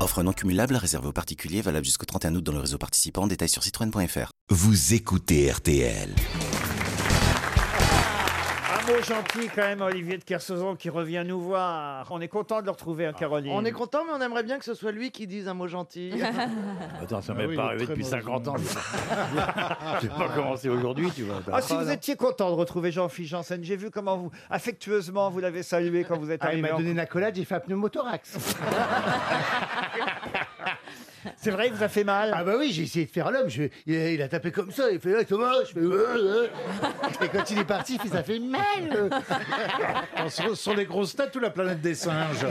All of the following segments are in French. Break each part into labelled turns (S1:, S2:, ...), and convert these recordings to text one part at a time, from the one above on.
S1: Offre non cumulable réservée aux particuliers valable jusqu'au 31 août dans le réseau participant. Détails sur citroën.fr.
S2: Vous écoutez RTL.
S3: Un mot gentil quand même, Olivier de Kersauzon qui revient nous voir. On est content de le retrouver, hein, Caroline.
S4: On est content, mais on aimerait bien que ce soit lui qui dise un mot gentil.
S5: Attends, ça
S3: Ah
S5: m'est
S3: oui,
S5: pas
S3: il est
S5: arrivé
S3: très
S5: depuis
S3: mauvais
S5: 50 ans. J'ai pas commencé aujourd'hui, tu vois.
S3: Ah, si vous étiez content de retrouver Jean-Philippe Janssen, j'ai vu comment vous, affectueusement, vous l'avez salué quand vous êtes
S6: Ah, il
S3: arrivé.
S6: m'a
S3: en-
S6: donné une accolade, j'ai fait un pneumothorax.
S3: C'est vrai, il vous a fait mal
S6: Ah bah oui, j'ai essayé de faire l'homme. Je- Il, a- il a tapé comme ça, il fait ouais, Thomas, je fais... euh, euh. Et quand il est parti, il fait, ça fait mal. euh.
S7: Sur, sur les grosses têtes ou la planète des singes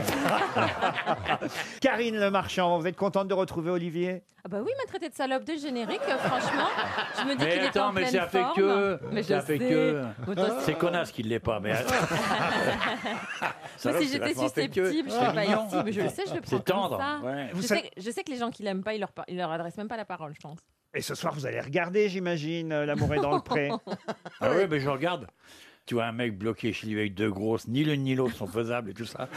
S3: Karine Le Marchand, vous êtes contente de retrouver Olivier
S8: Ah bah oui, il m'a traité de salope de générique, euh, franchement. Je me dis
S5: Mais
S8: qu'il était
S5: attends,
S8: en
S5: mais
S8: pleine
S5: c'est avec
S8: forme.
S5: eux.
S8: Mais
S5: C'est
S8: je
S5: avec
S8: sais.
S5: eux.
S8: Mais toi, c'est-
S5: C'est connasse qui ne l'est pas, mais. Salope,
S8: si
S5: c'est
S8: j'étais
S5: vachement affectueux.
S8: susceptible, je
S5: C'est
S8: serais pas
S5: mignon.
S8: ici, mais je le sais, je le prends
S5: C'est tendre.
S8: comme ça.
S5: ouais.
S8: Je,
S3: Vous
S8: sais,
S3: savez-
S8: je sais que les gens qui l'aiment pas, ils leur, par- ils leur adressent même pas la parole, je pense.
S3: Et ce soir, vous allez regarder, j'imagine, euh, L'amour est dans le pré.
S5: Ah oui, mais je regarde. Tu vois un mec bloqué chez lui avec deux grosses, ni l'une ni l'autre sont faisables et tout ça.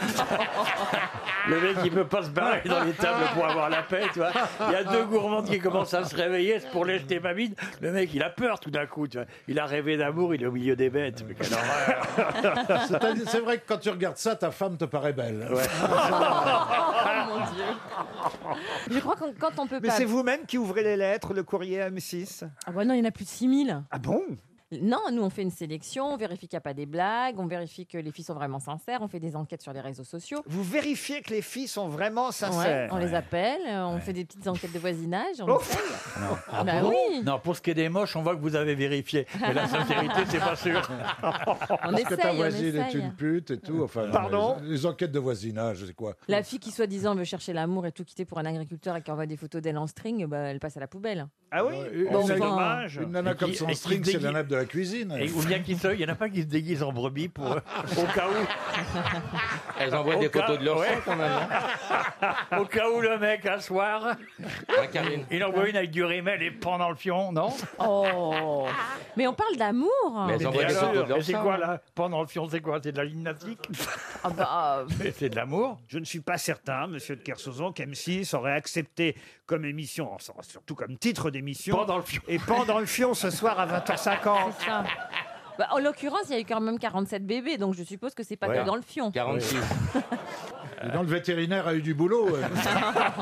S5: Le mec, il peut pas se barrer dans les tables pour avoir la paix, tu vois. Il y a deux gourmandes qui commencent à se réveiller, c'est pour l'acheter ma mine. Le mec, il a peur tout d'un coup, tu vois. Il a rêvé d'amour, il est au milieu des bêtes. Mais quelle horreur.
S7: C'est- C'est vrai que quand tu regardes ça, ta femme te paraît belle.
S8: Ah, Oh mon dieu. Je crois que quand on peut
S3: Mais
S8: pas.
S3: c'est vous-même qui ouvrez les lettres, le courrier M6
S8: Ah bah non, il y en a plus de 6000.
S3: Ah bon
S8: Non, nous on fait une sélection, on vérifie qu'il n'y a pas des blagues, on vérifie que les filles sont vraiment sincères, on fait des enquêtes sur les réseaux sociaux.
S3: Vous vérifiez que les filles sont vraiment
S8: Ouais,
S3: sincères.
S8: on les appelle, euh, on fait des petites enquêtes de voisinage. On
S3: Oh.
S8: essaye.
S5: Non.
S8: Ah bah oui,
S5: Non, pour ce qui est des moches, on voit que vous avez vérifié. Mais la sincérité, c'est pas sûr.
S8: on
S7: Parce que ta
S8: essaye, on
S7: voisine est
S8: essaye.
S7: une pute et tout. Enfin, non,
S3: Pardon
S7: les, les enquêtes de voisinage, c'est quoi
S8: La fille qui soi-disant veut chercher l'amour et tout quitter pour un agriculteur et qui envoie des photos d'elle en string, bah, elle passe à la poubelle.
S3: Ah oui
S7: Une-
S3: Bon,
S7: une-
S3: C'est
S8: enfin.
S3: dommage.
S7: Une nana
S5: Euh, Et
S7: comme
S5: qui-
S7: ça en
S5: et qui
S7: string,
S5: se
S7: c'est la
S5: déguise-
S7: nappe de la cuisine.
S5: Et ou bien qu'il se, il y en a pas qui se déguisent en brebis pour euh, au cas où.
S9: Elles envoient
S5: Au
S9: des
S5: cas-
S9: photos de leur
S5: ouais.
S9: sang quand même. hein.
S5: Au cas où le mec un soir,
S9: Hein, Karine
S5: il envoie une avec du rimel et prend dans le fion, non
S8: Oh Mais on parle d'amour
S9: Mais elles envoient
S5: Et
S9: des
S5: alors,
S9: photos de
S5: mais
S9: leur
S5: c'est
S9: sang.
S5: quoi là Prend dans le fion, c'est quoi C'est de la gymnastique
S8: Ah bah, euh,
S5: Mais C'est de l'amour
S3: Je ne suis pas certain, monsieur de Kersauzon, qu'M6 aurait accepté comme émission, enfin, surtout comme titre d'émission,
S5: Prend dans le fion.
S3: et pendant le fion ce soir à 20h50.
S8: c'est ça. Bah, en l'occurrence, il y a eu quand même 47 bébés, donc je suppose que c'est pas
S9: Ouais.
S8: que dans le fion.
S9: 46.
S7: Dans le vétérinaire a eu du boulot. ouais.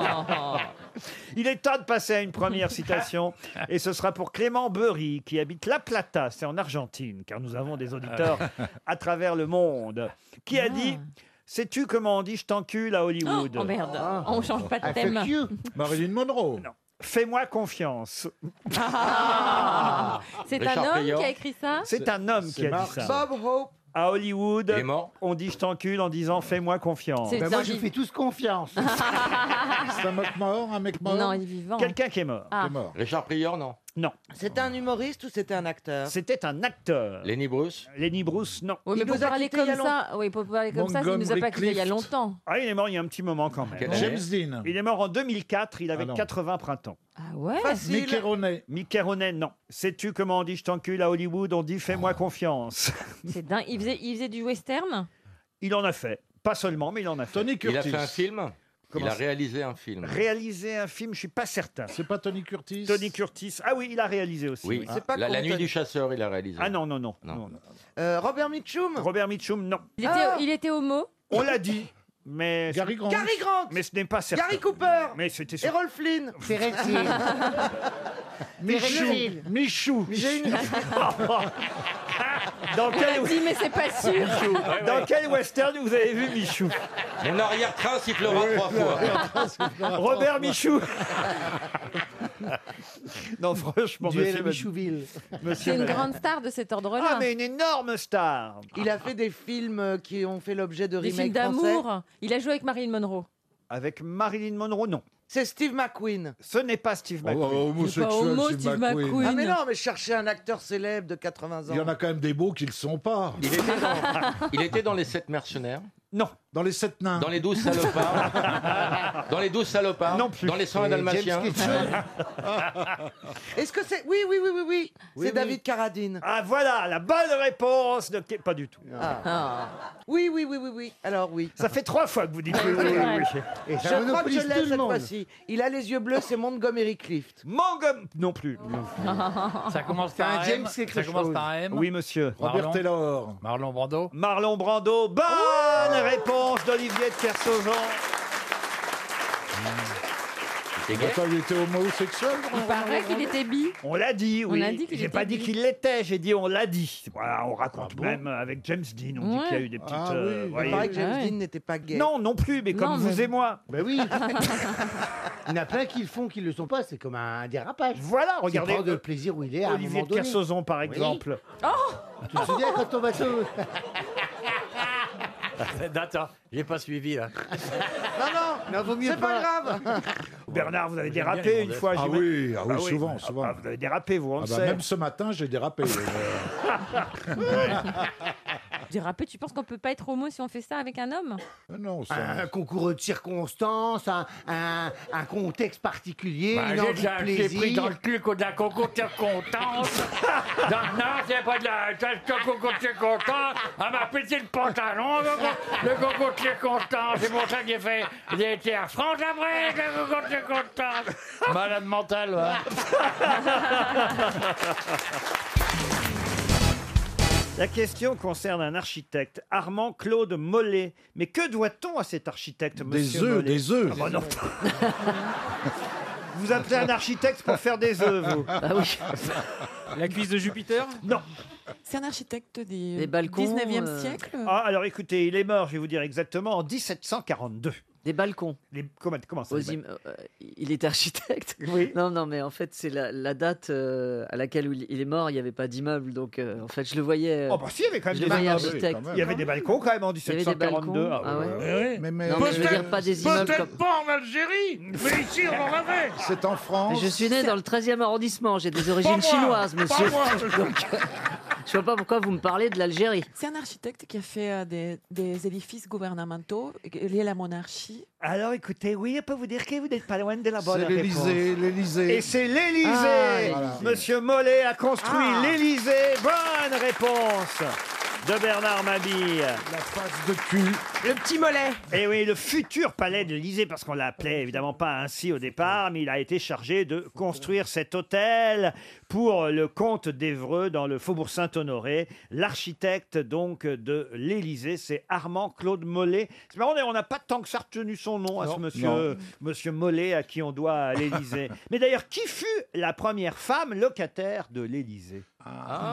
S3: Il est temps de passer à une première citation, et ce sera pour Clément Beury, qui habite La Plata, c'est en Argentine, car nous avons des auditeurs à travers le monde, qui a dit Sais-tu comment on dit je t'encule à
S8: Oh,
S3: Hollywood
S8: Ah. oh merde, on change pas de
S6: Ah,
S8: thème.
S6: fuck you.
S7: Marilyn Monroe.
S3: Fais-moi confiance.
S8: Ah. c'est un
S9: Richard
S8: homme
S9: Payan.
S8: qui a écrit ça
S3: C'est un homme
S7: c'est
S3: qui a
S7: Marx.
S3: dit ça.
S4: Bob Hope.
S3: À
S9: Il
S3: Hollywood,
S9: est mort.
S3: on dit je t'encule en disant Fais-moi confiance.
S8: C'est
S6: Bah,
S8: un
S6: moi, je
S8: viv-
S6: fais tous confiance.
S7: C'est un mec mort, un mec mort.
S8: Non, il est vivant.
S3: Quelqu'un qui est mort.
S7: Il
S8: Ah.
S7: est mort.
S9: Richard Prior, non.
S3: Non.
S4: C'était un humoriste ou c'était un acteur
S3: C'était un acteur.
S9: Lenny Bruce.
S3: Lenny Bruce, non.
S8: Oui, mais
S4: Il
S8: pour
S4: nous a
S8: parler
S4: quittés il
S8: comme
S4: y a
S8: ça, oui, pour parler comme ça, il nous a
S7: Montgomery
S8: pas quittés il y a
S7: Clift.
S8: longtemps.
S3: Ah, il est mort il y a un petit moment quand même.
S9: Quelle année
S7: James Dean.
S3: Il est mort en 2004, il avait
S7: Ah non.
S3: 80 printemps.
S8: Ah ouais
S4: Facile.
S7: Mickey Rooney.
S3: Mickey Rooney, non. Sais-tu comment on dit je t'encule à Hollywood On dit fais-moi
S7: Oh.
S3: confiance.
S8: C'est dingue. Il faisait, il faisait du western
S3: Il en a fait. Pas seulement, mais il en a fait.
S7: Tony
S9: Il
S7: Curtis.
S9: a fait un film.
S3: Comment
S9: il a
S3: ça
S9: réalisé un film.
S3: Réaliser un film, je suis pas certain.
S7: C'est pas Tony Curtis
S3: Tony Curtis. Ah oui, il a réalisé aussi.
S9: Oui,
S3: oui.
S4: C'est pas
S9: la, la
S4: con,
S9: nuit
S4: Tony.
S9: du chasseur, il a réalisé.
S3: Ah non, non, non.
S9: Non.
S3: non, non.
S4: Euh, Robert Mitchum
S3: Robert Mitchum, non.
S8: il était,
S4: Ah.
S8: il était homo
S3: On l'a dit, mais,
S7: Gary Grant.
S4: Cary Grant
S3: mais ce n'est pas certain.
S4: Gary Cooper
S3: Mais c'était sûr.
S4: Errol Flynn
S6: Thérèse Hill. Thérèse Hill.
S7: Michou.
S4: J'ai une...
S3: Dans
S8: Il a
S3: quel,
S8: dit, mais c'est pas sûr
S3: dans quel western vous avez vu Michou
S9: Mon arrière-train sifflera trois fois.
S3: Robert Michou Non, franchement,
S6: Duel à
S3: monsieur,
S6: Michouville.
S8: C'est
S3: monsieur-
S8: une grande star de cet ordre-là.
S3: Ah, mais une énorme star
S4: Il a fait des films euh, qui ont fait l'objet de
S8: Des films
S4: remakes français.
S8: d'amour. Il a joué avec Marilyn Monroe.
S3: Avec Marilyn Monroe, non.
S4: C'est Steve McQueen.
S3: Ce n'est pas Steve
S7: Oh, McQueen. homosexuel, C'est pas homo, Steve Steve McQueen. McQueen.
S4: Ah mais non, mais je cherchais un acteur célèbre de 80 ans.
S7: Il y en a quand même des beaux qui le sont pas.
S9: Il était dans, il était dans les sept mercenaires.
S3: Non.
S7: Dans les sept nains.
S9: Dans les douze salopards. dans les douze salopards. Non plus. Dans les 101
S4: Et
S9: dalmatiens.
S4: James Est-ce que c'est Oui, oui, oui, oui, oui. C'est
S3: oui.
S4: David Carradine.
S3: Ah voilà, la bonne réponse de... Pas du tout.
S4: Ah.
S3: Ah.
S4: Oui, oui, oui, oui, oui. Alors oui.
S3: Ça fait trois fois que vous dites oui, oui, oui, oui.
S4: Je crois que je l'ai cette fois-ci. Il a les yeux bleus, c'est Montgomery Clift.
S3: Montgomery Non plus.
S10: Ça commence par
S4: Un
S10: un
S4: James
S10: M.
S4: quelque
S10: ça commence
S4: chose.
S10: par un M.
S3: Oui, monsieur.
S10: Marlon-
S7: Taylor.
S10: Marlon Brando. Oh
S3: Marlon Brando. Bonne réponse d'Olivier de Kersauzon.
S7: Attends, il était homosexuel
S8: Il paraît qu'il était bi.
S3: On l'a dit, oui.
S8: On a dit qu'il
S3: j'ai
S8: était
S3: pas dit
S8: bi.
S3: qu'il l'était, j'ai dit on l'a dit. Voilà, on raconte même avec James Dean, on dit
S8: Ouais.
S3: qu'il y a eu des petites.
S4: Ah
S3: euh,
S4: oui,
S3: voyez.
S4: il paraît que James
S8: Ah ouais.
S4: Dean n'était pas gay.
S3: Non, non plus, mais comme
S8: Non,
S3: vous
S8: mais-
S3: et moi.
S11: Ben oui. Il y en a plein qui le font, qui le sont pas. C'est comme un dérapage.
S3: Voilà, regardez,
S11: Il prend de
S3: euh,
S11: plaisir où il est à un
S3: Olivier
S11: moment
S3: de
S11: donné.
S3: Kersauzon, par exemple.
S12: Oh
S11: Tu te souviens quand on va se...
S10: Attends, j'ai pas suivi là.
S4: Non, non,
S11: Non, vaut mieux
S4: c'est pas grave.
S3: Bernard, vous avez
S10: J'aime bien
S3: dérapé
S10: les
S3: une
S10: bandettes.
S3: fois.
S7: Ah
S3: j'imagine.
S7: oui, ah oui, souvent,
S3: Ah,
S7: souvent.
S3: bah, vous avez dérapé, vous, on
S7: Ah
S3: le
S7: bah,
S3: sait.
S7: même ce matin, j'ai dérapé. Euh,
S8: Dérapé, tu penses qu'on peut pas être homo si on fait ça avec un homme
S7: Ah non, ça...
S11: Un concours de circonstances, un, un- un contexte particulier,
S10: Bah,
S11: une
S10: j'ai
S11: envie
S10: déjà
S11: de
S10: j'ai pris dans le
S11: plaisir.
S10: cul qu'on a concours de contente. non, c'est pas de la c'est le concours de content. Elle m'a pété le pantalon, le con- le concours de content. C'est pour ça que j'ai fait. J'ai été à France après, le concours de content. Malade mental, ouais.
S3: La question concerne un architecte, Armand Claude Mollet. Mais que doit-on à cet architecte,
S7: Des
S3: monsieur
S7: œufs,
S3: Mollet
S7: des œufs.
S3: Ah bah non. Vous appelez un architecte pour faire des œufs, vous
S13: Ah
S8: Ah
S10: La cuisse de Jupiter
S3: Non.
S14: C'est un architecte du
S13: Les balcons,
S14: 19e
S13: euh,
S14: siècle
S3: Ah, alors écoutez, il est mort, je vais vous dire exactement, en 1742.
S13: Des balcons.
S3: Les- comment, comment ça les
S13: Osim- euh, euh, il était architecte.
S3: Oui.
S13: Non, non, mais en fait, c'est la, la date euh, à laquelle il il est mort. Il n'y avait pas d'immeuble, donc euh, en fait, je le voyais. euh,
S3: balcons Oh, bah si, il y avait quand même
S13: je
S3: des
S13: le voyais
S3: balcons.
S7: oui,
S13: architecte.
S7: quand même.
S3: Il y avait des balcons quand même en
S13: Il y avait des
S3: 1742.
S13: balcons. Ah ouais.
S7: Mais, mais-
S13: Non, mais je veux dire pas des immeubles
S10: Peut-être
S13: comme.
S10: pas en Algérie, mais ici on en avait.
S7: c'est en
S13: Mais
S7: France.
S13: Je suis né dans le 13e arrondissement. J'ai des
S10: Pas
S13: origines
S10: moi,
S13: chinoises, monsieur. euh,
S10: Pas moi.
S13: Je vois pas pourquoi vous me parlez de l'Algérie.
S14: C'est un architecte qui a fait euh, des, des édifices gouvernementaux liés à la monarchie.
S3: Alors écoutez, oui, on peut vous dire que vous n'êtes pas loin de la bonne
S7: C'est
S3: réponse.
S7: l'Élysée,
S3: Et
S7: l'Élysée.
S3: c'est l'Élysée.
S13: Ah, l'Élysée.
S3: Monsieur Mollet a construit
S13: Ah.
S3: l'Élysée. Bonne réponse de Bernard Mabille.
S7: La face de cul.
S14: Le petit mollet
S3: Et oui, le futur palais de l'Élysée, parce qu'on l'appelait évidemment pas ainsi au départ, mais il a été chargé de construire cet hôtel pour le comte d'Evreux dans le faubourg Saint-Honoré. L'architecte donc de l'Élysée, c'est Armand Claude Mollet. C'est marrant, on n'a pas tant que ça retenu son nom à ce monsieur,
S7: non.
S3: monsieur Mollet à qui on doit l'Élysée. mais d'ailleurs, qui fut la première femme locataire de l'Élysée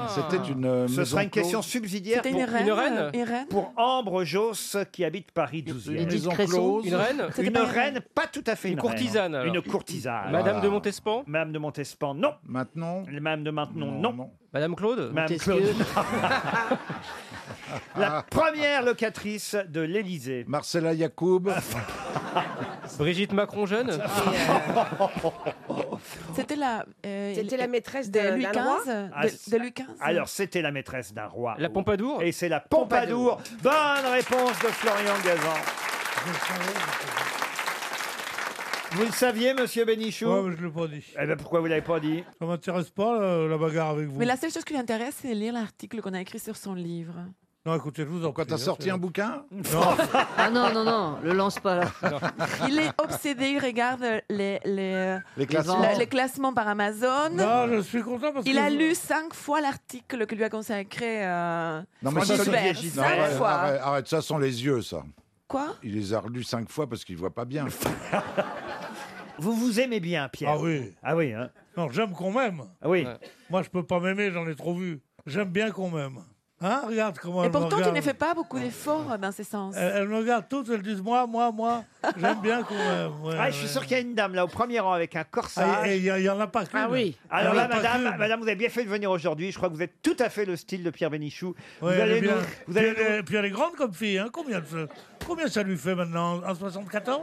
S7: C'était une. euh,
S3: Ce
S7: maison
S3: sera une question
S7: close.
S3: subsidiaire
S14: C'était
S3: pour,
S14: une reine,
S10: reine
S14: une reine
S3: pour Ambre Josse qui habite Paris 12e.
S7: Une maison
S13: Cresson.
S7: close.
S10: Une reine
S14: C'était
S3: Une
S14: pas
S3: reine, pas tout à fait une,
S10: Une courtisane,
S3: reine.
S10: alors.
S3: Une courtisane.
S7: Madame de
S10: Montespan
S3: Madame de Montespan, non.
S7: Maintenant.
S3: Madame de Maintenon, non.
S10: Madame Claude
S3: Madame Claude.
S13: Montesquieu.
S3: La
S10: Ah.
S3: première locatrice de l'Élysée.
S7: Marcella Yacoub.
S10: Brigitte Macron jeune Ah.
S14: C'était la, euh,
S12: C'était la maîtresse
S14: de
S12: de
S14: Louis
S12: d'un roi
S14: XV. de-
S3: Ah,
S14: de, Louis XV.
S3: Alors, c'était la maîtresse d'un roi.
S10: Pompadour
S3: Et c'est la Pompadour. Bonne réponse de Florian Gazan. Vous le saviez, monsieur Bénichou
S7: je l'ai pas dit.
S3: Eh bien, pourquoi vous l'avez pas dit
S7: Ça m'intéresse pas
S15: euh,
S7: la bagarre avec vous.
S14: Mais la seule chose qui l'intéresse, c'est lire l'article qu'on a écrit sur son livre.
S7: Non, écoutez, je vous en Quand
S15: hein,
S7: t'as sorti un bouquin
S13: Ah non, non, non, le lance pas là.
S14: Il est obsédé, il regarde les, les,
S7: Les
S13: classements.
S14: la- les classements par Amazon.
S7: je suis content parce
S14: Il a lu cinq fois l'article que lui a consacré. euh,
S7: Non, mais ça,
S14: Gilbert.
S7: c'est-
S3: Olivier
S7: Non,
S3: Gisbert.
S14: Cinq
S7: arrête,
S14: fois.
S7: arrête, arrête, ça sont les yeux, ça.
S14: Quoi
S7: Il les a relus cinq fois parce qu'il voit pas bien.
S3: Vous vous aimez bien, Pierre
S15: Ah oui.
S3: Ah oui, hein
S15: Non, j'aime qu'on m'aime.
S3: Ah oui.
S15: Moi, je peux pas m'aimer, j'en ai trop vu. J'aime bien qu'on m'aime. Hein Regarde comment
S14: Et
S15: elle me
S14: pourtant, tu
S15: regarde. euh,
S14: ne fais pas beaucoup d'efforts dans ce sens.
S15: Elles, elles me regardent toutes, elles disent moi, moi, moi. J'aime bien qu'on m'aime. Ouais,
S3: Ah, je suis
S15: ouais.
S3: sûr qu'il y a une dame là au premier rang avec un corsage.
S15: Ah, et il y, a- il y en a pas qu'une.
S14: Ah oui.
S15: Il y en
S3: Alors
S15: a
S3: là,
S15: pas
S3: madame,
S15: qu'une.
S3: madame, vous avez bien fait de venir aujourd'hui. Je crois que vous êtes tout à fait le style de Pierre Bénichou.
S15: Ouais,
S3: vous
S15: elle est
S3: allez
S15: bien.
S3: nous, vous
S15: puis,
S3: allez
S15: elle est, puis elle est grande comme fille. Hein combien, de- combien ça lui fait maintenant En 74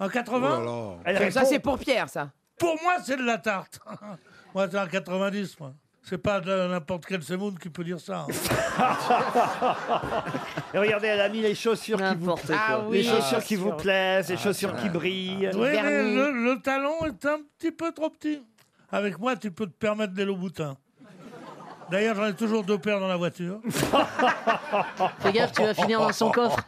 S15: En 80
S7: Oh
S15: Elle
S7: là là.
S15: répond-
S12: pour Pierre, ça.
S15: Pour moi, c'est de la tarte. moi, c'est en 90, moi. C'est pas de n'importe quel Semoun qui peut dire ça. hein.
S3: Et Eh, regardez, elle a mis les chaussures qui vous plaisent.
S15: quoi.
S3: Les
S15: Ah,
S3: chaussures qui
S15: sûr.
S3: vous plaisent, les
S15: Ah,
S3: chaussures qui
S15: ah,
S3: brillent.
S15: Oui, mais le, le talon est un petit peu trop petit. Avec moi, tu peux te permettre des Louboutins. D'ailleurs, j'en ai toujours deux paires dans la voiture.
S10: Fais gaffe, tu vas finir dans son coffre.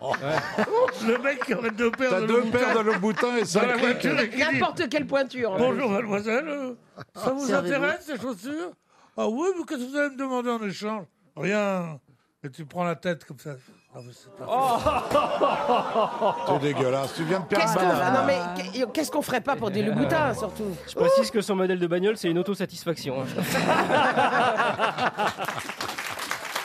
S15: Le mec qui aurait deux paires
S7: T'as
S15: de
S7: deux
S15: Louboutin.
S7: paires de Louboutin et cinq
S15: Dans la
S7: clics.
S15: voiture et qui dit,
S12: N'importe quelle pointure. Oh,
S15: Bonjour mademoiselle, euh, ça vous
S12: Servez-vous.
S15: intéresse ces chaussures Ah oui, mais qu'est-ce que vous allez me demander en échange Rien. Et tu prends la tête comme ça. Ah, mais c'est pas-
S7: C'est dégueulasse. Tu viens de perdre
S16: Qu'est-ce qu'on
S7: madame.
S16: non, mais qu'est- qu'est-ce qu'on ferait pas pour des Louboutins, surtout
S12: Je précise que son modèle de bagnole, c'est une
S16: hein.
S12: autosatisfaction.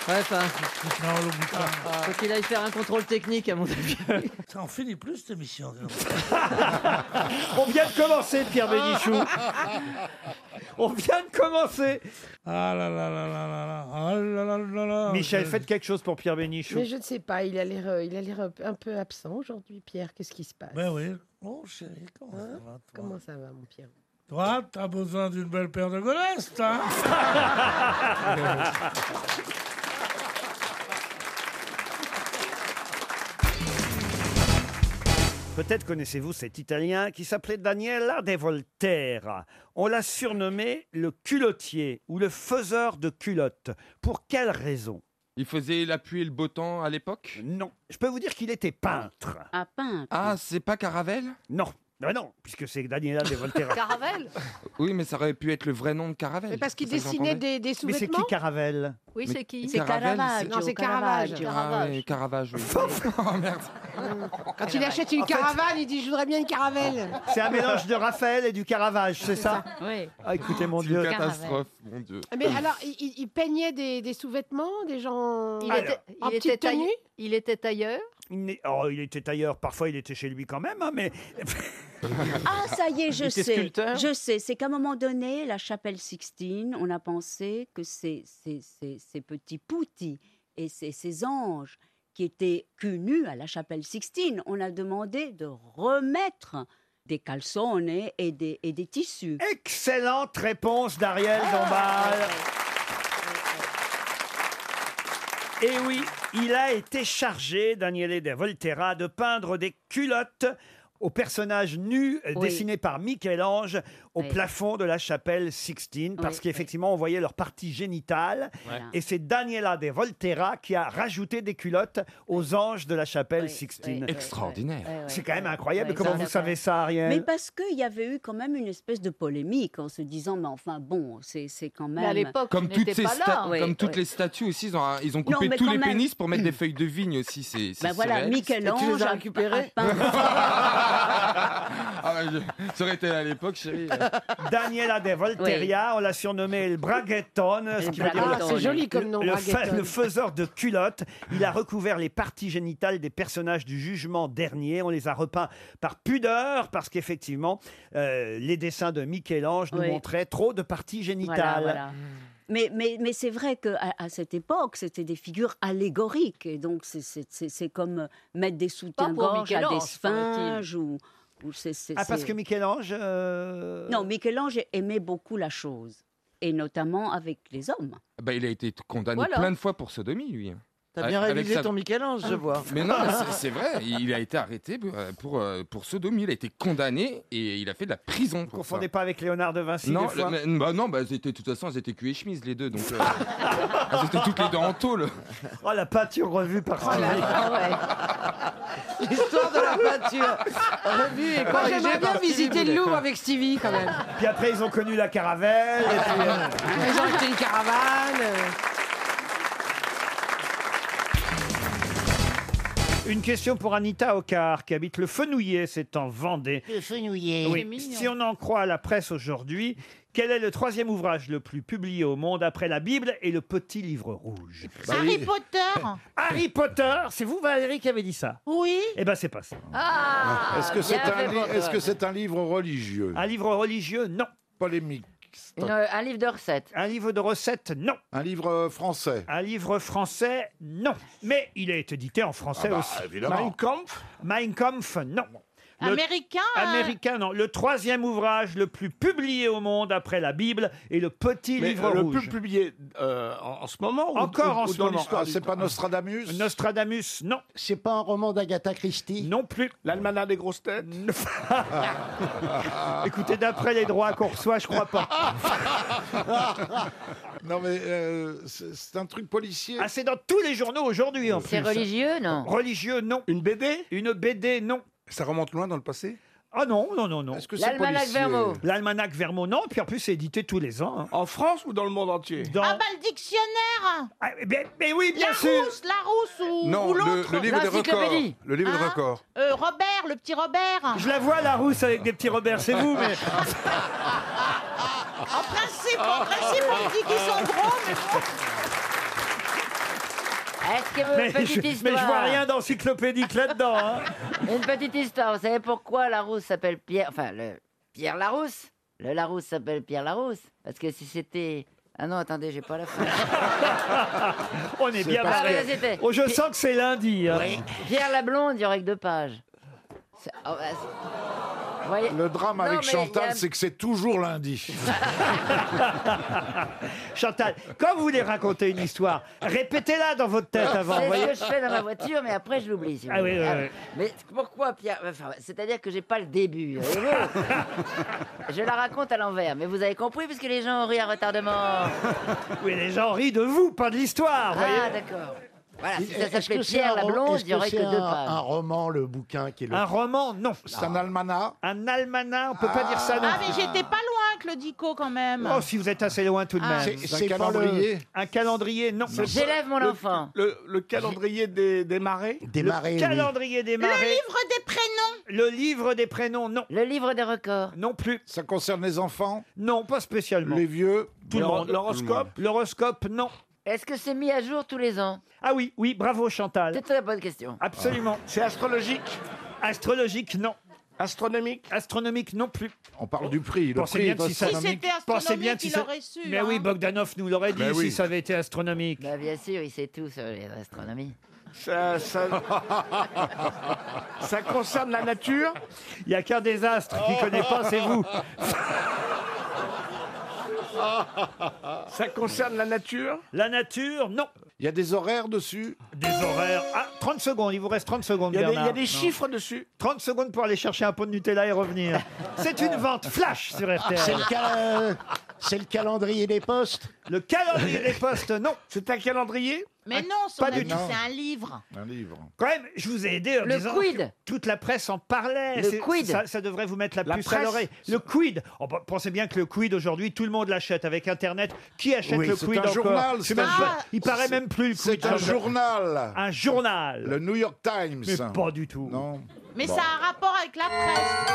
S10: Ouais,
S15: hein.
S10: enfin,
S15: Non,
S3: Ah.
S15: Louboutin.
S10: faut qu'il aille faire un contrôle technique, à mon avis.
S15: Ça en finit plus cette émission.
S3: On vient de commencer, Pierre Bénichou. On vient de commencer.
S15: Ah là là là là là là. Ah là là là là.
S3: Michel,
S15: Je-
S3: faites quelque chose pour Pierre Bénichou.
S12: Mais je ne sais pas, il a l'air euh, il a l'air un peu- un peu absent aujourd'hui, Pierre. Qu'est-ce qui se passe
S15: Ben oui. Bon chéri, comment ça
S12: Hein
S15: va toi
S12: Comment ça va, mon Pierre
S15: Toi, t'as besoin d'une belle paire de golestes, hein
S3: Peut-être connaissez-vous cet Italien qui s'appelait Daniela De Volterra. On l'a surnommé le culottier ou le faiseur de culottes. Pour quelle raison
S17: Il faisait la pluie et le beau temps à l'époque
S3: Non. Je peux vous dire qu'il était peintre.
S6: Un peintre.
S17: Ah, c'est pas Caravel
S3: Non. Ben non, puisque c'est Daniela De Volterra.
S6: Caravel
S17: Oui, mais ça aurait pu être le vrai nom de Caravel.
S12: Mais parce qu'il
S17: C'est ça que
S12: dessinait
S17: j'entendais.
S12: des, des
S3: Mais c'est
S12: sous-vêtements.
S3: qui Caravel
S6: Oui,
S17: Mais
S6: c'est qui
S17: C'est Caravage, Caravage.
S12: Non, c'est Caravage.
S17: Ah ouais, Caravage, oui. Oh, merde.
S12: Ah. Quand il achète une
S3: En fait-
S12: caravane, il dit Je voudrais bien une caravelle.
S3: C'est un mélange de Raphaël et du Caravage, c'est ça
S6: Oui. Ah,
S3: Ah, écoutez, mon
S17: C'est
S3: Dieu. Euh,
S17: une catastrophe, mon Dieu.
S12: Ah, Mais alors, il- il, il peignait des, des sous-vêtements, des gens
S6: Il,
S3: Alors.
S6: était,
S12: en
S6: il,
S12: petite
S6: était taille-
S12: tenue
S6: il était tailleur.
S3: Il n'est- oh, il était ailleurs, parfois il était chez lui quand même, hein, mais
S6: Ah, ça y est,
S3: Il
S6: je
S3: était
S6: sais.
S3: sculpteur
S6: Je sais. C'est qu'à un moment donné, la chapelle Sixtine, on a pensé que ces, ces, ces- ces petits poutis et ces, ces anges qui étaient cul nus à la chapelle Sixtine, on a demandé de remettre des calzones et des, et des tissus. Ah
S3: excellente réponse d'Ariel Dombal. Et Eh oui, il a été chargé, Daniele de Volterra, de peindre des culottes aux personnages nus euh,
S6: Oui.
S3: dessinés par Michel-Ange au
S6: Oui.
S3: plafond de la chapelle Sixtine, parce
S6: Oui,
S3: qu'effectivement, on voyait leur partie génitale.
S6: Voilà.
S3: Et c'est Daniela de Volterra qui a rajouté des culottes aux anges de la chapelle Sixtine.
S6: oui, Extraordinaire. oui, oui,
S3: C'est quand même
S6: oui.
S3: incroyable.
S6: Oui,
S3: Comment
S6: ça,
S3: vous
S6: ça,
S3: savez ça, Ariel
S6: Mais parce qu'il y avait eu quand même une espèce de polémique en se disant, mais enfin bon, c'est c'est quand même... Mais à l'époque,
S17: Comme
S6: tu
S17: toutes,
S6: n'étais
S17: ces
S6: pas là.
S17: sta-
S6: Oui,
S17: comme toutes
S6: oui.
S17: les statues aussi, ils ont, ils ont
S6: Non,
S17: coupé
S6: mais
S17: tous
S6: quand
S17: les
S6: même.
S17: pénis pour mettre des feuilles de vigne aussi. C'est,
S12: Bah
S17: c'est
S6: Ben voilà,
S17: surréaliste.
S6: Michel-Ange...
S16: les as
S6: a- a
S16: récupérés
S6: peint-
S17: Ah, ouais, je- Ça aurait été à l'époque, chérie.
S3: Daniela de Volterra, on l'a surnommé le Bragueton, ce qui veut dire
S12: Ah,
S3: le-
S12: c'est joli comme nom,
S3: le, fa-
S12: Bragueton.
S3: le faiseur de culottes. Il a recouvert les parties génitales des personnages du jugement dernier. On les a repeints par pudeur parce qu'effectivement, euh, les dessins de Michel-Ange nous
S6: Oui.
S3: montraient trop de parties
S6: Voilà,
S3: génitales.
S6: voilà. Mais, mais, mais c'est vrai qu'à à cette époque, c'était des figures allégoriques. Et donc, c'est- c'est c'est- c'est comme euh, mettre des soutiens-gorge à des
S3: Michel-Ange,
S6: sphinges ou... ou c'est- c'est-
S3: Ah, parce
S6: c'est-
S3: que Michel-Ange. euh,
S6: Non, Michel-Ange aimait beaucoup la chose. Et notamment avec les hommes.
S17: Bah, il a été condamné
S6: Voilà.
S17: plein de fois pour sodomie, lui.
S16: T'as bien
S17: Avec
S16: révisé
S17: sa- Ah.
S16: ton Michel-Ange, je vois.
S17: Mais non, mais c'est- c'est vrai, il a été arrêté euh, pour, euh, pour sodomie, il a été condamné et il a fait de la prison. Pour
S3: Confondez
S17: ça.
S3: pas avec Léonard de Vinci.
S17: Non,
S3: des fois.
S17: le- mais- bah non, bah, elles étaient, de toute façon, elles étaient cul et chemise, les deux. Donc, euh, elles étaient toutes les deux en tôle.
S3: Oh, la peinture revue par
S16: Oh
S3: Stevie.
S16: L'histoire de la peinture. Revue et
S12: Moi,
S16: corrigée
S12: Ah, j'aimerais bien
S16: par Stevie
S12: visiter le
S16: Boulet.
S12: Louvre avec Stevie quand même.
S3: Puis après, ils ont connu la caravelle. et puis, euh,
S12: Ils ont acheté une caravane. euh.
S3: Une question pour Anita Ocar, qui habite le Fenouillet, c'est en Vendée.
S18: Le fenouiller.
S3: Oui. Si on en croit la presse aujourd'hui, quel est le troisième ouvrage le plus publié au monde après la Bible et le Petit Livre Rouge
S18: Harry Potter
S3: Harry Potter, c'est vous Valérie qui avez dit ça
S18: Oui.
S3: Eh ben c'est pas ça.
S18: Ah
S7: Est-ce que
S18: il y
S7: c'est
S18: avait
S7: un, li-
S18: Potter.
S7: est-ce que c'est un livre religieux
S3: Un livre religieux Non.
S7: Polémique.
S18: Une-
S3: euh,
S18: Un livre de recettes.
S3: Un livre de recettes Non.
S7: Un livre euh, français.
S3: Un livre français Non. Mais il est édité en français
S7: Ah bah,
S3: aussi.
S7: évidemment.
S3: Mein Kampf Mein Kampf Non. Le-
S12: Américain, euh,
S3: Américain, non. Le troisième ouvrage le plus publié au monde après la Bible et le petit
S19: Mais,
S3: livre
S19: euh, le
S3: rouge.
S19: plus publié euh, en, en ce moment ou-
S3: Encore
S19: ou-
S3: en
S19: ou
S3: ce
S19: dans
S3: moment.
S19: l'histoire
S3: Ah, c'est
S19: du-
S3: pas
S19: Nostradamus
S3: Nostradamus, non.
S19: C'est pas un roman d'Agatha Christie
S3: Non plus.
S19: L'Almanach des grosses têtes
S3: Écoutez, d'après les droits qu'on reçoit, je crois pas.
S7: non, mais euh, c'est c'est un truc policier.
S3: Ah, c'est dans tous les journaux aujourd'hui en plus.
S7: C'est religieux, non
S3: Religieux, non. Une BD Une BD, non. Ça remonte loin dans le passé Ah non, non, non, non.
S19: que c'est L'Almanach policier Vermo.
S3: L'Almanach Vermo, non. Puis en plus, c'est édité tous les ans. En France ou dans le monde entier
S12: Ah bah le dictionnaire
S3: Ah, mais, oui, bien
S12: la
S3: sûr.
S12: Rousse, la rousse ou,
S3: Non,
S12: ou
S3: le-
S12: l'autre
S3: le livre des L'encyclopédie. records. Le livre des
S12: Hein
S3: records.
S12: Euh, Robert, le petit Robert
S3: Je la vois, la rousse, avec des petits Robert, c'est vous, mais...
S12: En principe, en principe, on me dit qu'ils sont drôles, mais bon.
S18: Est-ce que
S3: Mais
S18: une Euh, petite
S3: je, mais
S18: histoire
S3: je vois rien d'encyclopédique là-dedans. hein.
S18: Une petite histoire. Vous savez pourquoi Larousse s'appelle Pierre Enfin, le Pierre Larousse. Le Larousse s'appelle Pierre Larousse parce que si c'était ah non, attendez, j'ai pas la fin.
S3: On est,
S18: C'est
S3: bien
S18: parce
S3: barré.
S18: que Ah, c'était-
S3: Oh, je sens que c'est lundi. hein.
S18: Oui. Pierre la blonde, il y aurait que deux pages. C'est- oh, bah, c'est- Vous voyez
S7: Le drame
S18: Non,
S7: avec
S18: mais
S7: Chantal,
S18: il y a-
S7: c'est que c'est toujours lundi.
S3: Chantal, quand vous voulez raconter une histoire, répétez-la dans votre tête avant.
S18: C'est ce
S3: voyez.
S18: que je fais dans ma voiture, mais après je l'oublie. si vous
S3: Ah oui,
S18: voulez.
S3: oui, oui.
S18: Mais pourquoi Pierre enfin, C'est-à-dire que j'ai pas le début. voyez-vous. je la raconte à l'envers, mais vous avez compris puisque les gens ont ri à retardement.
S3: Oui, les gens rient de Ah, vous, pas de l'histoire. voyez.
S18: Ah d'accord. Voilà, si ça
S6: Est-ce que
S18: s'appelait
S6: c'est un
S18: Pierre la
S6: ro-
S18: blonde,
S6: est-ce
S18: il n'y aurait que
S6: c'est
S18: deux
S6: un- Un
S18: pages.
S6: roman, le bouquin qui est le.
S3: Un roman, non. C'est un
S7: almanach
S3: Un almanach, on peut pas dire ça non
S12: Ah, mais
S3: plus.
S12: j'étais pas loin, Claudico, quand même.
S3: Oh, si vous êtes assez loin tout de
S12: Ah.
S3: même.
S12: C'est- c'est pas le-
S3: Un calendrier, non.
S12: C'est J'élève mon
S3: Le-
S12: enfant.
S19: le, le calendrier des, des marées
S3: Des Le marées, oui. calendrier des marées.
S12: Le livre des prénoms.
S3: Le livre des prénoms, non.
S18: Le livre des records.
S3: Non plus.
S7: Ça concerne les enfants
S3: Non, pas spécialement.
S7: Les vieux
S3: Tout le
S7: L'hor-
S3: monde.
S7: l'horoscope
S3: L'horoscope, non.
S18: Est-ce que c'est mis à jour tous les ans
S3: Ah oui, oui, bravo Chantal.
S18: C'est une bonne question.
S3: Absolument. C'est astrologique Astrologique, non.
S19: Astronomique
S3: Astronomique, non plus.
S7: On parle du prix. Le
S3: Pensez
S7: prix
S3: bien
S7: est
S3: que si ça-
S7: astronomique.
S3: Pensez bien
S12: astronomique,
S3: que si
S12: il
S3: ça-
S12: aurait su,
S3: Mais
S12: hein.
S3: Eh oui, Bogdanov nous l'aurait dit
S7: Ben oui.
S3: si ça avait été astronomique.
S18: Bah, bien sûr, il sait tout sur l'astronomie.
S19: ça, ça... ça concerne la nature
S3: Il n'y a qu'un désastre bah, qui connaît pas, c'est vous.
S19: Ça concerne la nature
S3: La nature, non.
S7: Il y a des horaires dessus
S3: Des horaires. Ah, 30 secondes, il vous reste 30 secondes.
S19: Il y a des- il y a
S3: Bernard.
S19: des chiffres dessus
S3: 30 secondes pour aller chercher un pot de Nutella et revenir. C'est une vente flash sur RTL.
S6: C'est le, cal- euh, c'est le calendrier des postes.
S3: Le calendrier des postes, non.
S19: C'est un calendrier
S12: Mais non, son
S3: Ah, Pas du
S12: ami,
S3: tout.
S12: c'est un livre.
S7: Un livre.
S3: Quand même, je vous ai aidé en
S12: Le
S3: disant
S12: quid.
S3: que toute la presse en parlait.
S12: Le
S3: C'est-
S12: quid.
S3: Ça, ça devrait vous mettre la,
S19: La
S3: puce à
S19: presse.
S3: l'oreille. Le quid. Oh, bah, pensez bien que le quid aujourd'hui, tout le monde l'achète avec Internet. Qui achète
S7: Oui,
S3: le
S7: c'est
S3: quid
S7: un
S3: encore
S7: journal,
S3: Je sais
S7: c'est
S3: même
S7: un
S3: pas-
S7: jour-
S3: Il paraît même plus le quid.
S7: C'est un journal.
S3: Un journal.
S7: Le New York Times.
S3: Mais pas du tout.
S7: Non.
S12: Mais
S7: Bon.
S12: ça a un rapport avec la presse.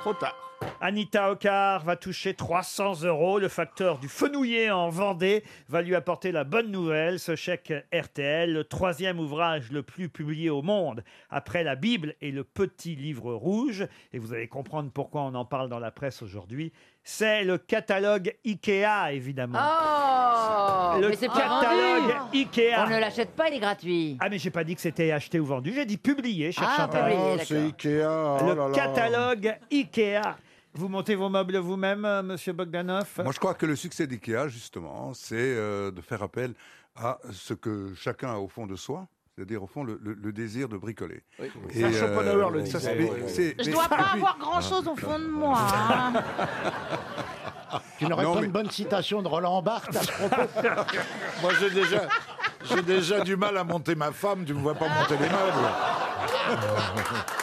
S19: Trop tard.
S3: Anita Ocar va toucher 300 euros. Le facteur du Fenouillet en Vendée va lui apporter la bonne nouvelle. Ce chèque RTL, le troisième ouvrage le plus publié au monde après la Bible et le petit livre rouge. Et vous allez comprendre pourquoi on en parle dans la presse aujourd'hui. C'est le catalogue Ikea, évidemment.
S18: Oh
S3: Le
S18: Mais c'est pas vendu
S3: catalogue Ikea.
S18: On ne l'achète pas, il est gratuit.
S3: Ah mais j'ai pas dit que c'était acheté ou vendu, j'ai dit publié, cher
S18: Ah,
S3: Chantal.
S18: publié,
S7: Oh, c'est Ikea. oh
S3: Le
S7: là là.
S3: catalogue Ikea. Vous montez vos meubles vous-même, euh, monsieur Bogdanov
S20: Moi, je crois que le succès d'IKEA, justement, c'est euh, de faire appel à ce que chacun a au fond de soi. C'est-à-dire, au fond, le, le- le désir de bricoler. euh,
S19: Oui. Ça, Schopenhauer le
S20: ça,
S19: disait.
S20: c'est- mais
S19: Oui, oui, oui.
S20: c'est-
S12: Je
S20: mais-
S12: dois pas
S20: puis-
S12: avoir grand-chose au fond de moi. hein.
S6: Tu
S7: Ah,
S6: n'aurais
S20: Non,
S6: pas
S20: mais-
S6: une bonne citation de Roland Barthes à ce propos
S7: Moi, j'ai déjà, j'ai déjà du mal à monter ma femme. Tu me vois pas monter les meubles.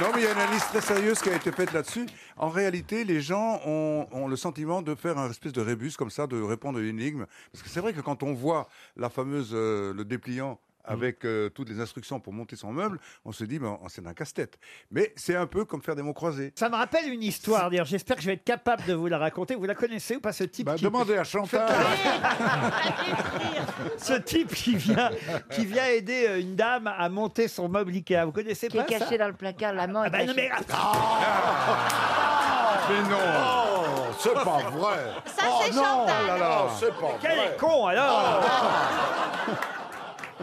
S20: Non, mais il y a une analyse très sérieuse qui a été faite là-dessus. En réalité, les gens ont, ont le sentiment de faire un espèce de rébus comme ça, de répondre à une énigme. Parce que c'est vrai que quand on voit la fameuse, euh, le dépliant
S3: Mm.
S20: avec euh, toutes les instructions pour monter son meuble, on se dit, ben, c'est un casse-tête. Mais c'est un peu comme faire des mots croisés.
S3: Ça me rappelle une histoire, d'ailleurs. J'espère que je vais être capable de vous la raconter. Vous la connaissez ou pas, ce type qui...
S7: Bah, Demandez à Chantal.
S3: Ce type qui vient, qui vient aider euh, une dame à monter son meuble Ikea. Vous connaissez
S18: Qui
S3: pas
S18: est caché
S3: ça
S18: dans le placard, la main.
S3: Ah
S18: est
S3: bah non,
S18: cachée.
S3: mais-
S7: Ah.
S3: Ah.
S7: Mais non. Oh, c'est pas vrai.
S12: Ça,
S7: oh,
S12: c'est Oh,
S7: non,
S12: Chantal.
S7: là, là, c'est pas
S3: Quel
S7: vrai.
S3: est con, alors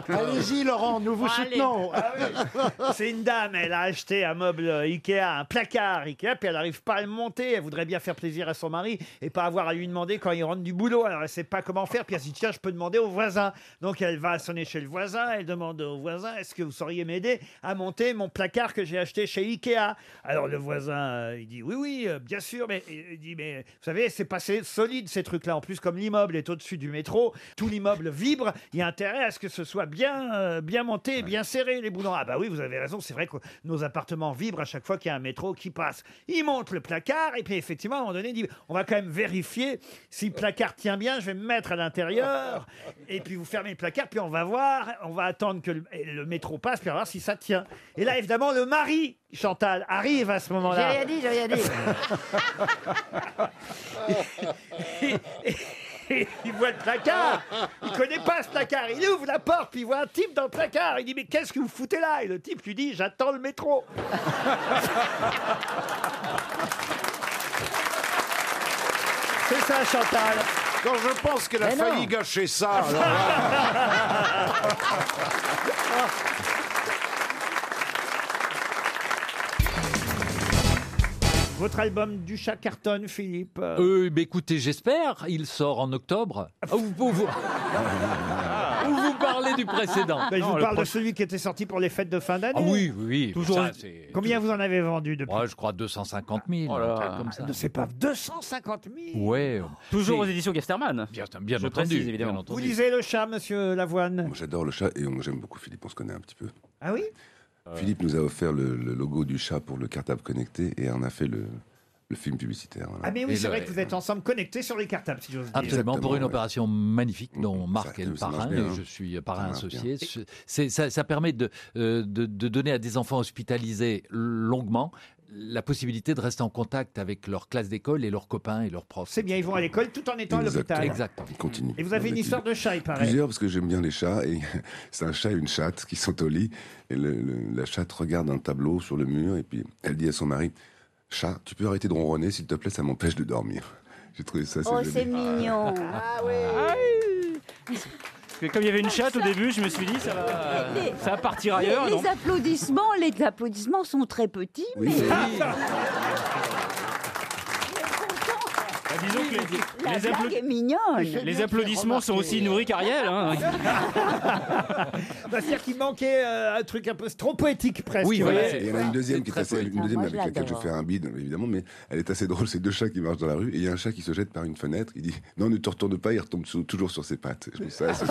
S6: Allez-y, Laurent, nous vous soutenons.
S3: C'est une dame, elle a acheté un meuble euh, Ikea, un placard Ikea, puis elle n'arrive pas à le monter. Elle voudrait bien faire plaisir à son mari et pas avoir à lui demander quand il rentre du boulot. Alors elle sait pas comment faire. Puis elle se dit tiens, je peux demander au voisin. Donc elle va sonner chez le voisin. Elle demande au voisin est-ce que vous sauriez m'aider à monter mon placard que j'ai acheté chez Ikea Alors le voisin euh, il dit oui oui euh, bien sûr, mais il dit mais vous savez c'est passé solide ces trucs-là. En plus comme l'immeuble est au-dessus du métro, tout l'immeuble vibre. Il y a intérêt à ce que ce soit bien euh, bien monté, et bien serré les boulons. Ah bah oui vous avez raison. C'est vrai que nos appartements vibrent à chaque fois qu'il y a un métro qui passe. Il monte le placard et puis effectivement à un moment donné il dit on va quand même vérifier si le placard tient bien. Je vais me mettre à l'intérieur et puis vous fermez le placard puis on va voir, on va attendre que le, le métro passe puis on va voir si ça tient. Et là évidemment le mari Chantal arrive à ce
S18: J'ai
S3: moment-là.
S18: rien dit, j'ai rien dit.
S3: il voit le placard. Il connaît pas ce placard. Il ouvre la porte, puis il voit un type dans le placard. Il dit Mais qu'est-ce que vous foutez là Et le type lui dit J'attends le métro. C'est ça, Chantal.
S7: Quand je pense qu'elle a
S3: Mais non.
S7: failli gâcher ça, alors hein.
S3: Ah.
S7: là,
S3: Votre album du chat cartonne, Philippe. euh,
S21: Euh, bah, écoutez, j'espère, il sort en octobre. Ah, vous, vous, vous- Ou vous parlez du précédent
S3: Ben, je
S21: Non,
S3: vous
S21: le
S3: parle de
S21: prochain-
S3: celui qui était sorti pour les fêtes de fin d'année.
S21: Ah oui, oui, oui.
S3: Toujours.
S21: Ça, c'est-
S3: Combien vous en avez vendu depuis Ah,
S21: Ouais, je crois 250 000. un truc comme ça.
S3: C'est pas 250 000.
S21: Ouais.
S16: Toujours aux éditions Gasterman.
S21: Bien, bien
S16: Je
S21: entendu,
S16: précise,
S21: bien
S16: évidemment.
S21: entendu.
S3: Vous lisez le chat, monsieur Lavoine
S22: Moi, J'adore le chat et on- j'aime beaucoup Philippe, on se connaît un petit peu.
S3: Ah oui
S22: Philippe nous a offert le, le logo du chat pour le cartable connecté et en a fait le, le film publicitaire. voilà.
S3: Ah, mais oui, c'est vrai que vous êtes ensemble connectés sur les cartables, si j'ose dire.
S21: Absolument, pour une opération magnifique dont Marc est le
S22: ça marche
S21: parrain,
S22: bien,
S21: et
S22: hein.
S21: je suis euh, parrain
S22: Ça marche
S21: associé. C'est- c'est- Ça, ça permet de, euh, de, de donner à des enfants hospitalisés longuement la possibilité de rester en contact avec leur classe d'école et leurs copains et leurs profs.
S3: C'est bien, ils vont à l'école tout en étant à l'hôpital.
S21: Exactement.
S22: Il continue.
S3: Et vous avez une histoire de chat, il paraît.
S22: Plusieurs, parce que j'aime bien les chats, et c'est un chat et une chatte qui sont au lit, et le- le- la chatte regarde un tableau sur le mur, et puis elle dit à son mari, Chat, tu peux arrêter de ronronner, s'il te plaît, ça m'empêche de dormir. J'ai trouvé ça assez
S17: Oh,
S22: joli.
S17: c'est mignon. Ah oui.
S16: Parce que comme il y avait une chatte au début, je me suis dit, ça va, ça va partir ailleurs.
S17: Les,
S16: non
S17: les applaudissements, les applaudissements sont très petits, mais
S16: Bah, disons que les,
S17: la
S16: les
S17: blague
S16: applau-
S17: est mignonne.
S16: les applaudissements sont aussi nourris qu'Ariel. hein.
S3: Bah, C'est-à-dire qu'il manquait euh, un truc un peu c'est trop poétique presque.
S22: Oui,
S3: vous
S22: voilà.
S3: voyez.
S22: Il y en a une deuxième, qui est assez- une
S17: Ah,
S22: deuxième
S17: moi,
S22: avec
S17: je
S22: laquelle je
S17: l'adore.
S22: fais un bide, évidemment, mais elle est assez drôle. C'est deux chats qui marchent dans la rue et il y a un chat qui se jette par une fenêtre. Il dit Non, ne te retourne pas, il retombe sous- toujours sur ses pattes. Je trouve ça assez-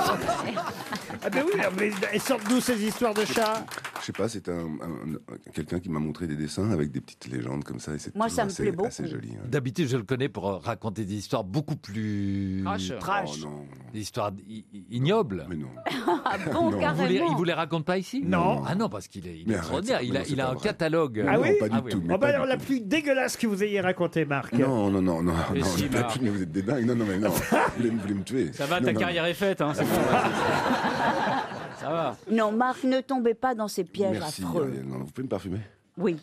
S3: Ah, ben oui, mais elles sortent d'où ces histoires de chats
S22: Je sais pas, c'est un, un- un- quelqu'un qui m'a montré des dessins avec des petites légendes comme ça. Et c'est
S3: Moi,
S22: toujours
S3: ça me
S22: assez,
S3: plaît beaucoup.
S22: assez joli. hein.
S21: D'habitude, je le connais pour euh, raconter des histoires beaucoup plus
S22: Trash.
S21: trash.
S22: Oh, non, non.
S21: des histoires i- i- ignobles. Mais
S22: non.
S17: Ah bon,
S21: il, vous les,
S17: carrément.
S21: il vous les raconte pas ici
S3: Non.
S21: Ah non, parce qu'il est, il
S22: Mais
S21: est
S22: arrête,
S21: extraordinaire.
S22: c'est-
S21: Il
S22: mais
S21: a,
S22: non,
S21: il
S22: c'est
S3: pas
S21: a un
S22: vrai.
S21: catalogue.
S3: Ah oui
S22: pas du tout, mais
S3: Oh, bah,
S22: pas du
S3: alors la plus dégueulasse que vous ayez racontée, Marc.
S22: Non, non, non, non,
S3: Mais
S22: non,
S3: si,
S22: pas
S3: Marc.
S22: du- vous êtes des dingues. Non, non, mais non, vous voulez, vous voulez me tuer.
S16: bah. Ça va,
S22: Non,
S16: ta
S22: non.
S16: carrière est faite. hein, c'est bon. ça va.
S17: Non, Marc, ne tombez pas dans ces pièges
S22: Merci,
S17: affreux.
S22: Ariel. Non, vous pouvez me parfumer
S17: Oui.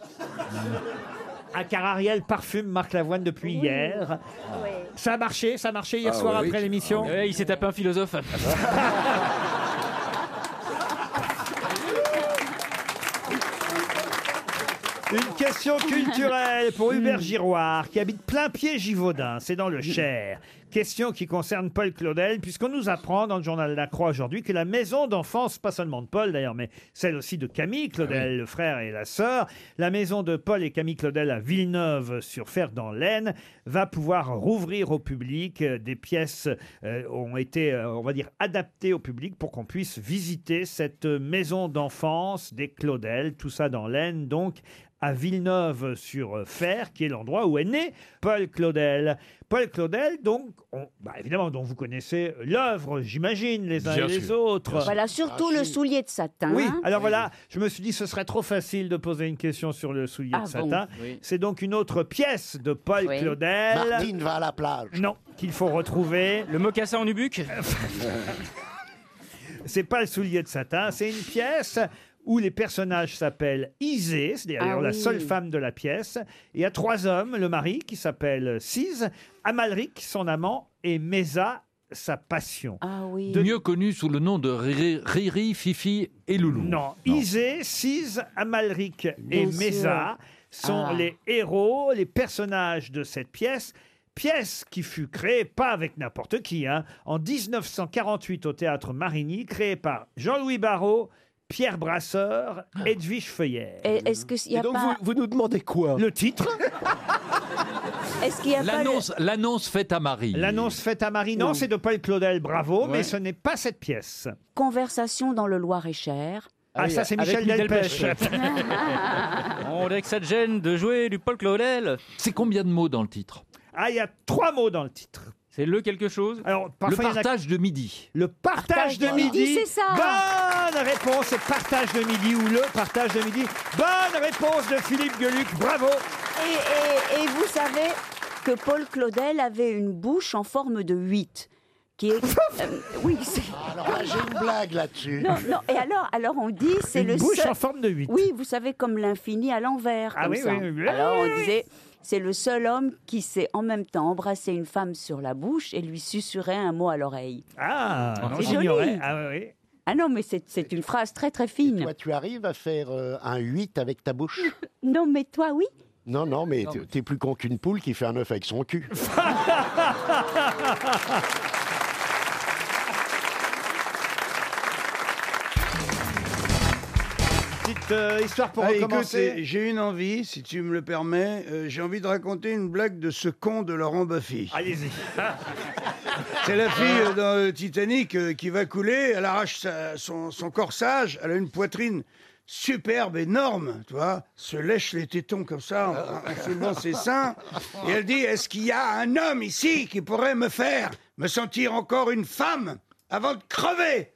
S3: Ah, car Ariel parfume Marc Lavoine depuis hier. Ça a marché, ça a marché hier
S16: Ah
S3: soir
S16: oui.
S3: après l'émission.
S16: Ouais, Eh, il s'est tapé un philosophe.
S3: Une question culturelle pour Hubert Giroir, qui habite plein pied Givaudan, c'est dans le Cher. Question qui concerne Paul Claudel, puisqu'on nous apprend dans le journal La Croix aujourd'hui que la maison d'enfance, pas seulement de Paul d'ailleurs, mais celle aussi de Camille Claudel, le frère et la sœur, la maison de Paul et Camille Claudel à Villeneuve-sur-Fer dans l'Aisne, va pouvoir rouvrir au public. Euh, Des pièces euh, ont été, euh, on va dire, adaptées au public pour qu'on puisse visiter cette maison d'enfance des Claudel, tout ça dans l'Aisne, donc à Villeneuve-sur-Fer, qui est l'endroit où est né Paul Claudel. Paul Claudel, donc, on- bah, évidemment, dont vous connaissez l'œuvre, j'imagine, les uns
S17: Bien
S3: et Bah, les
S17: sûr, Ah,
S3: autres. Ah,
S17: Voilà, surtout le soulier de satin.
S3: Oui, alors voilà, je me suis dit ce serait trop facile de poser une question sur le soulier
S17: Ah
S3: de
S17: bon
S3: satin.
S17: Oui.
S3: C'est donc une autre pièce de Paul Claudel.
S16: Martine
S3: va à la plage. Non, qu'il faut retrouver. Euh,
S16: Le mocassin en nubuck
S3: C'est pas le soulier de satin, c'est une pièce où les personnages s'appellent Isée, c'est d'ailleurs
S16: Ah
S3: la
S16: oui.
S3: seule femme de la pièce. Il y a trois hommes, le mari qui s'appelle Cise, Amalric, son amant, et Mésa, sa passion.
S23: Ah oui.
S21: Mieux connu sous le nom de Riri, Riri, Fifi et Loulou.
S3: Non, Isée, Cise, Amalric et
S21: Bien sûr.
S3: Méza sont
S21: Ah.
S3: les héros, les personnages de cette pièce. Pièce qui fut créée, pas avec n'importe qui, hein, en 1948 au théâtre Marigny, créée par Jean-Louis Barrault, Pierre Brasseur, Edwige Feuillère.
S23: Et Est-ce qu'il n'y a pas.
S3: nous demandez quoi Le titre
S23: Est-ce qu'il y a pas. le-
S21: L'annonce, l'annonce faite à Marie.
S3: L'annonce faite à Marie, non,
S21: Non.
S3: c'est de Paul Claudel, bravo, mais
S21: Ouais.
S3: ce n'est pas cette pièce.
S23: Conversation dans le Loir-et-Cher.
S3: Ah, ça, c'est
S16: avec
S3: Michel
S16: Michel
S3: Delpech.
S23: Ah.
S16: On dirait que ça te gêne de jouer du Paul Claudel.
S21: C'est combien de mots dans le titre
S3: Ah, il y a trois mots dans le titre.
S16: C'est le quelque chose
S3: Alors,
S21: Le
S3: parfois, il y en a-
S21: partage de midi.
S3: Le partage,
S16: Partage
S3: de
S16: de
S3: midi.
S16: midi, c'est ça.
S3: Bonne réponse, c'est partage de midi ou le partage de midi. Bonne réponse de Philippe Gueluc, bravo.
S23: Et, et- et vous savez que Paul Claudel avait une bouche en forme de 8. Qui est, euh, oui, c'est.
S6: Alors là, j'ai une blague là-dessus.
S23: Non, non, et alors, alors on dit, c'est
S6: Une
S23: le
S6: bouche
S23: seul...
S6: en forme
S3: de 8.
S23: Oui, vous savez, comme l'infini à l'envers.
S6: Ah
S23: comme
S6: oui,
S23: ça.
S6: oui, oui.
S23: Alors
S6: Oui,
S23: on
S6: oui.
S23: disait, c'est le seul homme qui sait en même temps embrasser une femme sur la bouche et lui susurrer un mot à l'oreille.
S3: Ah,
S23: C'est
S3: non,
S23: joli.
S3: j'ignorais. Ah, oui, oui.
S23: Ah non, mais c'est c'est une phrase très très fine.
S6: Toi, tu arrives à faire euh, un 8 avec ta bouche
S23: Non, mais toi, oui.
S6: Non, non, mais
S23: Non,
S6: t'es- t'es plus con qu'une poule qui fait un œuf avec son cul.
S3: Petite euh, histoire pour
S19: Ah,
S3: recommencer.
S19: écoute, j'ai une envie, si tu me le permets, euh, j'ai envie de raconter une blague de ce con de Laurent Buffy.
S3: Allez-y.
S19: C'est la fille euh, dans euh, Titanic euh, qui va couler, elle arrache sa- son, son corsage, elle a une poitrine superbe, énorme, tu vois, se lèche les tétons comme ça en, en soulevant ses seins, et elle dit, est-ce qu'il y a un homme ici qui pourrait me faire, me sentir encore une femme avant de crever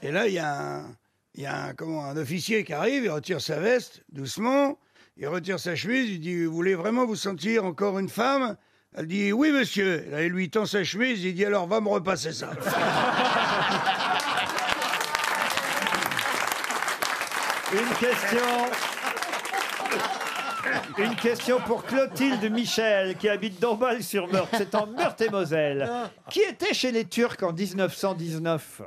S19: Et là, il y a un, il y a un, comment, un officier qui arrive, il retire sa veste doucement, il retire sa chemise, il dit Vous voulez vraiment vous sentir encore une femme Elle dit Oui, monsieur. Là, il lui tend sa chemise, il dit Alors va me repasser ça.
S3: Ah, Une question. Une question pour Clotilde Michel, qui habite Dombasle-sur-Meurthe. C'est en Meurthe-et-Moselle. Qui était chez les Turcs en 1919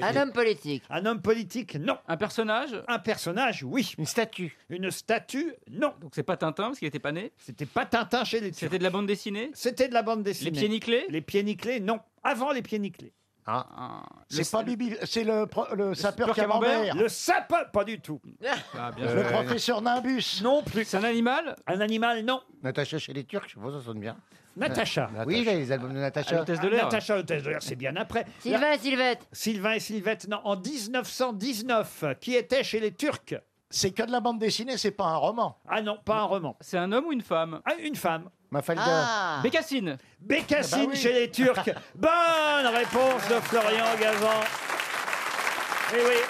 S18: Un homme politique.
S3: Un homme politique, non.
S16: Un personnage
S3: Un personnage, oui.
S16: Une statue
S3: Une statue, non.
S16: Donc c'est pas Tintin parce qu'il était pas né
S3: C'était pas Tintin chez les Turcs.
S16: C'était de la bande dessinée
S3: C'était de la bande dessinée.
S16: Les pieds nickelés
S3: Les pieds nickelés, non. Avant les pieds nickelés.
S16: Ah.
S6: C'est pas Bibi, c'est le, pro- le sapeur
S3: sapeur
S6: camembert.
S3: Le sapin, pas du tout. Euh,
S6: Le professeur Nimbus.
S3: Non plus.
S16: C'est un animal
S3: Un animal, non.
S10: Natacha chez les Turcs, je pense que ça sonne bien.
S3: Natacha.
S10: Oui, j'ai les albums de Natacha.
S3: Ah, Natacha, l'hôtesse de l'air, c'est bien après.
S10: Sylvain,
S3: Sylvette. Sylvain et Sylvette, non, en 1919, qui était chez les Turcs C'est que de la bande dessinée, c'est pas un roman. Ah non, pas un roman.
S16: C'est un homme ou une femme
S3: Ah, une femme.
S10: Mafalda. Ah.
S16: Bécassine.
S3: Bécassine
S16: Ah bah oui.
S3: chez les Turcs. Bonne réponse de Florian Gazan. Eh oui.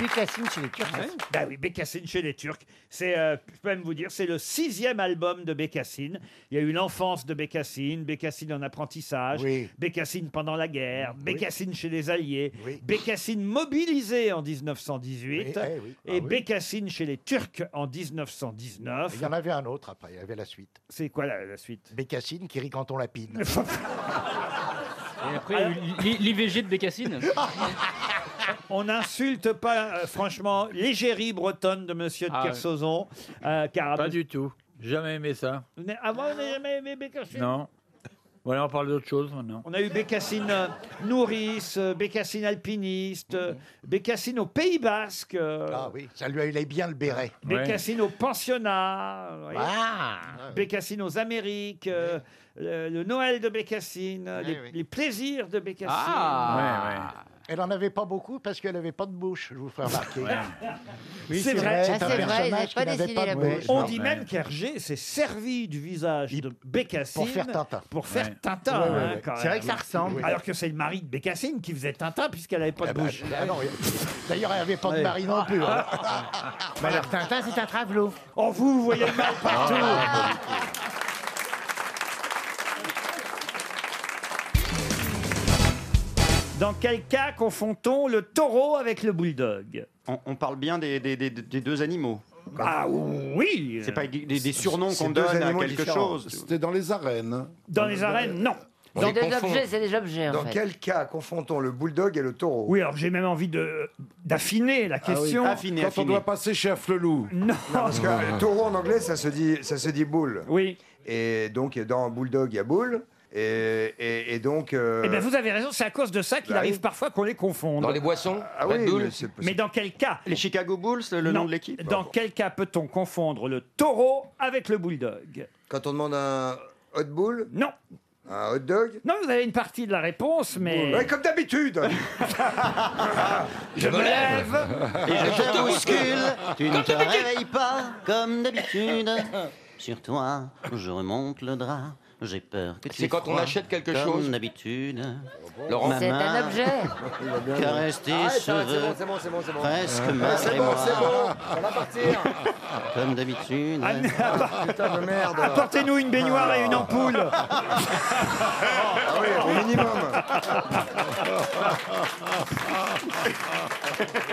S3: Eh
S10: Bécassine chez les Turcs.
S3: Bah oui, Bécassine chez les Turcs. C'est, euh, je peux même vous dire, c'est le sixième album de Bécassine. Il y a eu l'enfance de Bécassine, Bécassine en apprentissage, Bécassine pendant la guerre, Bécassine chez les Alliés, Bécassine mobilisée en 1918
S10: Oui, eh oui.
S3: et Bécassine chez les Turcs en 1919.
S10: Il y en avait un autre après, il y avait la suite.
S3: C'est quoi la, la suite
S10: Bécassine qui rit quand on lapide.
S16: Et après, l'I- l'IVG de Bécassine
S3: On n'insulte pas, euh, franchement, l'égérie bretonne de Monsieur
S5: Ah
S3: de
S5: ouais.
S3: Kersozon. euh, car...
S5: Pas du tout. J'ai Jamais aimé ça.
S3: Avant, Ah, on
S10: Ah.
S3: n'a jamais aimé Bécassine.
S5: Non. Voilà, on parle d'autre chose maintenant.
S3: On a eu Bécassine euh, nourrice, euh, Bécassine alpiniste, euh, Bécassine au Pays Basque. Ah
S10: oui, ça lui allait bien le béret.
S3: Bécassine au pensionnat. vous voyez.
S10: Ah.
S3: Bécassine aux Amériques, euh, le, le Noël de Bécassine,
S10: Ouais, Ah.
S3: les,
S10: oui.
S3: les plaisirs de Bécassine.
S10: Elle en avait pas beaucoup parce qu'elle avait pas de bouche, je vous fais remarquer.
S3: Oui, c'est vrai.
S10: Ah, C'est un personnage qui n'avait pas de bouche.
S3: On dit même qu'Hergé s'est servi du visage de Bécassine
S10: Pour faire Tintin.
S3: Pour faire
S10: Ouais.
S3: Tintin.
S10: Ouais, ouais,
S3: hein,
S10: ouais.
S3: quand
S10: C'est
S3: même.
S10: vrai que ça ressemble.
S3: Alors que c'est le mari de Bécassine qui faisait Tintin puisqu'elle n'avait pas de bouche.
S10: Ah non, D'ailleurs, elle avait pas de
S3: Ouais.
S10: mari non plus. hein.
S9: Ah, bah,
S3: Mais alors,
S10: Tintin, c'est un travelot.
S3: Oh, vous, vous voyez le mal partout. Dans quel cas confond-on le taureau avec le bulldog
S1: On, on parle bien des, des- des- des deux animaux.
S3: Ah oui
S1: C'est pas des, des- des surnoms
S7: C'est
S1: qu'on
S7: deux
S1: donne à
S7: animaux
S1: quelque
S7: différents.
S1: chose.
S7: C'était dans les arènes.
S3: Dans les arènes, non. On
S12: C'est
S3: les
S12: des
S3: confond.
S12: objets, c'est des objets, en
S2: Dans
S12: fait.
S2: quel cas confrontons le bulldog et le taureau
S3: Oui, alors j'ai même envie de d'affiner la question.
S2: Quand on doit passer chez Afflelou.
S3: Non.
S2: parce que euh, taureau en anglais, ça se dit, ça se dit boule.
S3: Oui.
S2: Et donc, dans bulldog, il y a boule. Et, et- et donc. euh,
S3: Eh bien, vous avez raison, c'est à cause de ça qu'il
S2: Bah
S3: arrive
S2: oui.
S3: parfois qu'on les confonde.
S2: Dans les boissons, Ah Red oui, Bull. mais c'est possible.
S3: Mais dans quel cas Les Chicago Bulls, le
S19: nom de l'équipe
S3: Dans quel cas peut-on confondre le taureau avec le bulldog
S2: Quand on demande un hot bull
S3: Non.
S2: Un hot dog
S3: Non, vous avez une partie de la réponse, mais.
S2: Ouais, comme d'habitude
S3: Je me lève
S18: Et je te bouscule, tu ne
S3: Comme
S18: te
S3: d'habitude.
S18: réveilles pas comme d'habitude. Sur toi, je remonte le drap, j'ai peur que tu
S9: Ah, C'est
S18: aies
S9: quand on
S18: froid,
S9: achète quelque
S18: comme
S9: chose.
S18: d'habitude.
S9: Laurent.
S18: Ma
S9: C'est un
S18: main
S9: objet.
S18: Caresse tes
S2: Arrête,
S18: cheveux.
S2: arrête, Ah, c'est bon, c'est bon, c'est bon, c'est bon.
S18: Presque
S2: Ouais,
S18: ma
S2: C'est bon, c'est bon, ça va partir
S18: Comme d'habitude.
S19: Ah,
S2: Putain de merde
S3: Apportez-nous Ah, une baignoire et une ampoule
S2: Ah oui, au minimum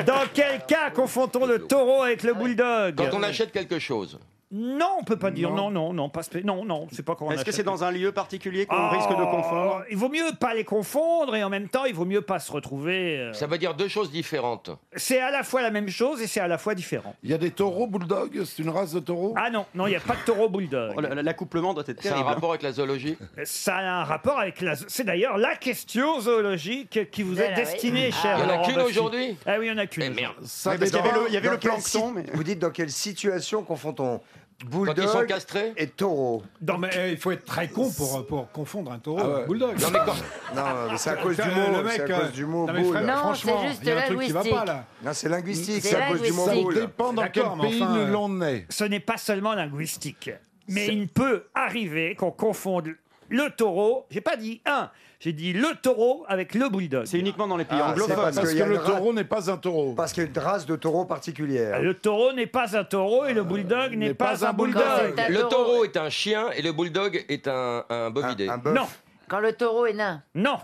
S3: Dans quel cas confondons le taureau avec le bulldog
S9: Quand on achète quelque chose.
S3: Non, on peut pas dire non, non, non, pas spé- non, non, c'est pas quand on
S19: Est-ce que
S3: achète
S19: c'est dans un lieu particulier qu'on
S3: Oh,
S19: risque de confondre
S3: Il vaut mieux pas les confondre et en même temps, il vaut mieux pas se retrouver. euh,
S9: Ça veut dire deux choses différentes.
S3: C'est à la fois la même chose et c'est à la fois différent.
S9: Il y a des taureaux bulldog C'est une race de taureaux
S3: Ah non, non, il n'y a pas de taureau bulldog.
S19: Oh, L'accouplement doit être
S9: C'est un
S19: terrible.
S9: rapport avec la zoologie
S3: Ça a un rapport avec la. zo- C'est d'ailleurs la question zoologique qui vous est
S9: Voilà, oui.
S3: destinée,
S9: Ah.
S3: cher.
S9: Il y en a
S3: Laurent
S9: qu'une
S3: Bassi.
S9: aujourd'hui Eh
S3: Ah oui, il y en a qu'une. Merde.
S2: Mais parce que dans- dans quel si- Vous dites dans quelle situation confrontons bulldog
S9: ils sont castrés
S2: et taureau
S10: Non, mais euh, il faut être très con pour, pour confondre un taureau
S2: Ah
S10: et
S2: ouais.
S10: un bulldog.
S2: Non, mais quand- Non, mais c'est à cause du
S10: Euh,
S2: mot,
S10: le mec,
S2: c'est à
S10: euh,
S2: cause du mot
S10: non, mais
S2: boule.
S10: Fred,
S2: Non,
S10: franchement,
S2: c'est juste
S10: il y a un
S2: la
S10: truc qui va
S2: linguistique.
S10: pas là.
S2: Non, c'est linguistique,
S10: C'est
S2: c'est à cause du mot
S10: linguistique.
S2: boule.
S10: Ça dépend dans quel
S3: D'accord, mais
S10: pays
S3: enfin, euh,
S10: l'on
S2: est.
S3: Ce n'est pas seulement linguistique, mais il peut arriver qu'on confonde le taureau. J'ai pas dit un, j'ai dit le taureau avec le bulldog. C'est uniquement dans les
S2: Ah, c'est parce qu'il y a une ra-
S3: n'est pas un taureau.
S2: Parce qu'il y a une race de taureau particulière.
S3: Le taureau n'est pas un taureau et le bulldog Euh, n'est pas, un bulldog.
S9: Le taureau est un chien et le bulldog est un, un bovidé.
S3: Non.
S12: Quand le taureau est nain.
S3: Non.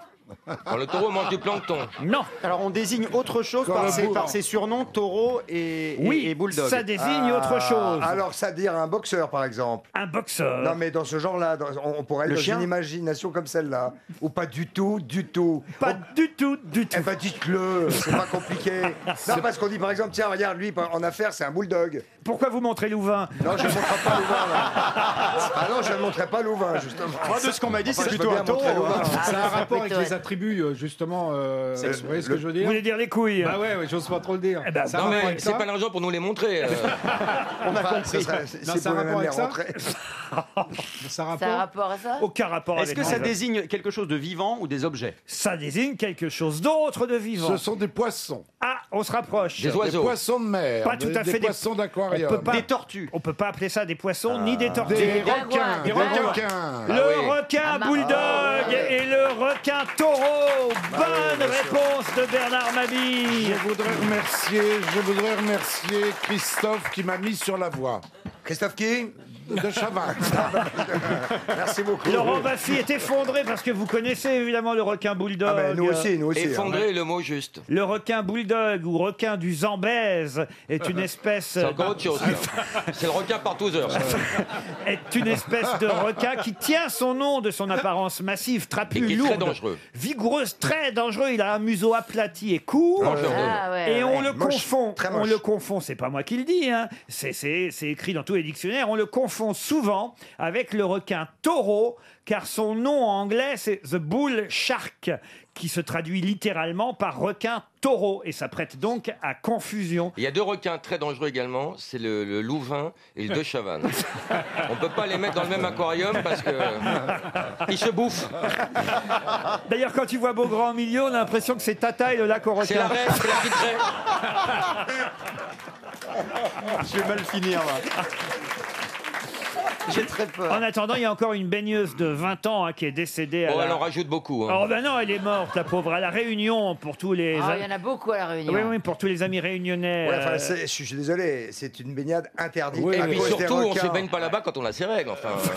S9: Quand le taureau mange du plancton.
S3: Non.
S19: Alors on désigne autre chose
S9: Quand
S19: par
S9: le
S19: ses,
S9: bourg-
S19: par ses surnoms taureau et, et- et bulldog.
S2: Ah, Alors, ça dire un boxeur, par exemple.
S3: Un boxeur.
S2: Non, mais dans ce genre-là, dans- on, on pourrait être
S19: Le
S2: dans
S19: chien
S2: une imagination comme celle-là. Ou pas du tout, du tout.
S3: Pas du tout, du tout.
S2: Eh ben, dites-le, c'est pas compliqué. non, parce qu'on dit, par exemple, tiens, regarde, lui, en affaires, c'est un bulldog.
S3: Pourquoi vous montrez Louvain
S2: Non, je ne montrerai pas Louvain, là. Ah non, je ne montrerai pas Louvain, justement.
S19: Moi, de ce qu'on m'a dit,
S2: Enfin,
S19: c'est
S2: je veux
S19: plutôt
S2: bien
S19: un taureau.
S2: montrer Louvain.
S19: hein.
S10: Ça a un rapport avec
S2: plutôt
S10: les
S2: être-
S10: attributs, euh, justement. euh,
S2: C'est-
S10: vous voyez ce
S2: le-
S10: que je veux dire
S3: Vous voulez dire les couilles
S10: Bah ouais, ouais, j'ose pas trop le dire. Ça a
S9: ben, non,
S10: un rapport
S9: mais
S10: avec
S9: c'est
S10: ça
S9: pas l'argent pour nous les montrer. euh.
S10: On a
S2: Enfin,
S10: compris.
S2: ça serait-
S10: Non,
S2: c'est
S10: ça
S2: pour
S10: a
S2: les
S10: rapport avec
S2: mêmes
S10: ça
S2: rentrées.
S10: Ça a
S12: Ça a rapport à ça
S3: Aucun rapport
S19: Est-ce
S3: avec
S19: que ça
S3: Louvain.
S19: désigne quelque chose de vivant ou des objets
S3: Ça désigne quelque chose d'autre de vivant.
S19: Ce
S3: sont des poissons. Ah, on se rapproche.
S19: Des oiseaux. Des poissons
S7: de mer,
S3: Pas tout
S7: des-
S3: à
S7: des
S3: fait
S7: poissons d'aquarium.
S3: on peut pas-
S7: Des
S19: tortues.
S3: On peut pas appeler ça des poissons ni des
S7: Ah.
S3: tortues.
S7: Des Des requins, requins, des requins. requins.
S3: Le
S7: Ah oui.
S3: requin
S7: Ah, ma-
S3: bulldog
S7: Ah ouais.
S3: et le requin taureau. Bonne réponse de Bernard Mabille.
S7: Ah, Je voudrais remercier, je voudrais remercier Christophe qui m'a mis sur la voie.
S2: Christophe qui
S7: De Chavannes.
S2: Merci beaucoup.
S3: Laurent Baffy est effondré parce que vous connaissez évidemment le requin bulldog.
S2: Ah ben, nous aussi, nous aussi.
S9: Effondré est le mot juste.
S3: Le requin bulldog ou requin du Zambèze est une espèce
S9: C'est encore autre chose. ça. C'est le requin par 12 heures.
S3: est une espèce de requin qui tient son nom de son apparence massive, trapue,
S9: Et qui est très
S3: lourde,
S9: dangereux.
S3: vigoureuse, très dangereux. Il a un museau aplati et court.
S9: Dangereux. Ah ouais,
S3: et on
S9: ouais.
S3: le
S9: Moche,
S3: confond.
S9: très
S3: On
S9: moche.
S3: le confond. C'est pas moi qui le dis. hein. C'est c'est- c'est écrit dans tous les dictionnaires. On le confond souvent avec le requin taureau, car son nom en anglais c'est the bull shark, qui se traduit littéralement par requin taureau, et ça prête donc à confusion.
S9: Il y a deux requins très dangereux également, c'est le, le Louvain et le De Chavannes. On peut pas les mettre dans le même aquarium parce que ils se bouffent.
S3: D'ailleurs, quand tu vois Beaugrand au milieu, on a l'impression que c'est Tata et le lac au requin.
S9: C'est la reine, c'est la petite reine.
S19: Je vais mal finir. là.
S2: J'ai très peur.
S3: En attendant, il y a encore une baigneuse de 20 ans hein, qui est décédée. à
S9: Bon,
S3: la-
S9: elle en rajoute beaucoup. hein.
S3: Oh ben non, elle est morte, la pauvre. À la Réunion, pour tous les,
S12: Ah, il y en a hein. beaucoup à la réunion.
S3: oui, oui, pour tous les amis réunionnais.
S2: Ouais, enfin,
S3: euh,
S2: c'est- je suis je suis désolé, c'est une baignade interdite.
S9: et
S2: à
S9: puis
S2: cause des
S9: surtout, on
S2: requins.
S9: se baigne pas là-bas quand on a ses règles. Enfin, euh,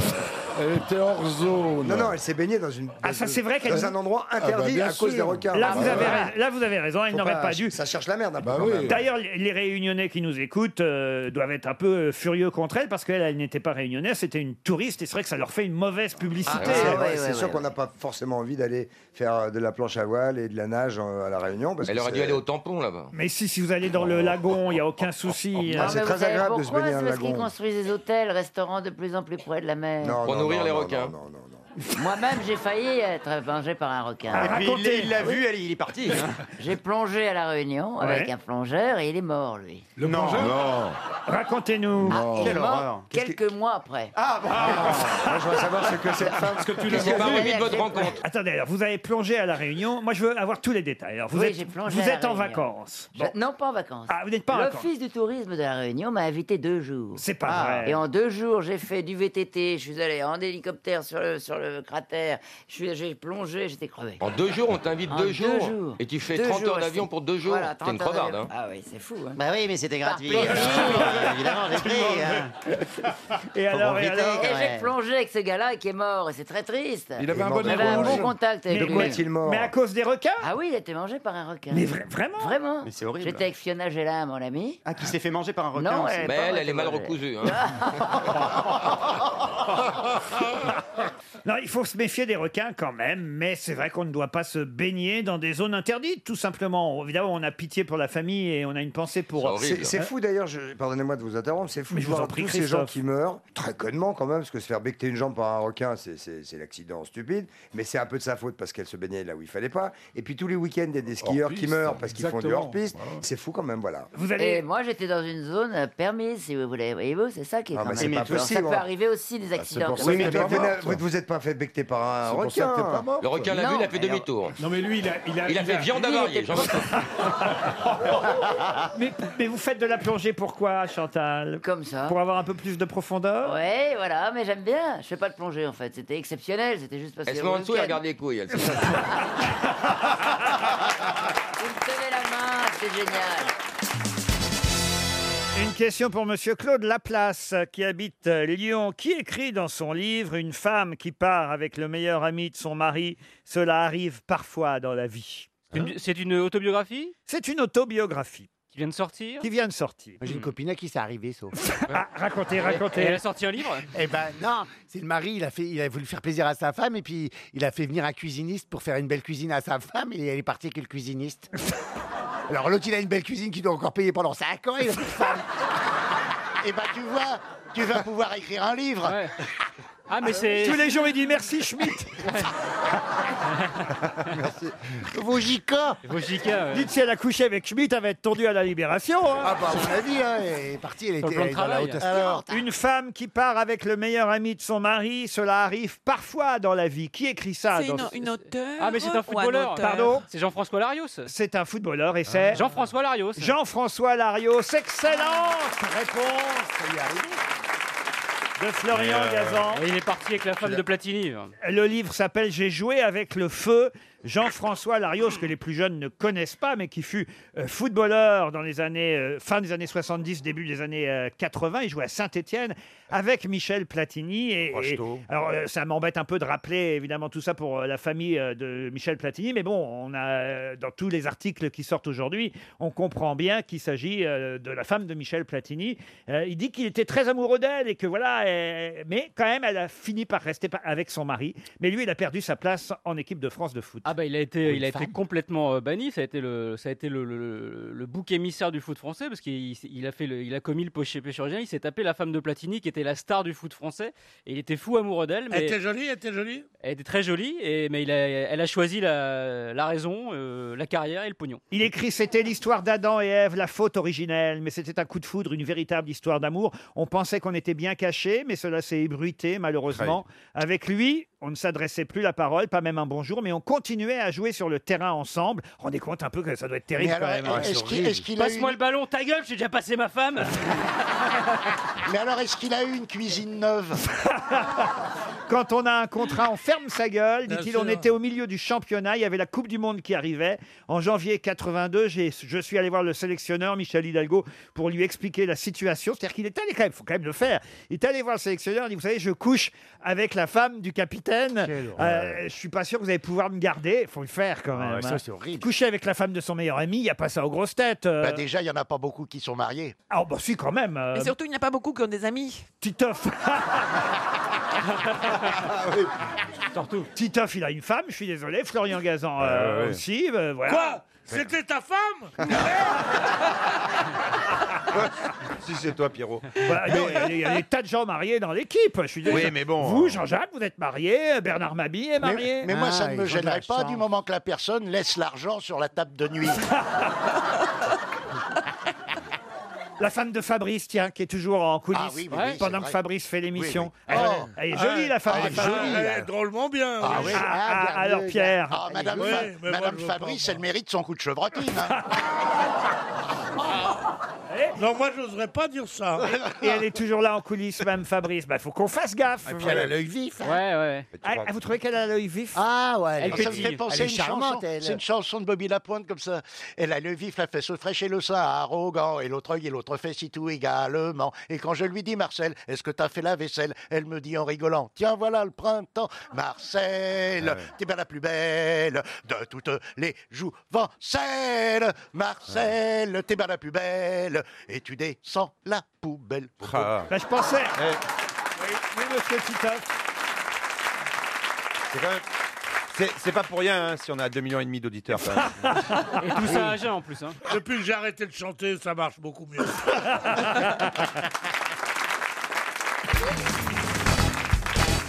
S7: Elle était hors zone.
S2: Non, non, elle s'est baignée dans une.
S3: Ah, ça, c'est vrai qu'elle-
S2: Dans un endroit
S3: Ah, bah,
S2: interdit
S3: bien
S2: à cause des
S3: sûr.
S2: requins. Ah, bah,
S3: Là, vous avez raison- là, vous avez raison, elle
S2: Faut
S3: n'aurait pas dû.
S2: Ça cherche la
S10: hein.
S2: merde un peu. quand même.
S3: D'ailleurs, les les réunionnais qui nous écoutent euh, doivent être un peu euh, furieux contre elle parce qu'elle elle n'était pas réunionnaise, c'était une touriste et c'est vrai que ça leur fait une mauvaise publicité.
S2: Ah, c'est vrai, c'est sûr qu'on n'a pas forcément envie d'aller faire euh, de la planche à voile et de la nage euh, à la Réunion. Parce
S24: Elle
S2: que
S24: aurait dû
S2: c'est-
S24: aller au Oh. tampon là-bas.
S3: Mais si, si vous allez dans le lagon, il n'y a aucun souci.
S2: Ah, c'est
S18: vous
S2: très
S18: savez
S2: agréable de se
S18: pourquoi
S2: baigner dans
S18: C'est
S2: le
S18: parce qu'ils
S2: lagon.
S18: construisent des hôtels, restaurants de plus en plus près de la mer.
S2: Non,
S24: Pour
S2: non,
S24: nourrir
S2: non,
S24: les
S2: non,
S24: requins.
S18: Moi-même, j'ai failli être vengé par un requin.
S3: Ah,
S1: Et puis, il l'a- il l'a vu, elle- il est parti.
S18: J'ai plongé à la Réunion avec
S1: Ouais.
S18: un plongeur et il est mort, lui.
S1: Le non, non.
S3: Racontez-nous.
S2: Oh.
S18: Ah, il est mort quelques mois après. Ah,
S2: Moi, je veux savoir ce que cette femme. Parce que
S3: tu l'as Qu'est-ce qui mangé. est parvenu de votre rencontre Attendez, alors vous avez plongé à la Réunion. Moi, je veux avoir tous les détails. Alors, vous
S18: Oui, j'ai
S3: êtes,
S18: plongé
S3: vous
S18: à La
S3: êtes en
S18: Réunion.
S3: vacances.
S18: Je- Non, pas en vacances.
S3: Ah, vous n'êtes pas en vacances.
S18: L'Office du tourisme de la Réunion m'a invité deux jours. Ah.
S3: C'est pas vrai.
S18: Et en deux jours, j'ai fait du VTT, je suis allé en hélicoptère sur le, sur le cratère, je suis- j'ai plongé, j'étais crevé.
S24: En deux jours, on t'invite
S18: En
S24: deux,
S18: deux
S24: jours.
S18: jours.
S24: Et tu fais
S18: Deux
S24: 30
S18: jours,
S24: heures d'avion
S18: c'est-
S24: pour deux jours.
S18: Voilà,
S24: T'es une
S18: 30 heures
S24: crevarde.
S18: d'avion.
S24: Hein.
S18: Ah oui, c'est fou. Hein.
S8: Bah oui, mais c'était gratuit.
S18: plaisir.
S8: Ah, Évidemment, j'ai pris. hein.
S3: Et
S8: Faut
S3: alors, et
S8: profiter,
S3: alors
S8: quand
S18: Et j'ai
S8: même.
S18: plongé avec ce gars-là qui est mort, et c'est très triste.
S3: Il avait un bon
S18: J'avais un
S3: rouge.
S18: bon contact avec
S3: Mais
S18: lui.
S3: quoi est-il mort Mais à cause des requins
S18: Ah oui, il a été mangé par un requin.
S3: Mais vra- vraiment
S18: Vraiment
S1: Mais c'est horrible.
S18: J'étais avec Fiona Gella, mon ami.
S1: Ah, qui s'est fait manger par un requin
S18: Non,
S1: aussi.
S18: elle,
S24: Bah,
S18: pas
S24: elle,
S18: moi,
S24: elle
S18: c'est
S24: est mal
S18: moi,
S24: recousue. hein.
S3: Non, il faut se méfier des requins quand même, mais c'est vrai qu'on ne doit pas se baigner dans des zones interdites, tout simplement. Évidemment, on a pitié pour la famille et on a une pensée pour.
S2: C'est Hein c'est fou d'ailleurs, je- pardonnez-moi de vous interrompre, c'est fou
S3: Mais
S2: de
S3: je vous
S2: voir
S3: en prie,
S2: tous ces gens
S3: Christophe.
S2: qui meurent, très connement quand même, parce que se faire becquer une jambe par un requin, c'est- c'est c'est l'accident stupide, mais c'est un peu de sa faute parce qu'elle se baignait là où il fallait pas. Et puis tous les week-ends, il y a des skieurs qui
S6: Hors-piste,
S2: meurent parce qu'ils font du
S6: exactement.
S2: hors-piste. C'est fou quand même, voilà.
S18: Et moi, j'étais dans une zone euh, permise, si vous voulez. Voyez-vous, c'est ça qui est
S2: Ah,
S18: quand
S2: mais
S18: même-
S2: c'est pas
S18: Alors, Ça
S2: possible,
S18: peut
S2: hein.
S18: arriver aussi des accidents.
S2: Oui, mais toi, t'es- vous ne vous êtes pas fait becquer par un
S24: C'est pour
S2: requin.
S24: ça que t'es pas mort, Le toi. requin l'a vu, il a fait demi-tour.
S2: Non, mais lui, il a,
S24: Il a fait viande
S3: Lui, il
S24: avariée.
S3: était
S24: j'en
S3: mais, mais vous faites de la plongée pourquoi, Chantal
S18: Comme ça.
S3: Pour avoir un peu plus de profondeur
S18: Ouais, voilà, mais j'aime bien. Je fais pas de plongée en fait. C'était exceptionnel. C'était juste parce que.
S24: Elle se met en dessous et regarde les couilles. elle.
S18: Tenez la main, c'est génial.
S3: Une question pour Monsieur Claude Laplace, qui habite euh, Lyon, qui écrit dans son livre Une femme qui part avec le meilleur ami de son mari, cela arrive parfois dans la vie.
S16: Une- C'est une autobiographie
S3: C'est une autobiographie
S16: qui vient de sortir.
S3: qui vient de sortir. Ah,
S16: J'ai une
S3: copine à qui ça arrivé, sauf.
S16: Et
S3: racontez, racontez.
S16: elle a sorti un livre
S6: Eh ben non, c'est le mari, il a, fait, il a voulu faire plaisir à sa femme et puis il a fait venir un cuisiniste pour faire une belle cuisine à sa femme et elle est partie avec le cuisiniste. Alors l'autre, il a une belle cuisine qu'il doit encore payer pendant 5 ans et il a plus de femme. Eh ben tu vois, tu vas pouvoir écrire un livre.
S16: Ah, mais c'est.
S3: Tous les jours, il dit merci Schmitt. Vos gica.
S16: Vos gica, ouais.
S3: Dites si elle a couché avec Schmitt, elle va être tendue à la libération. hein.
S6: Ah bah on l'a dit, hein, elle est partie, elle
S3: Sur le
S6: était
S3: plan
S6: elle
S3: de
S6: est dans la
S3: travail.
S16: Ah,
S6: haute
S3: Alors, une femme qui part avec le meilleur ami de son mari, cela arrive parfois dans la vie. Qui écrit ça
S16: C'est
S3: dans
S16: une-
S3: ce-
S16: une auteure Ah, mais c'est un ou un footballeur. auteur
S3: Pardon
S16: C'est Jean-François Larios. Ah.
S3: C'est un footballeur et c'est
S16: Jean-François Larios.
S3: Jean-François Larios. Excellente réponse de Florian
S16: Mais, euh,
S3: Gazan.
S16: Il est parti avec la femme de Platini.
S3: Le livre s'appelle J'ai joué avec le feu. Jean-François Larios, que les plus jeunes ne connaissent pas, mais qui fut euh, footballeur dans les années, euh, fin des années 70, début des années euh, 80. Il jouait à Saint-Etienne avec Michel Platini. Et, et- alors, euh, ça m'embête un peu de rappeler évidemment tout ça pour euh, la famille euh, de Michel Platini, mais bon, on a euh, dans tous les articles qui sortent aujourd'hui, on comprend bien qu'il s'agit euh, de la femme de Michel Platini. Euh, il dit qu'il était très amoureux d'elle et que voilà, euh, mais quand même, elle a fini par rester pa- avec son mari. Mais lui, il a perdu sa place en équipe de France de foot.
S16: Ah bah il a été,
S3: Ou
S16: il a
S3: une
S16: été
S3: femme.
S16: complètement euh, banni. Ça a été le, ça a été le, le- le- le bouc émissaire du foot français parce qu'il il s'est- il a fait, le- il a commis le péché péchorien. Il s'est tapé la femme de Platini qui était la star du foot français et il était fou amoureux d'elle. Mais
S15: Elle était jolie, elle était
S3: Ben.
S15: jolie.
S16: elle était très jolie et mais il a, elle a choisi la, la raison, euh, la carrière et le pognon.
S3: Il écrit C'était l'histoire d'Adam et Ève, la faute originelle, mais c'était un coup de foudre, une véritable histoire d'amour. On pensait qu'on était bien caché, mais cela s'est ébruité, malheureusement. Avec lui, on ne s'adressait plus la parole, pas même un bonjour, mais on continuait à jouer sur le terrain ensemble. Rendez compte un peu que ça doit être terrible
S6: Mais alors,
S3: quand même. hein,
S6: est-ce qu'il- est-ce qu'il a
S16: Passe-moi
S6: une-
S16: le ballon, ta gueule, j'ai déjà passé ma femme.
S6: Mais alors, est-ce qu'il a eu une cuisine neuve
S3: Quand on a un contrat, on ferme sa gueule.
S15: Bien
S3: Dit-il,
S15: sûr.
S3: on était au milieu du championnat. Il y avait la Coupe du Monde qui arrivait. En janvier 82, j'ai- je suis allé voir le sélectionneur, Michel Hidalgo, pour lui expliquer la situation. C'est-à-dire qu'il est allé quand même, faut quand même le faire. Il est allé voir le sélectionneur. Il dit, vous savez, je couche avec la femme du capitaine. Euh, je suis pas sûr que vous allez pouvoir me garder. Il faut le faire quand
S10: Ah
S3: même.
S10: ouais, ça,
S3: hein.
S10: c'est horrible.
S3: Coucher avec la femme de son meilleur ami, il n'y a pas ça aux grosses têtes. euh.
S10: Bah, déjà, il n'y en a pas beaucoup qui sont mariés.
S3: Ah, bah si, quand même. euh,
S15: Et surtout, il n'y a pas beaucoup qui ont des amis.
S3: Titoff. Surtout. Titoff, il a une femme, je suis désolé. Florian Gazan euh,
S15: Ah ouais, ouais.
S3: aussi. euh, voilà.
S15: Quoi C'était ta femme
S2: Si c'est toi, Pierrot.
S3: Bah, non, il y a des- il y, a des tas de gens mariés dans l'équipe. Je suis désolé.
S2: Oui, mais bon.
S3: Vous, Jean-Jacques, vous êtes marié. Bernard Mabie est
S10: Mais,
S3: marié.
S10: mais moi,
S2: Ah,
S10: ça ne me gênerait pas du moment que la personne laisse l'argent sur la table de nuit.
S3: La femme de Fabrice, tiens, qui est toujours en coulisses
S10: Ah oui, oui, oui,
S3: pendant
S10: c'est
S3: que
S10: vrai.
S3: Fabrice fait l'émission.
S10: Oui, oui.
S3: Elle,
S10: Oh.
S3: elle est jolie, la femme
S10: Ah,
S3: de
S10: elle est
S3: Fabrice.
S10: jolie, elle est
S3: drôlement bien.
S10: Ah oui.
S3: alors, Pierre.
S10: Ah, Madame,
S3: Oui,
S10: Fa-
S3: mais moi,
S10: Madame
S3: je veux pas,
S10: Fabrice, elle mérite son coup de chevrotine. hein.
S3: Ah,
S15: Non, moi, j'oserais pas dire ça.
S3: Et elle est toujours là en coulisses, même Fabrice. Bah, faut qu'on fasse gaffe.
S15: Et puis elle a l'œil
S3: vif.
S15: hein. Ouais, ouais.
S3: Ah, vous trouvez qu'elle a l'œil vif
S15: Ah, ouais, elle
S10: Ah,
S15: est
S10: ça me fait
S15: pétille.
S10: penser
S15: Elle
S10: à
S15: est
S10: une
S15: charmante,
S10: chanson.
S15: elle.
S10: C'est une chanson de Bobby Lapointe comme ça. Elle a le vif, la fesse fraîche et le sein arrogant, et l'autre œil et l'autre fait si tout également. Et quand je lui dis Marcel, est-ce que t'as fait la vaisselle Elle me dit en rigolant, tiens voilà le printemps, Marcel,
S15: Ah
S10: t'es bien la plus belle de toutes les jouvencelles. Marcel, t'es bien la plus belle, et tu descends la poubelle.
S15: Ah.
S3: Bah, je pensais.
S15: Eh.
S3: Oui, monsieur Titoff.
S9: C'est quand même- c'est- C'est pas pour rien hein, si on a 2,5 millions et demi d'auditeurs. quand même.
S16: Et tout ça à jeun en plus. Hein.
S15: Depuis que j'ai arrêté de chanter, ça marche beaucoup mieux.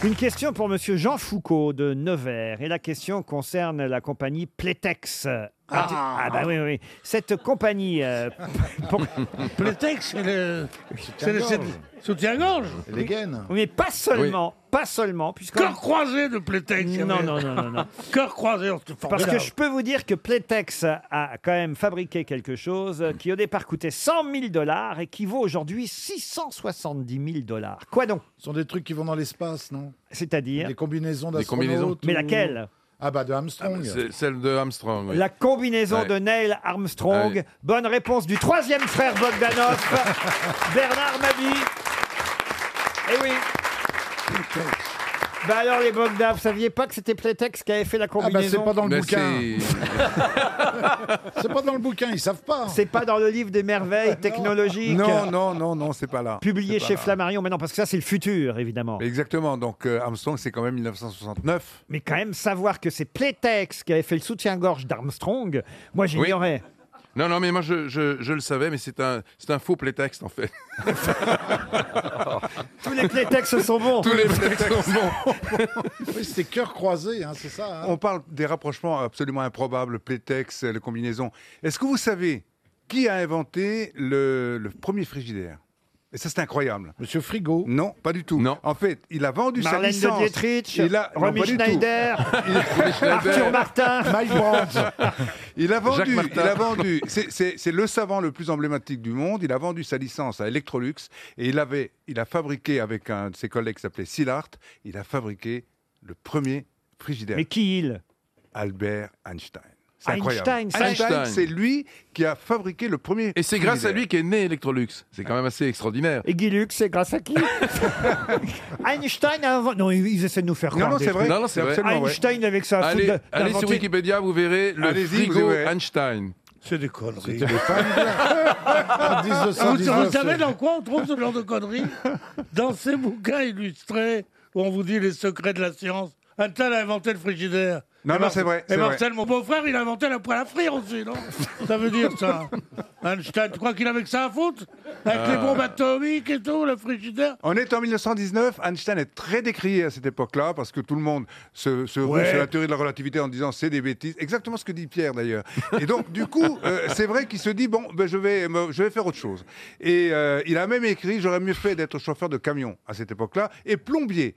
S3: Une question pour Monsieur Jean Foucault de Nevers. Et la question concerne la compagnie Plétex. Ah, bah oui, oui. Cette compagnie... euh, pour-
S15: Plétex, c'est le. C'est le
S3: Soutien-gorge.
S15: c'est- soutien-gorge.
S3: Les gaines. Oui, mais pas seulement. Pas seulement. Puisque...
S15: Cœur croisé de Plétex. il y
S3: Non,
S15: avait-
S3: non, non, non, non.
S15: Cœur croisé, c'est
S3: Parce
S15: formidable.
S3: que je peux vous dire que Playtex a quand même fabriqué quelque chose qui au départ coûtait 100 000 dollars et qui vaut aujourd'hui 670 000 dollars. Quoi donc
S14: Ce sont des trucs qui vont dans l'espace, non
S3: C'est-à-dire
S14: Des combinaisons
S3: Des
S14: d'astronautes.
S3: combinaisons. Mais laquelle
S14: Ah bah de Armstrong.
S9: C'est- Celle de Armstrong. oui.
S3: La combinaison
S9: Ouais.
S3: de Neil Armstrong.
S20: Ah
S9: Ouais.
S3: Bonne réponse du troisième frère Bogdanov, Bernard Mabie. Eh oui. Bah alors les Bogdan, vous saviez pas que c'était Playtex qui avait fait la
S14: Ah bah
S3: combinaison
S14: c'est pas dans le bouquin.
S3: C'est pas dans le bouquin, ils savent pas. C'est pas dans le livre des merveilles technologiques.
S20: Non, non, non, non, c'est pas là.
S3: Publié
S20: C'est pas
S3: chez
S20: là.
S3: Flammarion maintenant, parce que ça, c'est le futur, évidemment.
S20: Mais Exactement, donc euh, Armstrong, c'est quand même 1969.
S3: Mais quand même, savoir que c'est Playtex qui avait fait le soutien-gorge d'Armstrong, moi, j'ignorais.
S9: Non, non, mais moi je, je- je le savais, mais c'est un, c'est un faux prétexte en fait.
S3: Tous les Playtex sont bons.
S9: Tous les prétextes sont bons.
S14: Oui, c'était cœur croisé, hein, c'est ça. hein.
S20: On parle des rapprochements absolument improbables, Playtex, euh, les combinaisons. Est-ce que vous savez qui a inventé le, le premier frigidaire et ça, c'est incroyable.
S14: Monsieur Frigo
S20: Non, pas du tout. Non. En fait, il a vendu sa
S3: Marlène de
S20: licence.
S3: Dietrich,
S20: il a...
S3: Romy
S20: pas du tout.
S3: Schneider,
S20: Il-
S3: Arthur Martin, Mike Brandt.
S20: Il a
S3: Jacques
S20: vendu,
S3: Martin.
S20: il a vendu. C'est- C'est c'est le savant le plus emblématique du monde. Il a vendu sa licence à Electrolux et il avait, il a fabriqué avec un de ses collègues qui s'appelait Szilard, il a fabriqué le premier frigidaire. Mais
S3: qui il
S20: Albert Einstein. C'est
S9: Einstein,
S20: incroyable.
S9: c'est-
S20: Einstein, c'est lui qui a fabriqué le premier.
S9: Et c'est grâce à
S20: frigidaire.
S9: lui qu'est né Electrolux. C'est quand même assez extraordinaire.
S3: Et Guy Lux, c'est grâce à qui Einstein a inventé. Non, ils ils essaient de nous faire
S9: Non,
S3: croire.
S9: non,
S3: des
S9: c'est vrai.
S3: trucs.
S9: Non, non, c'est vrai. Absolument,
S3: Einstein avec sa
S9: allez,
S3: foule
S9: allez sur
S3: d'inventer-
S9: Wikipédia, vous verrez le
S15: Allez-y, vous
S9: frigo
S15: verrez.
S9: Einstein.
S15: C'est des conneries. Ah, vous,
S14: 1919,
S15: vous savez dans quoi on trouve ce genre de conneries Dans ces bouquins illustrés où on vous dit les secrets de la science. Einstein a inventé le frigidaire.
S20: Non,
S15: Et
S20: non, c'est vrai,
S15: Et
S20: c'est
S15: Marcel, mon beau-frère, il a inventé la poêle à frire aussi, non Ça veut dire ça. Einstein, tu crois qu'il avait que ça à foutre Avec les
S14: Euh,
S20: Ah.
S15: bombes atomiques et tout, le frigidaire
S20: On est en 1919, Einstein est très décrié à cette époque-là parce que tout le monde se, se rue
S15: Ouais.
S20: sur la théorie de la relativité en disant c'est des bêtises, exactement ce que dit Pierre d'ailleurs. Et donc du coup, euh, c'est vrai qu'il se dit bon, ben, je, vais, me- je vais faire autre chose. Et euh, il a même écrit j'aurais mieux fait d'être chauffeur de camion à cette époque-là et plombier.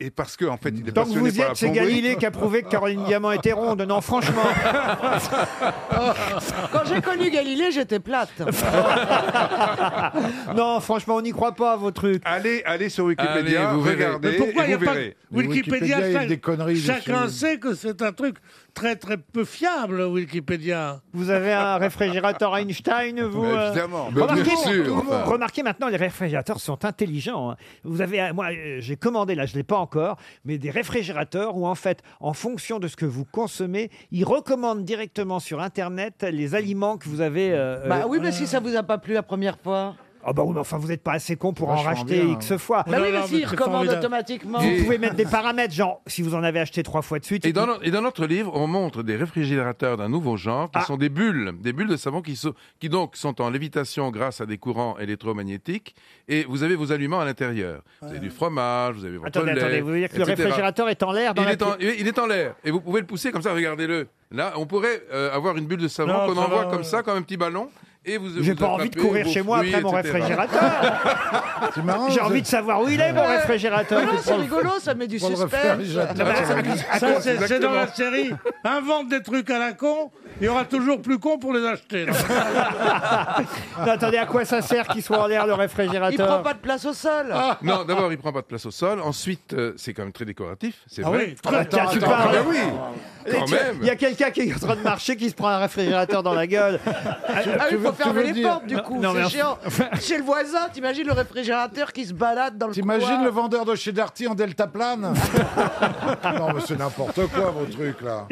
S20: Et parce que en fait, il est
S3: Tant que
S20: passionné
S3: vous y
S20: par la
S3: êtes, c'est
S20: plomberie.
S3: Galilée qui a Oh, prouvé que Caroline Caroline Diamant était ronde, non, franchement.
S4: Quand j'ai connu Galilée, j'étais plate.
S3: non, franchement, on n'y croit pas à vos trucs.
S20: Allez, allez sur Wikipédia,
S7: Allez, vous verrez.
S20: regardez
S7: Mais pourquoi
S20: et
S7: il y a
S20: vous
S7: pas de-
S20: verrez.
S15: Wikipédia,
S14: Wikipédia, il y a
S15: ça-
S14: des conneries
S15: chacun
S14: dessus.
S15: sait que c'est un truc très très peu fiable, Wikipédia.
S3: Vous avez un réfrigérateur Einstein, vous
S15: Mais
S3: euh,
S15: évidemment, mais
S3: remarquez,
S15: bien sûr,
S3: tout le monde-
S15: enfin.
S3: remarquez maintenant, les réfrigérateurs sont intelligents. hein. Vous avez, euh, moi, euh, j'ai commandé, là, je ne l'ai pas encore, mais des réfrigérateurs où, en fait, en fonction de ce que vous consommez, ils recommandent directement sur Internet les aliments que vous avez. euh,
S4: Bah
S3: euh,
S4: oui, mais si ça vous a pas plu la première fois.
S3: Ah bah oui, mais enfin, vous n'êtes pas assez con pour en
S4: Vachement
S3: racheter
S4: bien.
S3: X fois.
S4: Bah oui, mais si, ils recommandent automatiquement.
S3: Vous pouvez mettre des paramètres, genre, si vous en avez acheté trois fois de suite.
S25: Et dans, no- et dans notre livre, on montre des réfrigérateurs d'un nouveau genre
S3: Ah.
S25: qui sont des bulles, des bulles de savon qui, sont- qui donc sont en lévitation grâce à des courants électromagnétiques. Et vous avez vos aliments à l'intérieur. Vous avez du fromage, vous avez votre
S3: Attendez,
S25: lait,
S3: attendez, vous voulez dire que le
S25: etc..
S3: réfrigérateur est en l'air dans
S25: il,
S3: la
S25: est en,
S3: pi-
S25: il est en l'air et vous pouvez le pousser comme ça. Regardez-le. Là, on pourrait euh, avoir une bulle de savon
S3: Non,
S25: qu'on
S3: ça
S25: envoie
S3: va,
S25: comme ça, comme un petit ballon. Et vous.
S3: J'ai
S25: vous
S3: pas envie de
S25: attrapez
S3: courir
S25: vos
S3: chez moi
S25: fruits,
S3: après mon
S25: etc..
S3: réfrigérateur. J'ai envie de savoir où il est, mon
S4: Ouais.
S3: réfrigérateur.
S4: Mais non, c'est rigolo, ça met du
S3: Pour le
S4: suspense.
S3: réfrigérateur.
S4: Non, mais
S3: Ah bah,
S4: ça-
S15: Ça, c'est- c'est dans la série. Invente des trucs à la con, il y aura toujours plus con pour les acheter.
S3: Non, attendez, à quoi ça sert qu'il soit en l'air le réfrigérateur
S4: Il prend pas de place au sol.
S25: Non, d'abord, il prend pas de place au sol. Ensuite, euh, c'est quand même très décoratif, c'est
S3: Ah
S25: vrai.
S3: oui, très- Attends, tu attends, parles.
S25: Ah ben oui,
S3: Et
S25: quand
S3: tu-
S25: même.
S3: Il y a quelqu'un qui est en train de marcher qui se prend un réfrigérateur dans la gueule.
S4: Ah oui, faut fermer les portes du
S3: Non,
S4: coup,
S3: non, mais
S4: c'est géant.
S3: en-
S4: Chez le voisin, t'imagines le réfrigérateur qui se balade dans le
S14: T'imagines
S4: couloir.
S14: le vendeur de chez Darty en deltaplane Non, mais c'est n'importe quoi, vos trucs, là.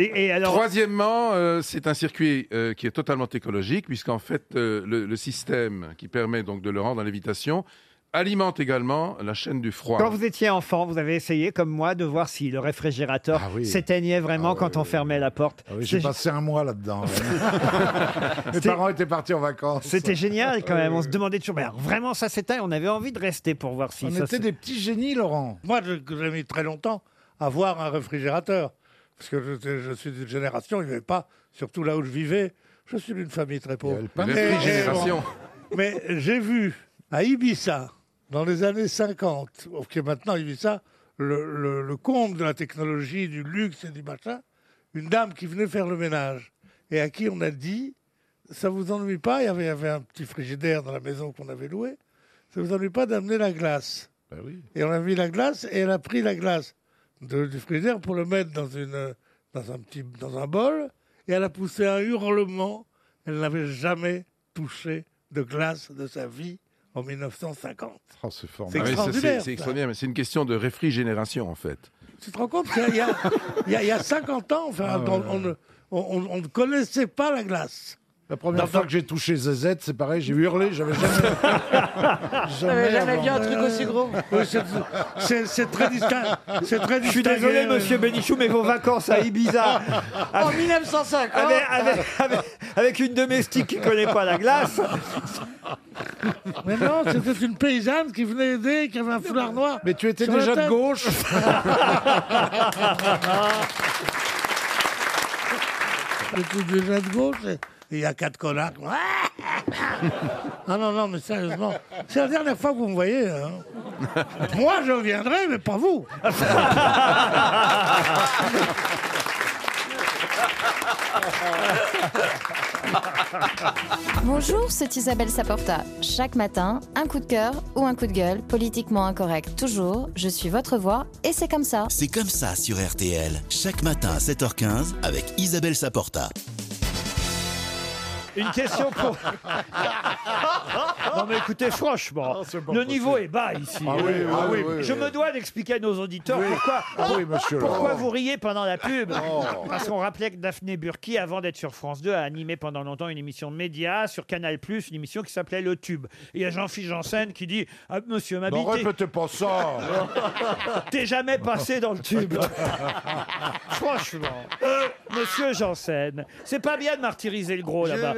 S25: Troisièmement, euh, c'est un circuit euh, qui est totalement écologique, puisqu'en fait, euh, le, le système qui permet donc de le rendre en lévitation alimente également la chaîne du froid.
S3: Quand vous étiez enfant, vous avez essayé, comme moi, de voir si le réfrigérateur s'éteignait vraiment quand on fermait la porte.
S14: Oui,
S3: C'est-
S14: J'ai passé un mois là-dedans. Mes parents étaient partis en vacances.
S3: C'était génial quand même. On se demandait toujours, mais alors, vraiment ça s'éteint On avait envie de rester pour voir si
S15: On
S3: ça
S15: était
S3: s'é-
S15: des petits génies, Laurent. Moi, je- que j'ai mis très longtemps à voir un réfrigérateur. Parce que je, je suis d'une génération, il n'y avait pas, surtout là où je vivais, je suis d'une famille très pauvre.
S25: pain. Une réfrigération.
S15: Mais j'ai vu à Ibiza, dans les années 50, ok, maintenant Ibiza, le, le, le comble de la technologie, du luxe et du machin, une dame qui venait faire le ménage et à qui on a dit Ça vous ennuie pas Il y avait, il y avait un petit frigidaire dans la maison qu'on avait loué. Ça vous ennuie pas d'amener la glace
S14: Ben
S15: Et on a mis la glace et elle a pris la glace de- du frigidaire pour le mettre dans, une, dans, un petit, dans un bol et elle a poussé un hurlement. Elle n'avait jamais touché de glace de sa vie en 1950.
S3: Oh,
S14: Oh.
S25: c'est
S15: C'est extraordinaire,
S25: Ah C'est
S15: ça.
S25: extraordinaire, mais c'est une question de réfrigération, en fait.
S15: Tu te rends compte qu'il y, a- il y a- il y a 50 ans, enfin,
S14: Ah ouais,
S15: on-
S14: ouais.
S15: on ne- on- on- on ne connaissait pas la glace.
S14: La première fois que j'ai touché ZZ, c'est pareil, j'ai hurlé, j'avais jamais.
S15: J'avais jamais
S14: avant.
S15: vu un truc aussi gros. Oui, c'est- c'est- c'est très distinct. C'est très
S3: Je suis
S15: distingué,
S3: désolé,
S15: oui.
S3: monsieur Bénichou, mais vos vacances à Ibiza.
S4: En 1950.
S3: Avec, avec- avec- avec une domestique qui connaît pas la glace.
S15: Mais non, c'était une paysanne qui venait aider, qui avait un foulard noir.
S14: Mais tu étais
S15: sur la
S14: déjà de
S15: tête.
S14: gauche.
S15: J'étais déjà de gauche. et Il y a quatre connards. Ah non, non, mais sérieusement, c'est la dernière fois que vous me voyez. hein. Moi, je viendrai, mais pas vous.
S12: Bonjour, c'est Isabelle Saporta. Chaque matin, un coup de cœur ou un coup de gueule, politiquement incorrect toujours, je suis votre voix et c'est comme ça.
S22: C'est comme ça sur RTL, chaque matin à 7h15 avec Isabelle Saporta.
S14: Ah.
S3: Une question pour. Non mais écoutez, franchement, le niveau est bas ici.
S14: Ah oui, ah oui, oui,
S3: Je
S14: oui.
S3: me dois d'expliquer à nos auditeurs
S14: Oui.
S3: pourquoi,
S14: Ah oui, monsieur
S3: pourquoi
S14: Laurent.
S3: vous riez pendant la pub.
S14: Oh.
S3: Parce qu'on rappelait que Daphné Burki, avant d'être sur France 2, a animé pendant longtemps une émission média sur Canal+, une émission qui s'appelait Le Tube. Et il y a Jean-Philippe Janssen qui dit ah, Monsieur Mabit,
S14: Non, répétez pas ça.
S3: t'es- t'es jamais passé dans le tube !» Franchement, Euh, Monsieur Janssen, c'est pas
S24: Oh,
S3: bien de martyriser le gros là-bas.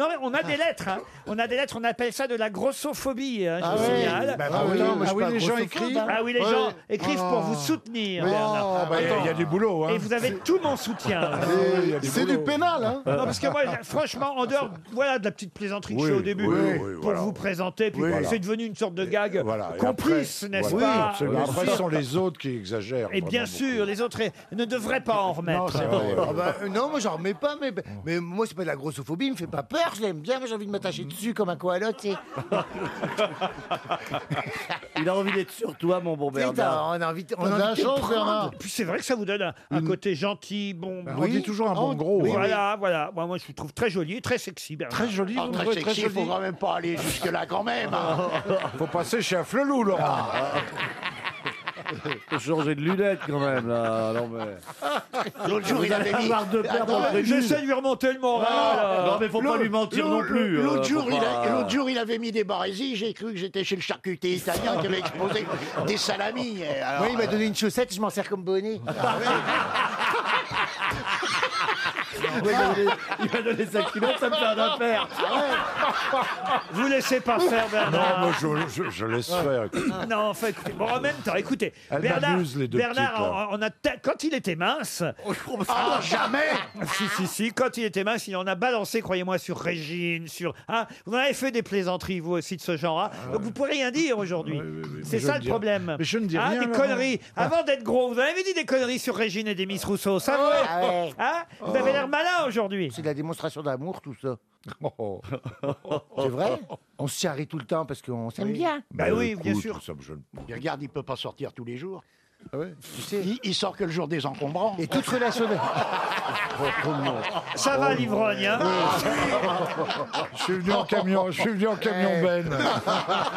S3: Non, mais on a des lettres. hein. On a des lettres, on appelle ça de la grossophobie, hein, je
S26: Ah
S3: vous
S26: ouais.
S3: signale.
S26: Bah, Ah oui, pourtant, moi, je ah suis oui, pas les gens grossophobe, écrivent. hein.
S3: Ah oui, les
S26: Ouais.
S3: gens écrivent
S26: Oh.
S3: pour vous soutenir.
S26: Mais
S3: Bernard.
S26: non, bah, il y a du boulot, hein.
S3: Et vous avez tout mon soutien. hein.
S26: C'est- il y a du c'est du boulot. pénal, hein.
S3: Non, parce que moi, franchement, en dehors voilà, de la petite plaisanterie que
S26: Oui,
S3: je fais au début,
S26: oui, oui,
S3: pour
S26: voilà.
S3: vous présenter, puis
S26: Oui,
S3: c'est
S26: voilà.
S3: devenu une sorte de gag
S27: Et
S3: complice,
S27: après-
S3: n'est-ce
S27: voilà.
S3: pas
S27: Oui, absolument. Après,
S3: Bien
S27: ce
S3: sûr.
S27: sont les autres qui exagèrent.
S3: Et bien
S27: vraiment
S3: sûr, les autres ne devraient pas en
S27: Non,
S3: remettre.
S27: c'est vrai.
S11: Ah bah, euh, non, moi j'en remets pas, mais, mais moi c'est pas de la grossophobie, il me fait pas peur, je l'aime bien, moi j'ai envie de m'attacher dessus comme un koala, tu sais.
S10: Il a envie d'être sur toi, mon bon
S11: Tu sais, t'as-
S10: Bernard.
S11: on a envie de- on
S10: T'as
S11: a
S10: de la
S11: envie de te
S10: chance,
S11: prendre.
S10: Bernard.
S3: Puis c'est vrai que ça vous donne un, un côté gentil, bon.
S11: on dit toujours un bon
S3: Ah,
S11: gros, hein.
S3: Voilà, voilà. Moi, moi, je vous trouve très joli, très sexy, Bernard.
S11: Très joli,
S28: Ah, très sexy, faut quand même pas aller jusque-là quand même. hein.
S7: Ah.
S27: Faut passer chez un flelou, Laurent.
S10: Faut changer de lunettes quand même, là. Non, mais...
S28: L'autre jour,
S10: Vous
S28: il
S10: allez
S28: avait mis-
S10: avoir de perdre
S28: Attends,
S10: votre
S3: J'essaie
S10: émule.
S3: de lui remonter le moral.
S10: Ah,
S3: euh.
S10: non, mais faut pas lui mentir non plus, euh,
S28: L'autre jour,
S10: faut
S28: il
S10: pas-
S28: a- l'autre jour, il avait mis des barésies. J'ai cru que j'étais chez le charcutier italien qui avait exposé des salamis. Et alors,
S11: Moi il m'a donné une chaussette, je m'en sers comme bonnet.
S10: Ouais, mais Il va donner sa culotte, ça me fait un affaire.
S3: Vous laissez pas faire, Bernard.
S27: Non, moi, je, je- je laisse faire.
S3: Non, en fait, écoutez, bon, en même temps, écoutez,
S27: Elle
S3: Bernard,
S27: m'amuse, les deux
S3: Bernard,
S27: petites, là.
S3: on- on a ta- quand il était mince,
S28: Ah, jamais
S3: si, si, si, quand il était mince, il en a balancé, croyez-moi, sur Régine, sur, hein, vous en avez fait des plaisanteries, vous aussi, de ce genre-là,
S27: Ah,
S3: donc vous pourrez rien dire aujourd'hui, c'est
S27: mais je
S3: ça
S27: ne
S3: le
S27: dis-
S3: problème.
S27: mais je ne dis
S3: Ah,
S27: rien,
S3: des
S27: Laurent.
S3: conneries, avant d'être gros, vous avez dit des conneries sur Régine et des Miss Rousseau, ça
S27: Oh.
S11: Ah
S3: vous,
S11: ouais.
S3: Hein vous avez l'air malin aujourd'hui.
S11: C'est de la démonstration d'amour, tout ça. C'est vrai On se charrie tout le temps parce qu'on s'aime bien.
S28: Bah oui, bien sûr.
S27: Ça, je...
S28: Il regarde, il peut pas sortir tous les jours.
S3: Ah
S28: il, il sort que le jour des encombrants.
S11: Et toute relation de...
S3: Ça
S28: Oh,
S3: va, l'ivrogne, hein
S27: Oh. je suis venu en camion, je suis venu en camion Ben.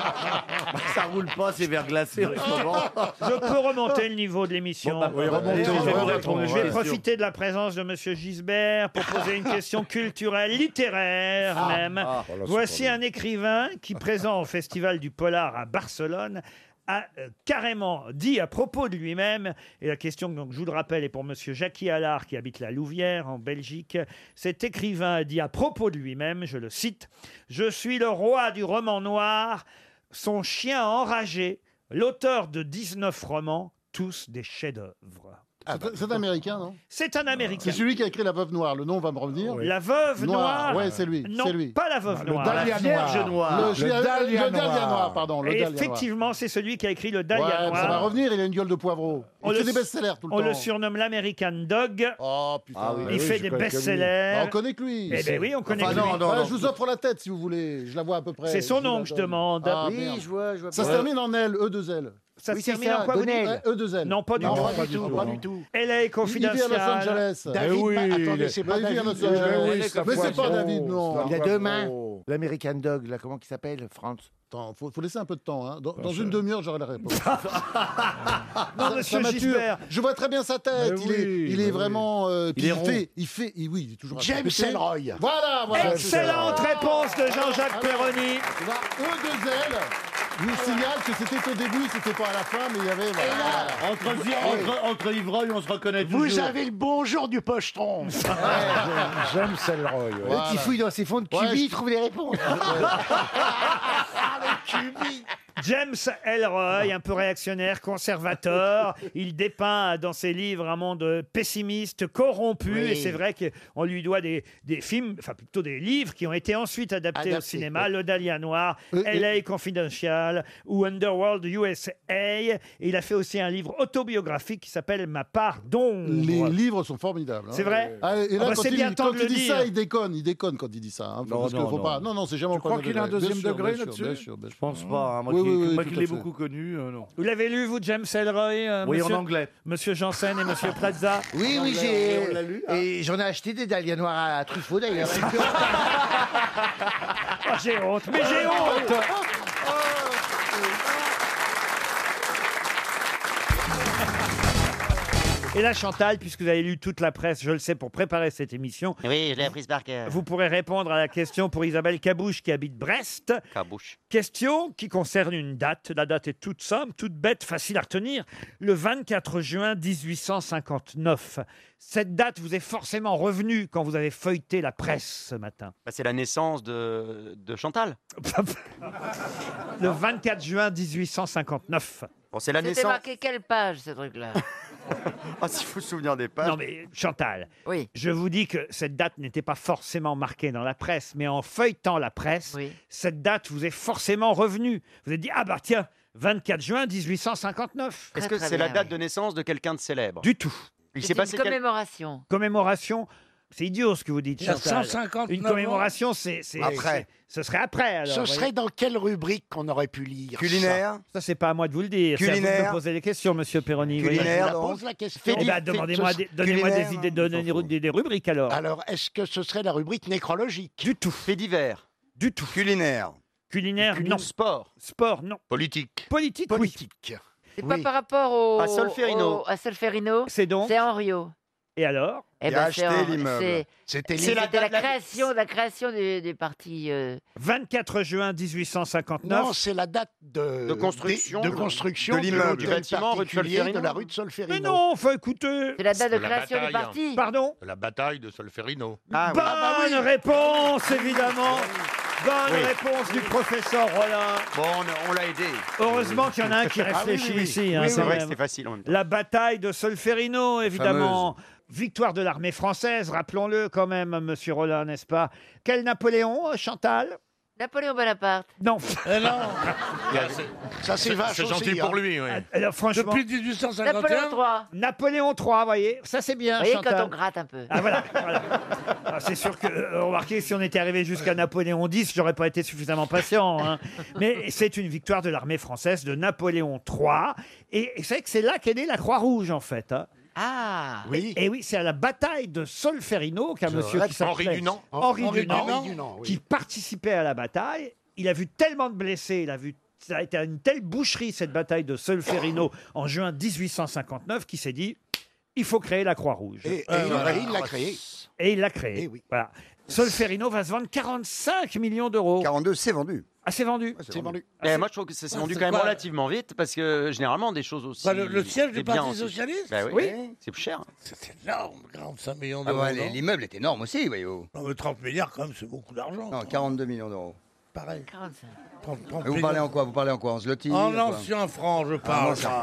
S10: Ça roule pas, c'est verre glacé en ce moment.
S3: Je peux remonter le niveau de l'émission.
S10: oui, remontez,
S3: je,
S10: bah, on
S3: vais
S10: va
S3: vous-
S10: répondre aux
S3: je vais
S10: questions.
S3: profiter de la présence de Monsieur Gisbert pour poser une question culturelle, littéraire
S10: Ah,
S3: même.
S10: ah. Oh là, c'est
S3: Voici un écrivain qui, présent au Festival du Polar à Barcelone, a euh, carrément dit à propos de lui-même, et la question, donc, je vous le rappelle, est pour Monsieur Jackie Allard, qui habite la Louvière, en Belgique. Cet écrivain a dit à propos de lui-même, je le cite, « Je suis le roi du roman noir, son chien enragé, l'auteur de 19 romans, tous des chefs-d'œuvre.
S7: C'est- C'est américain, non
S3: C'est un Américain.
S7: C'est celui qui a écrit La Veuve Noire. Le nom va me revenir.
S3: La Veuve Noire.
S7: Ouais, c'est lui.
S3: Non,
S7: c'est lui.
S3: pas la Veuve
S7: Le
S3: Noire.
S7: Dahlia
S3: La Vierge
S7: Noire.
S3: Noire.
S7: Le,
S3: Le
S7: je- le
S3: Dahlia
S7: Dahlia
S3: Noir.
S7: Noir, pardon. Le
S3: Et
S7: Dahlia Noir.
S3: effectivement, c'est celui qui a écrit le Dahlia
S7: Ouais,
S3: Noir.
S7: Ça va revenir, il a une gueule de poivreau. Il fait des best-sellers tout le
S3: on
S7: temps.
S3: le surnomme l'American Dog.
S7: Ah oui,
S3: il
S7: oui,
S3: fait
S7: je connais
S3: des
S7: que lui.
S3: best-sellers.
S7: Bah, on connaît que lui.
S3: Eh ben oui, on connaît
S7: Enfin,
S3: que lui.
S7: non, non, non. je vous offre la tête si vous voulez. Je la vois à peu près.
S3: C'est son
S7: Je vous
S3: nom
S7: la
S3: que je
S7: donne.
S3: demande.
S7: Ah,
S3: Oui,
S7: merde.
S3: je vois, je vois
S7: Ça
S3: pas.
S7: se termine en L, E2L.
S3: Ça se termine en quoi, vous dites
S7: E2L.
S3: Non, pas du tout.
S7: pas
S3: du tout. LA Confidential.
S7: Il vit à Los Angeles.
S28: David, bah,
S7: Eh oui,
S28: attendez,
S7: il est-
S28: c'est pas
S7: il vit à
S28: David.
S7: Los Angeles.
S28: Euh,
S7: Mais
S28: c'est
S7: c'est pas
S28: Poivreau.
S7: David, non.
S11: Il a deux mains.
S7: Poivreau.
S11: L'American Dog, là, comment qu'il s'appelle, France
S7: Attends, faut, faut laisser un peu de temps. hein. Dans, dans une demi-heure, j'aurai la réponse.
S3: Non,
S7: Ah, Ça-
S3: monsieur
S7: ça mature.
S3: Gisbert.
S7: Je vois très bien sa tête.
S3: Mais
S7: il
S3: oui,
S7: est, il
S3: mais
S7: est
S3: oui.
S7: vraiment. euh,
S3: Il
S7: puis
S3: est
S7: il
S3: rond.
S7: fait, il fait, il- oui, il est toujours. à
S28: James
S7: répéter.
S28: Elroy.
S7: Voilà, voilà. Ah,
S3: Excellente réponse de Jean-Jacques Perroni.
S7: E E2L. Je vous signale que c'était au début, c'était pas à la fin, mais il y avait. voilà.
S10: Entre, vi- entre, entre ivrognes, on se reconnaît toujours.
S28: Vous avez le bonjour du pochetron.
S27: J'aime Selroy. ouais.
S7: Voilà.
S11: Qui fouille dans ses fonds de cubi,
S7: je-
S11: il trouve des réponses.
S3: James Elroy, un peu réactionnaire, conservateur, il dépeint dans ses livres un monde pessimiste, corrompu,
S11: Oui.
S3: et c'est vrai qu'on lui doit des, des films, enfin plutôt des livres qui ont été ensuite adaptés au
S11: Adaptés,
S3: cinéma,
S11: ouais.
S3: Le Dahlia Noir,
S7: Euh,
S3: LA Confidential ou Underworld USA. Et il a fait aussi un livre autobiographique qui s'appelle Ma part d'ombre.
S7: Les livres sont formidables. hein.
S3: C'est vrai
S7: Ah, et
S3: Ah
S7: là,
S3: bah,
S7: quand
S3: c'est
S7: il,
S3: bien temps
S7: quand
S3: de
S7: il
S3: le
S7: dit
S3: dire.
S7: ça, il déconne. Il déconne quand il dit ça. hein,
S10: Non,
S7: parce que
S10: non,
S7: faut
S10: non.
S7: pas. Non, non, c'est jamais.
S10: Tu
S7: au premier
S10: crois qu'il a un
S7: degré. Bien
S10: deuxième
S7: sûr,
S10: degré
S7: bien sûr,
S10: là-dessus
S7: bien sûr, bien
S10: Je
S7: sûr.
S10: pense pas. hein, Moi
S7: Oui,
S10: qui,
S7: oui, oui,
S10: moi
S7: tout
S10: qui
S7: à
S10: l'ai
S7: fait.
S10: beaucoup connu, euh, non.
S3: Vous l'avez lu, vous, James Elroy euh,
S10: Oui, en
S3: monsieur-
S10: anglais.
S3: Monsieur Janssen et Monsieur Plaza
S7: Ah,
S11: Oui, oui,
S10: on l'a
S11: j'ai. Et j'en ai acheté des dahlias noirs à Truffaut, d'ailleurs.
S3: Ah, Oh, j'ai honte, mais j'ai honte Et là, Chantal, puisque vous avez lu toute la presse, je le sais, pour préparer cette émission,
S1: Oui, je l'ai apprise par cœur.
S3: vous pourrez répondre à la question pour Isabelle Cabouche qui habite Brest.
S1: Cabouche.
S3: Question qui concerne une date. La date est toute simple, toute bête, facile à retenir. Le 24 juin 1859. Cette date vous est forcément revenue quand vous avez feuilleté la presse ce matin.
S1: Bah, c'est la naissance de, de Chantal.
S3: Le 24 juin 1859.
S1: Bon, c'est la
S18: C'était
S1: naissance.
S18: marqué quelle page, ce truc-là
S1: Ah, si vous vous souvenez des pages.
S3: Non mais Chantal, je vous dis que cette date n'était pas forcément marquée dans la presse, mais en feuilletant la presse, cette date vous est forcément revenue. Vous avez dit ah bah tiens, 24 juin 1859.
S1: Est-ce que c'est la date de naissance de quelqu'un de célèbre
S3: Du tout.
S1: Il
S18: C'est
S1: s'est
S18: une
S1: passé quel-
S18: commémoration.
S3: commémoration C'est idiot ce que vous dites.
S1: Il y a
S3: Chantal.
S1: 159
S3: Une commémoration, c'est c'est-
S1: Après.
S3: c'est- Ce serait après. Alors,
S10: Ce
S3: voyez.
S10: serait dans quelle rubrique qu'on aurait pu lire
S3: Ça, ça, c'est pas à moi de vous le dire. c'est à vous de
S10: Culinaire.
S3: me poser les questions, monsieur Perroni. voyez.
S10: Culinaire, Je la pose, donc. la question.
S3: Eh ben,
S10: Fait- fait-
S3: demandez-moi
S10: ce-
S3: des, donnez-moi
S10: culinaire,
S3: des idées, donnez-moi des, des rubriques alors.
S10: Alors, est-ce que ce serait la rubrique nécrologique
S3: Du tout.
S10: Fait divers.
S3: Du tout.
S10: Culinaire.
S3: Culinaire, non. Sport. Sport, non.
S1: Politique.
S3: Politique,
S1: Politique.
S18: C'est pas par rapport au.
S1: À Solferino.
S18: au- à Solferino.
S3: C'est donc
S18: C'est en Rio.
S3: Et alors
S18: Eh ben, c'est en- c'est-
S10: C'était
S18: C'était la,
S10: l'immeuble.
S18: création, la création du, du parti. euh,
S3: 24 juin 1859.
S10: Non, c'est la date de,
S3: De
S18: euh,
S3: construction
S10: des- de,
S3: de-
S10: construction
S3: de l'immeuble.
S10: du
S3: Du bâtiment rue de
S10: particulier de
S3: Solferino.
S10: la rue de Solferino.
S3: Mais non, enfin écoutez.
S18: C'est la date de
S5: La
S18: création du
S5: bataille, hein.
S18: parti.
S3: Pardon
S5: La bataille de Solferino.
S3: Bonne réponse, évidemment. Bonne
S5: Oui.
S3: Ah, réponse du professeur Rollin.
S1: Bon, on, on l'a aidé.
S3: Heureusement qu'il y en a un qui
S1: Ah oui,
S3: réfléchit
S1: oui, oui.
S3: ici. hein,
S1: Oui, oui,
S3: quand
S1: c'est vrai
S3: même.
S1: que c'était facile en même temps.
S3: La bataille de Solferino, évidemment. Victoire de l'armée française, rappelons-le quand même, monsieur Rollin, n'est-ce pas Quel Napoléon, euh, Chantal
S18: Napoléon Bonaparte.
S3: Non.
S1: Ah,
S10: Ça, c'est vache aussi, hein.
S3: Ah, Alors, franchement,
S15: Depuis 1851. Napoléon
S3: III. Napoléon III, voyez. Ça, c'est bien,
S18: Vous voyez,
S3: Chantal.
S18: quand on gratte un peu.
S3: Ah, voilà, voilà. Ah, c'est sûr que, euh, remarquez, si on était arrivé jusqu'à Napoléon X, j'aurais pas été suffisamment patient. hein. Mais c'est une victoire de l'armée française de Napoléon III. Et et c'est vrai que c'est là qu'est née la Croix-Rouge, en fait. hein.
S18: Ah
S3: Oui. Et, oui, c'est à la bataille de Solferino qu'un
S5: C'est
S3: monsieur
S5: vrai.
S3: qui s'appelait
S5: Henri Dunant.
S3: Henri,
S5: Henri
S3: Dunant,
S5: Dunant, Dunant, oui.
S3: qui participait à la bataille. Il a vu tellement de blessés, il a vu ça a été une telle boucherie cette bataille de Solferino en juin 1859 qu'il s'est dit il faut créer la Croix-Rouge.
S10: Et, et il- et il l'a
S8: Ah,
S10: créé.
S3: Et il l'a créé.
S8: Eh
S3: Voilà. Solferino va se vendre 45 millions d'euros.
S8: 42, c'est vendu.
S3: Ah, c'est vendu.
S8: c'est Ah, vendu.
S1: Eh, moi, je trouve que ça s'est
S3: Ouais,
S1: vendu
S3: Ah, c'est
S1: quand même
S3: quoi
S1: relativement vite parce que euh, généralement, des choses aussi.
S15: Bah, le- le siège du
S1: des biens
S15: Parti
S1: aussi.
S15: socialiste
S1: Bah oui,
S15: Oui.
S1: c'est plus cher.
S15: C'est énorme, 45 millions
S8: Ah
S15: d'euros.
S8: bah, les-
S15: non
S8: L'immeuble est énorme aussi, voyez-vous.
S15: Non, mais 30 milliards, quand même, c'est beaucoup d'argent.
S8: Non, 42 millions d'euros.
S15: Pareil.
S18: 45.
S8: Et Vous parlez en quoi Vous parlez en quoi En zloty
S15: En
S8: quoi
S15: ancien franc, je
S8: Ah, en
S15: parle.
S8: ancien franc,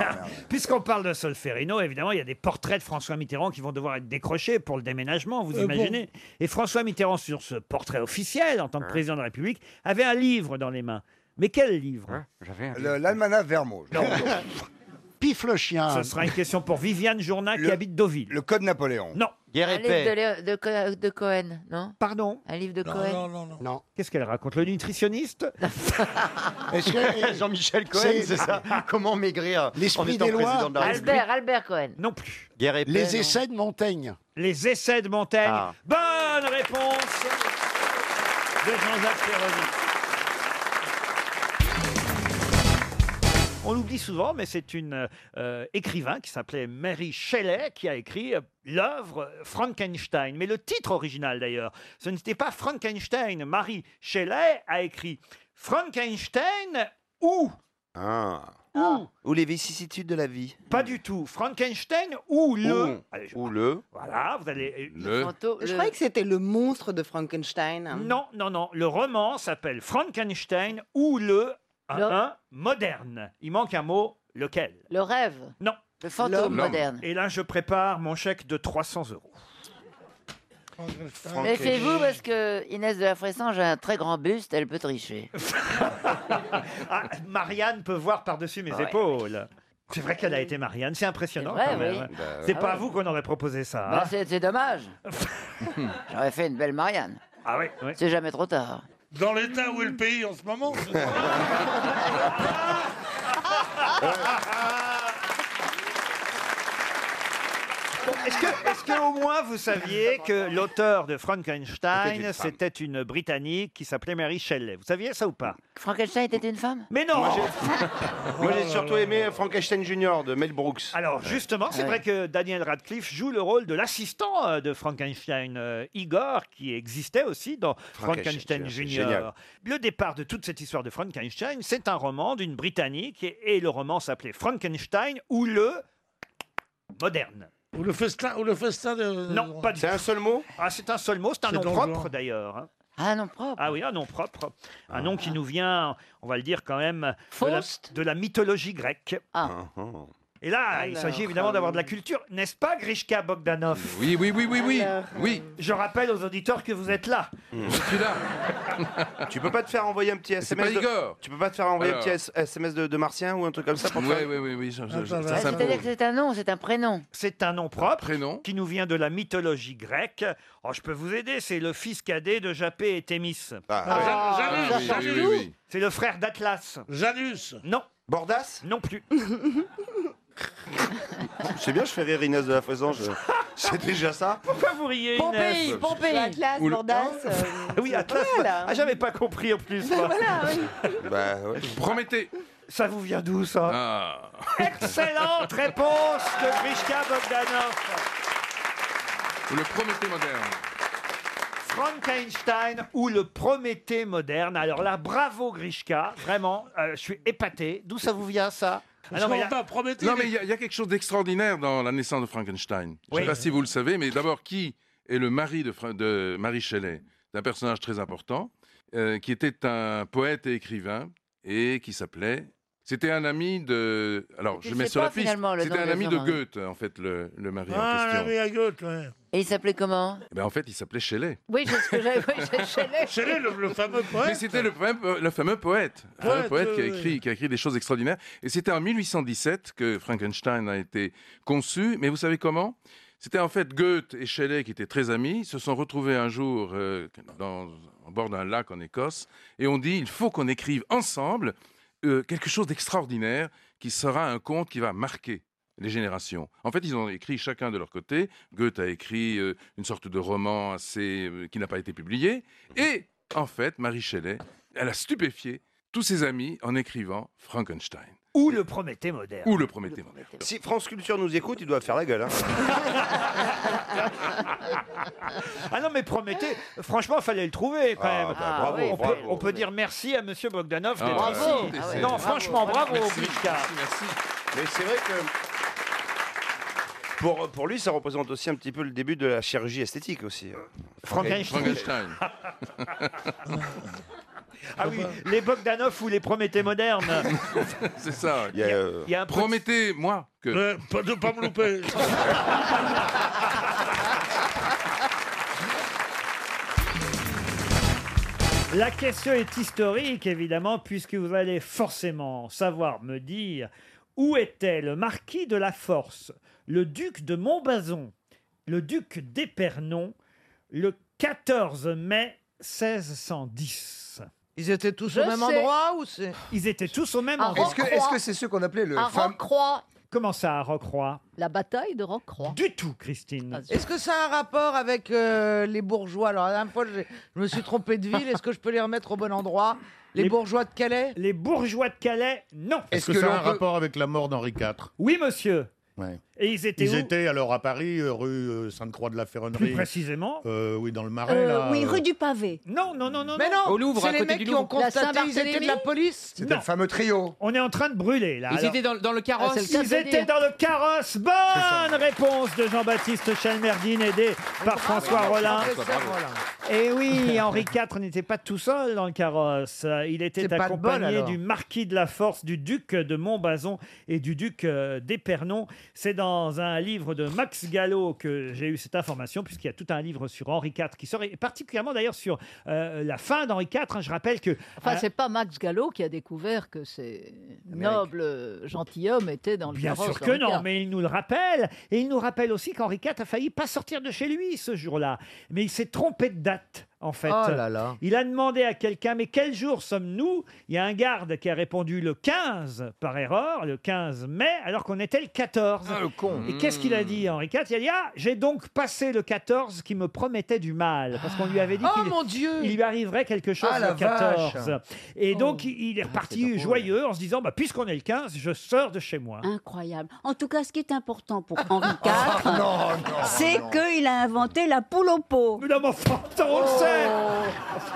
S3: Puisqu'on parle de Solferino, évidemment, il y a des portraits de François Mitterrand qui vont devoir être décrochés pour le déménagement, vous
S15: Euh, bon.
S3: imaginez. Et François Mitterrand, sur ce portrait officiel en tant que président de la République, avait un livre dans les mains. Mais quel livre
S8: Le- L'almanach Vermeau. je-
S3: Pif le chien. Ce sera une question pour Viviane Journa qui habite Deauville.
S8: Le Code Napoléon.
S3: Non.
S18: Un livre de, Léo- de Co- de Cohen, non
S3: Pardon
S18: Un livre de Cohen
S3: non. Qu'est-ce qu'elle raconte Le nutritionniste
S10: Est-ce que-
S1: Jean-Michel Cohen,
S10: C'est-
S1: c'est ça Comment maigrir en
S10: L'esprit
S1: étant
S10: des lois.
S1: président de la République
S18: Albert, Albert Cohen.
S3: Non plus.
S1: Guerre épais,
S10: Les
S1: non Ah.
S10: essais de Montaigne.
S3: Les essais de Montaigne. Bonne réponse de Jean-Jacques Ferroni. On l'oublie souvent, mais c'est une euh, écrivain qui s'appelait Mary Shelley qui a écrit euh, l'œuvre Frankenstein. Mais le titre original d'ailleurs, ce n'était pas Frankenstein. Mary Shelley a écrit Frankenstein ou
S9: Ah.
S3: ou
S21: Ah. Ou les vicissitudes de la vie.
S3: pas du tout Frankenstein ou le. Allez, je-
S21: Ou le.
S3: Voilà, vous allez. euh,
S21: Le.
S29: Euh, Je croyais que c'était le monstre de
S18: Hein
S29: Frankenstein. hein.
S3: Non, non, non. Le roman s'appelle Frankenstein ou le un,
S29: Le-
S3: un, moderne. Il manque un mot, lequel
S18: Le rêve.
S3: Non.
S18: Le fantôme moderne.
S3: Et là, je prépare mon chèque de 300 euros.
S18: Mais c'est vous parce que Inès de la Fressange a un très grand buste, elle peut tricher.
S3: Ah, Marianne peut voir par-dessus mes
S18: Ah Ouais.
S3: épaules. C'est vrai qu'elle a été Marianne, c'est impressionnant
S18: C'est vrai,
S3: quand même.
S18: oui. Bah,
S3: C'est
S18: ouais.
S3: pas à vous qu'on aurait proposé ça.
S18: Bah,
S3: hein.
S18: c'est c'est dommage. J'aurais fait une belle Marianne.
S3: Ah oui,
S18: C'est jamais trop tard.
S15: Dans l'état où est le pays en ce moment
S3: Est-ce que, est-ce que au moins vous saviez que l'auteur de Frankenstein, c'était une Britannique qui s'appelait Mary Shelley Vous saviez ça ou pas
S18: Frankenstein était une femme
S3: Mais non
S9: Moi, j'ai surtout aimé Frankenstein Junior de Mel Brooks.
S3: Alors, justement, c'est vrai que Daniel Radcliffe joue le rôle de l'assistant euh, de Frankenstein, euh, Igor, qui existait aussi dans
S9: Frankenstein,
S3: Frankenstein
S9: c'est
S3: Junior.
S9: génial.
S3: Le départ de toute cette histoire de Frankenstein, c'est un roman d'une Britannique et, et le roman s'appelait Frankenstein ou le moderne.
S15: Ou le festin, ou le festin de.
S3: Non, pas du C'est un seul mot Ah, c'est un seul mot, c'est un
S15: C'est
S3: nom
S15: dangereux.
S3: propre d'ailleurs. hein.
S18: Ah, non, propre.
S3: Ah oui, un nom propre.
S25: Ah.
S3: Un nom qui nous vient, on va le dire quand même, de la, de la mythologie grecque. Ah, Et là, il s'agit
S9: Alors,
S3: évidemment d'avoir de la culture, n'est-ce pas, Grishka Bogdanov Euh,
S25: Oui, oui, oui, oui, oui. oui. Hmm.
S3: Je rappelle aux auditeurs que vous êtes là.
S25: Je suis là.
S9: tu peux pas te faire envoyer un petit
S25: c'est
S9: SMS
S25: pas
S9: de...
S25: Igor.
S9: Tu peux pas te faire envoyer
S25: Alors.
S9: un petit S- SMS de, de Martien ou un truc comme ça pour
S25: Oui,
S9: faire... Ah,
S25: oui, oui, oui. je- je- je-
S9: Attends,
S25: ça
S9: attends.
S25: s'impose.
S18: Ah, C'est-à-dire que c'est un nom, c'est un prénom.
S3: C'est un nom propre qui nous vient de la mythologie grecque. Oh, je peux vous aider, c'est le fils cadet de Japé et Thémis.
S23: Ah, Ah, Janus, oui, Janus. oui, oui, oui.
S3: C'est le frère d'Atlas.
S15: Janus
S3: Non.
S9: Bordas
S3: Non plus.
S9: Je sais bien, je fais rire Inès de la Faisan. je- C'est déjà ça.
S3: Pourquoi vous riez
S9: Pompéi,
S3: Inès
S9: Pompéi.
S29: Atlas,
S9: Ou le-
S29: Bordas. euh,
S22: Ah
S3: Oui, Atlas.
S29: pas mal, hein.
S3: Ah, j'avais pas compris en plus.
S29: Ben
S3: moi.
S29: voilà, oui.
S9: Bah, ouais.
S25: Prométhée.
S3: Ça vous vient d'où ça
S25: Ah.
S3: Excellente réponse de Grishka Bogdanov.
S25: Ou le Prométhée moderne.
S3: Frankenstein ou le Prométhée moderne. Alors là, bravo Grishka, vraiment, euh, je suis épaté. D'où ça vous vient ça Ah non, mais là-
S25: Non, mais il y, a- il y a quelque chose d'extraordinaire dans la naissance de Frankenstein. Je ne
S3: Oui.
S25: sais pas si vous le savez, mais d'abord, qui est le mari de, Fra- de Marie Shelley C'est un personnage très important, euh, qui était un poète et écrivain, et qui s'appelait... C'était un ami de... Alors,
S18: Tu
S25: je
S18: sais
S25: mets sur
S18: pas,
S25: la piste.
S18: finalement, le
S25: C'était
S18: nom
S25: un
S18: de
S25: ami
S18: son
S25: de
S18: mari.
S25: Goethe, en fait, le, le mari
S15: Ah,
S25: en
S15: la
S25: question.
S15: à Goethe, ouais.
S18: Et il s'appelait comment
S25: Eh ben, en fait, il s'appelait Shelley.
S18: Oui, c'est ce que j'avais. oui, c'est Shelley.
S15: fameux poète.
S25: Mais c'était le, fameux- le fameux poète, le fameux
S15: Poète, euh,
S25: poète qui a,
S15: oui,
S25: écrit,
S15: oui.
S25: qui a écrit des choses extraordinaires. Et c'était en 1817 que Frankenstein a été conçu. Mais vous savez comment C'était en fait Goethe et Shelley qui étaient très amis, se sont retrouvés un jour euh, dans, au bord d'un lac en Écosse et ont dit il faut qu'on écrive ensemble euh, quelque chose d'extraordinaire qui sera un conte qui va marquer les générations. En fait, ils ont écrit chacun de leur côté. Goethe a écrit euh, une sorte de roman assez euh, qui n'a pas été publié. Et en fait, Marie Shelley, elle a stupéfié tous ses amis en écrivant Frankenstein
S3: Ou le Prométhée moderne.
S25: ou le Prométhée moderne.
S9: Si France Culture nous écoute, ils doivent faire la gueule. hein.
S3: Ah non, mais Prométhée, franchement, fallait le trouver quand
S9: Ah,
S3: même.
S9: bah, bravo,
S3: Eh ben, on, peut,
S9: bravo.
S3: on peut dire merci à Monsieur Bogdanov
S9: Ah,
S3: d'être
S9: bravo.
S3: ici.
S9: Ah ouais,
S3: non,
S9: bravo.
S3: franchement, bravo,
S9: Merci,
S3: Grishka.
S9: Mais c'est vrai que. Pour, pour lui, ça représente aussi un petit peu le début de la chirurgie esthétique aussi. hein.
S3: Frankenstein. Ah oui, les Bogdanov ou les Prométhées modernes.
S25: C'est ça.
S9: Il y a, euh,
S3: Il y a un peu de-
S25: Promettez-moi que.
S15: Euh, pas de pas me louper.
S3: La question est historique, évidemment, puisque vous allez forcément savoir me dire où était le marquis de la Force, le duc de Montbazon, le duc d'Épernon, le 14 mai 1610. Ils étaient tous
S4: Je au même sais. endroit
S3: ou c'est Ils étaient tous au même
S4: À
S3: endroit.
S4: Est-ce que- est-ce que c'est
S3: ceux qu'on appelait le
S4: À fam- Rocroi.
S3: Comment ça, à Rocroi
S4: La bataille de Rocroi.
S3: Du tout, Christine.
S4: Est-ce que ça a un rapport avec euh, les bourgeois Alors, la dernière fois, j'ai- je me suis trompé de ville. Est-ce que je peux les remettre au bon endroit les, bourgeois de Calais
S3: Les bourgeois de Calais, non.
S2: Est-ce que, ça a un rapport avec la mort d'Henri IV
S3: Oui, monsieur. Et ils étaient
S2: Ils
S3: où
S2: étaient alors à Paris, euh, rue euh, Sainte-Croix de la Ferronnerie.
S3: Plus précisément
S2: Euh, Oui, dans le Marais. là, euh,
S4: du
S5: Pavé.
S3: Non, non, non, non.
S4: Ah Mais non,
S2: Au Louvre,
S4: c'est
S2: à
S4: les
S2: côté
S4: mecs
S2: du
S4: qui
S2: Louvre.
S4: ont constaté
S5: La
S4: ils étaient de la
S5: Saint-Barthélemy
S4: police.
S3: C'était le fameux trio. On est en train de brûler, là.
S5: Ils
S3: Bah, alors.
S5: étaient dans, dans Ah, le carrosse.
S3: Ils étaient dans le carrosse. Bonne réponse de Jean-Baptiste Chalmerdine,
S5: Ah
S3: aidé par François Rollin. Et oui, Henri IV n'était pas tout seul dans le carrosse. Il était
S4: C'est pas de bol,
S3: accompagné
S4: alors.
S3: du marquis de la Force, du duc de Montbazon et du duc euh, d'Épernon. C'est dans un livre de Max Gallo que j'ai eu cette information, puisqu'il y a tout un livre sur Henri IV qui sort, et particulièrement d'ailleurs sur euh, la fin d'Henri IV. hein. Je rappelle que.
S5: Enfin,
S3: euh,
S5: c'est pas Max Gallo qui a découvert que ces nobles euh, gentilshommes étaient dans le
S3: Bien
S5: carrosse
S3: sûr que
S5: d'Henri
S3: non,
S5: IV.
S3: mais il nous le rappelle. Et il nous rappelle aussi qu'Henri IV a failli pas sortir de chez lui ce jour-là. Mais il s'est trompé de date. en fait.
S4: Oh là là.
S3: Il a demandé à quelqu'un, mais quel jour sommes-nous Il y a un garde qui a répondu le 15 par erreur, le 15 mai, alors qu'on était le 14.
S30: Ah, le con.
S3: Et qu'est-ce qu'il a dit, Henri IV Il a dit Ah, j'ai donc passé le 14 qui me promettait du mal. Parce qu'on lui avait dit
S4: Oh,
S3: qu'il
S4: mon Dieu
S3: il lui arriverait quelque chose
S4: Ah, la
S3: le 14.
S4: vache. Oh.
S3: Et donc, il il est reparti joyeux en se disant bah, Puisqu'on est le 15, je sors de chez moi.
S6: Incroyable. En tout cas, ce qui est important pour Henri IV,
S3: non, non,
S6: c'est
S3: non.
S6: qu'il a inventé la poule au pot.
S3: Mais non, mais enfin, on le sait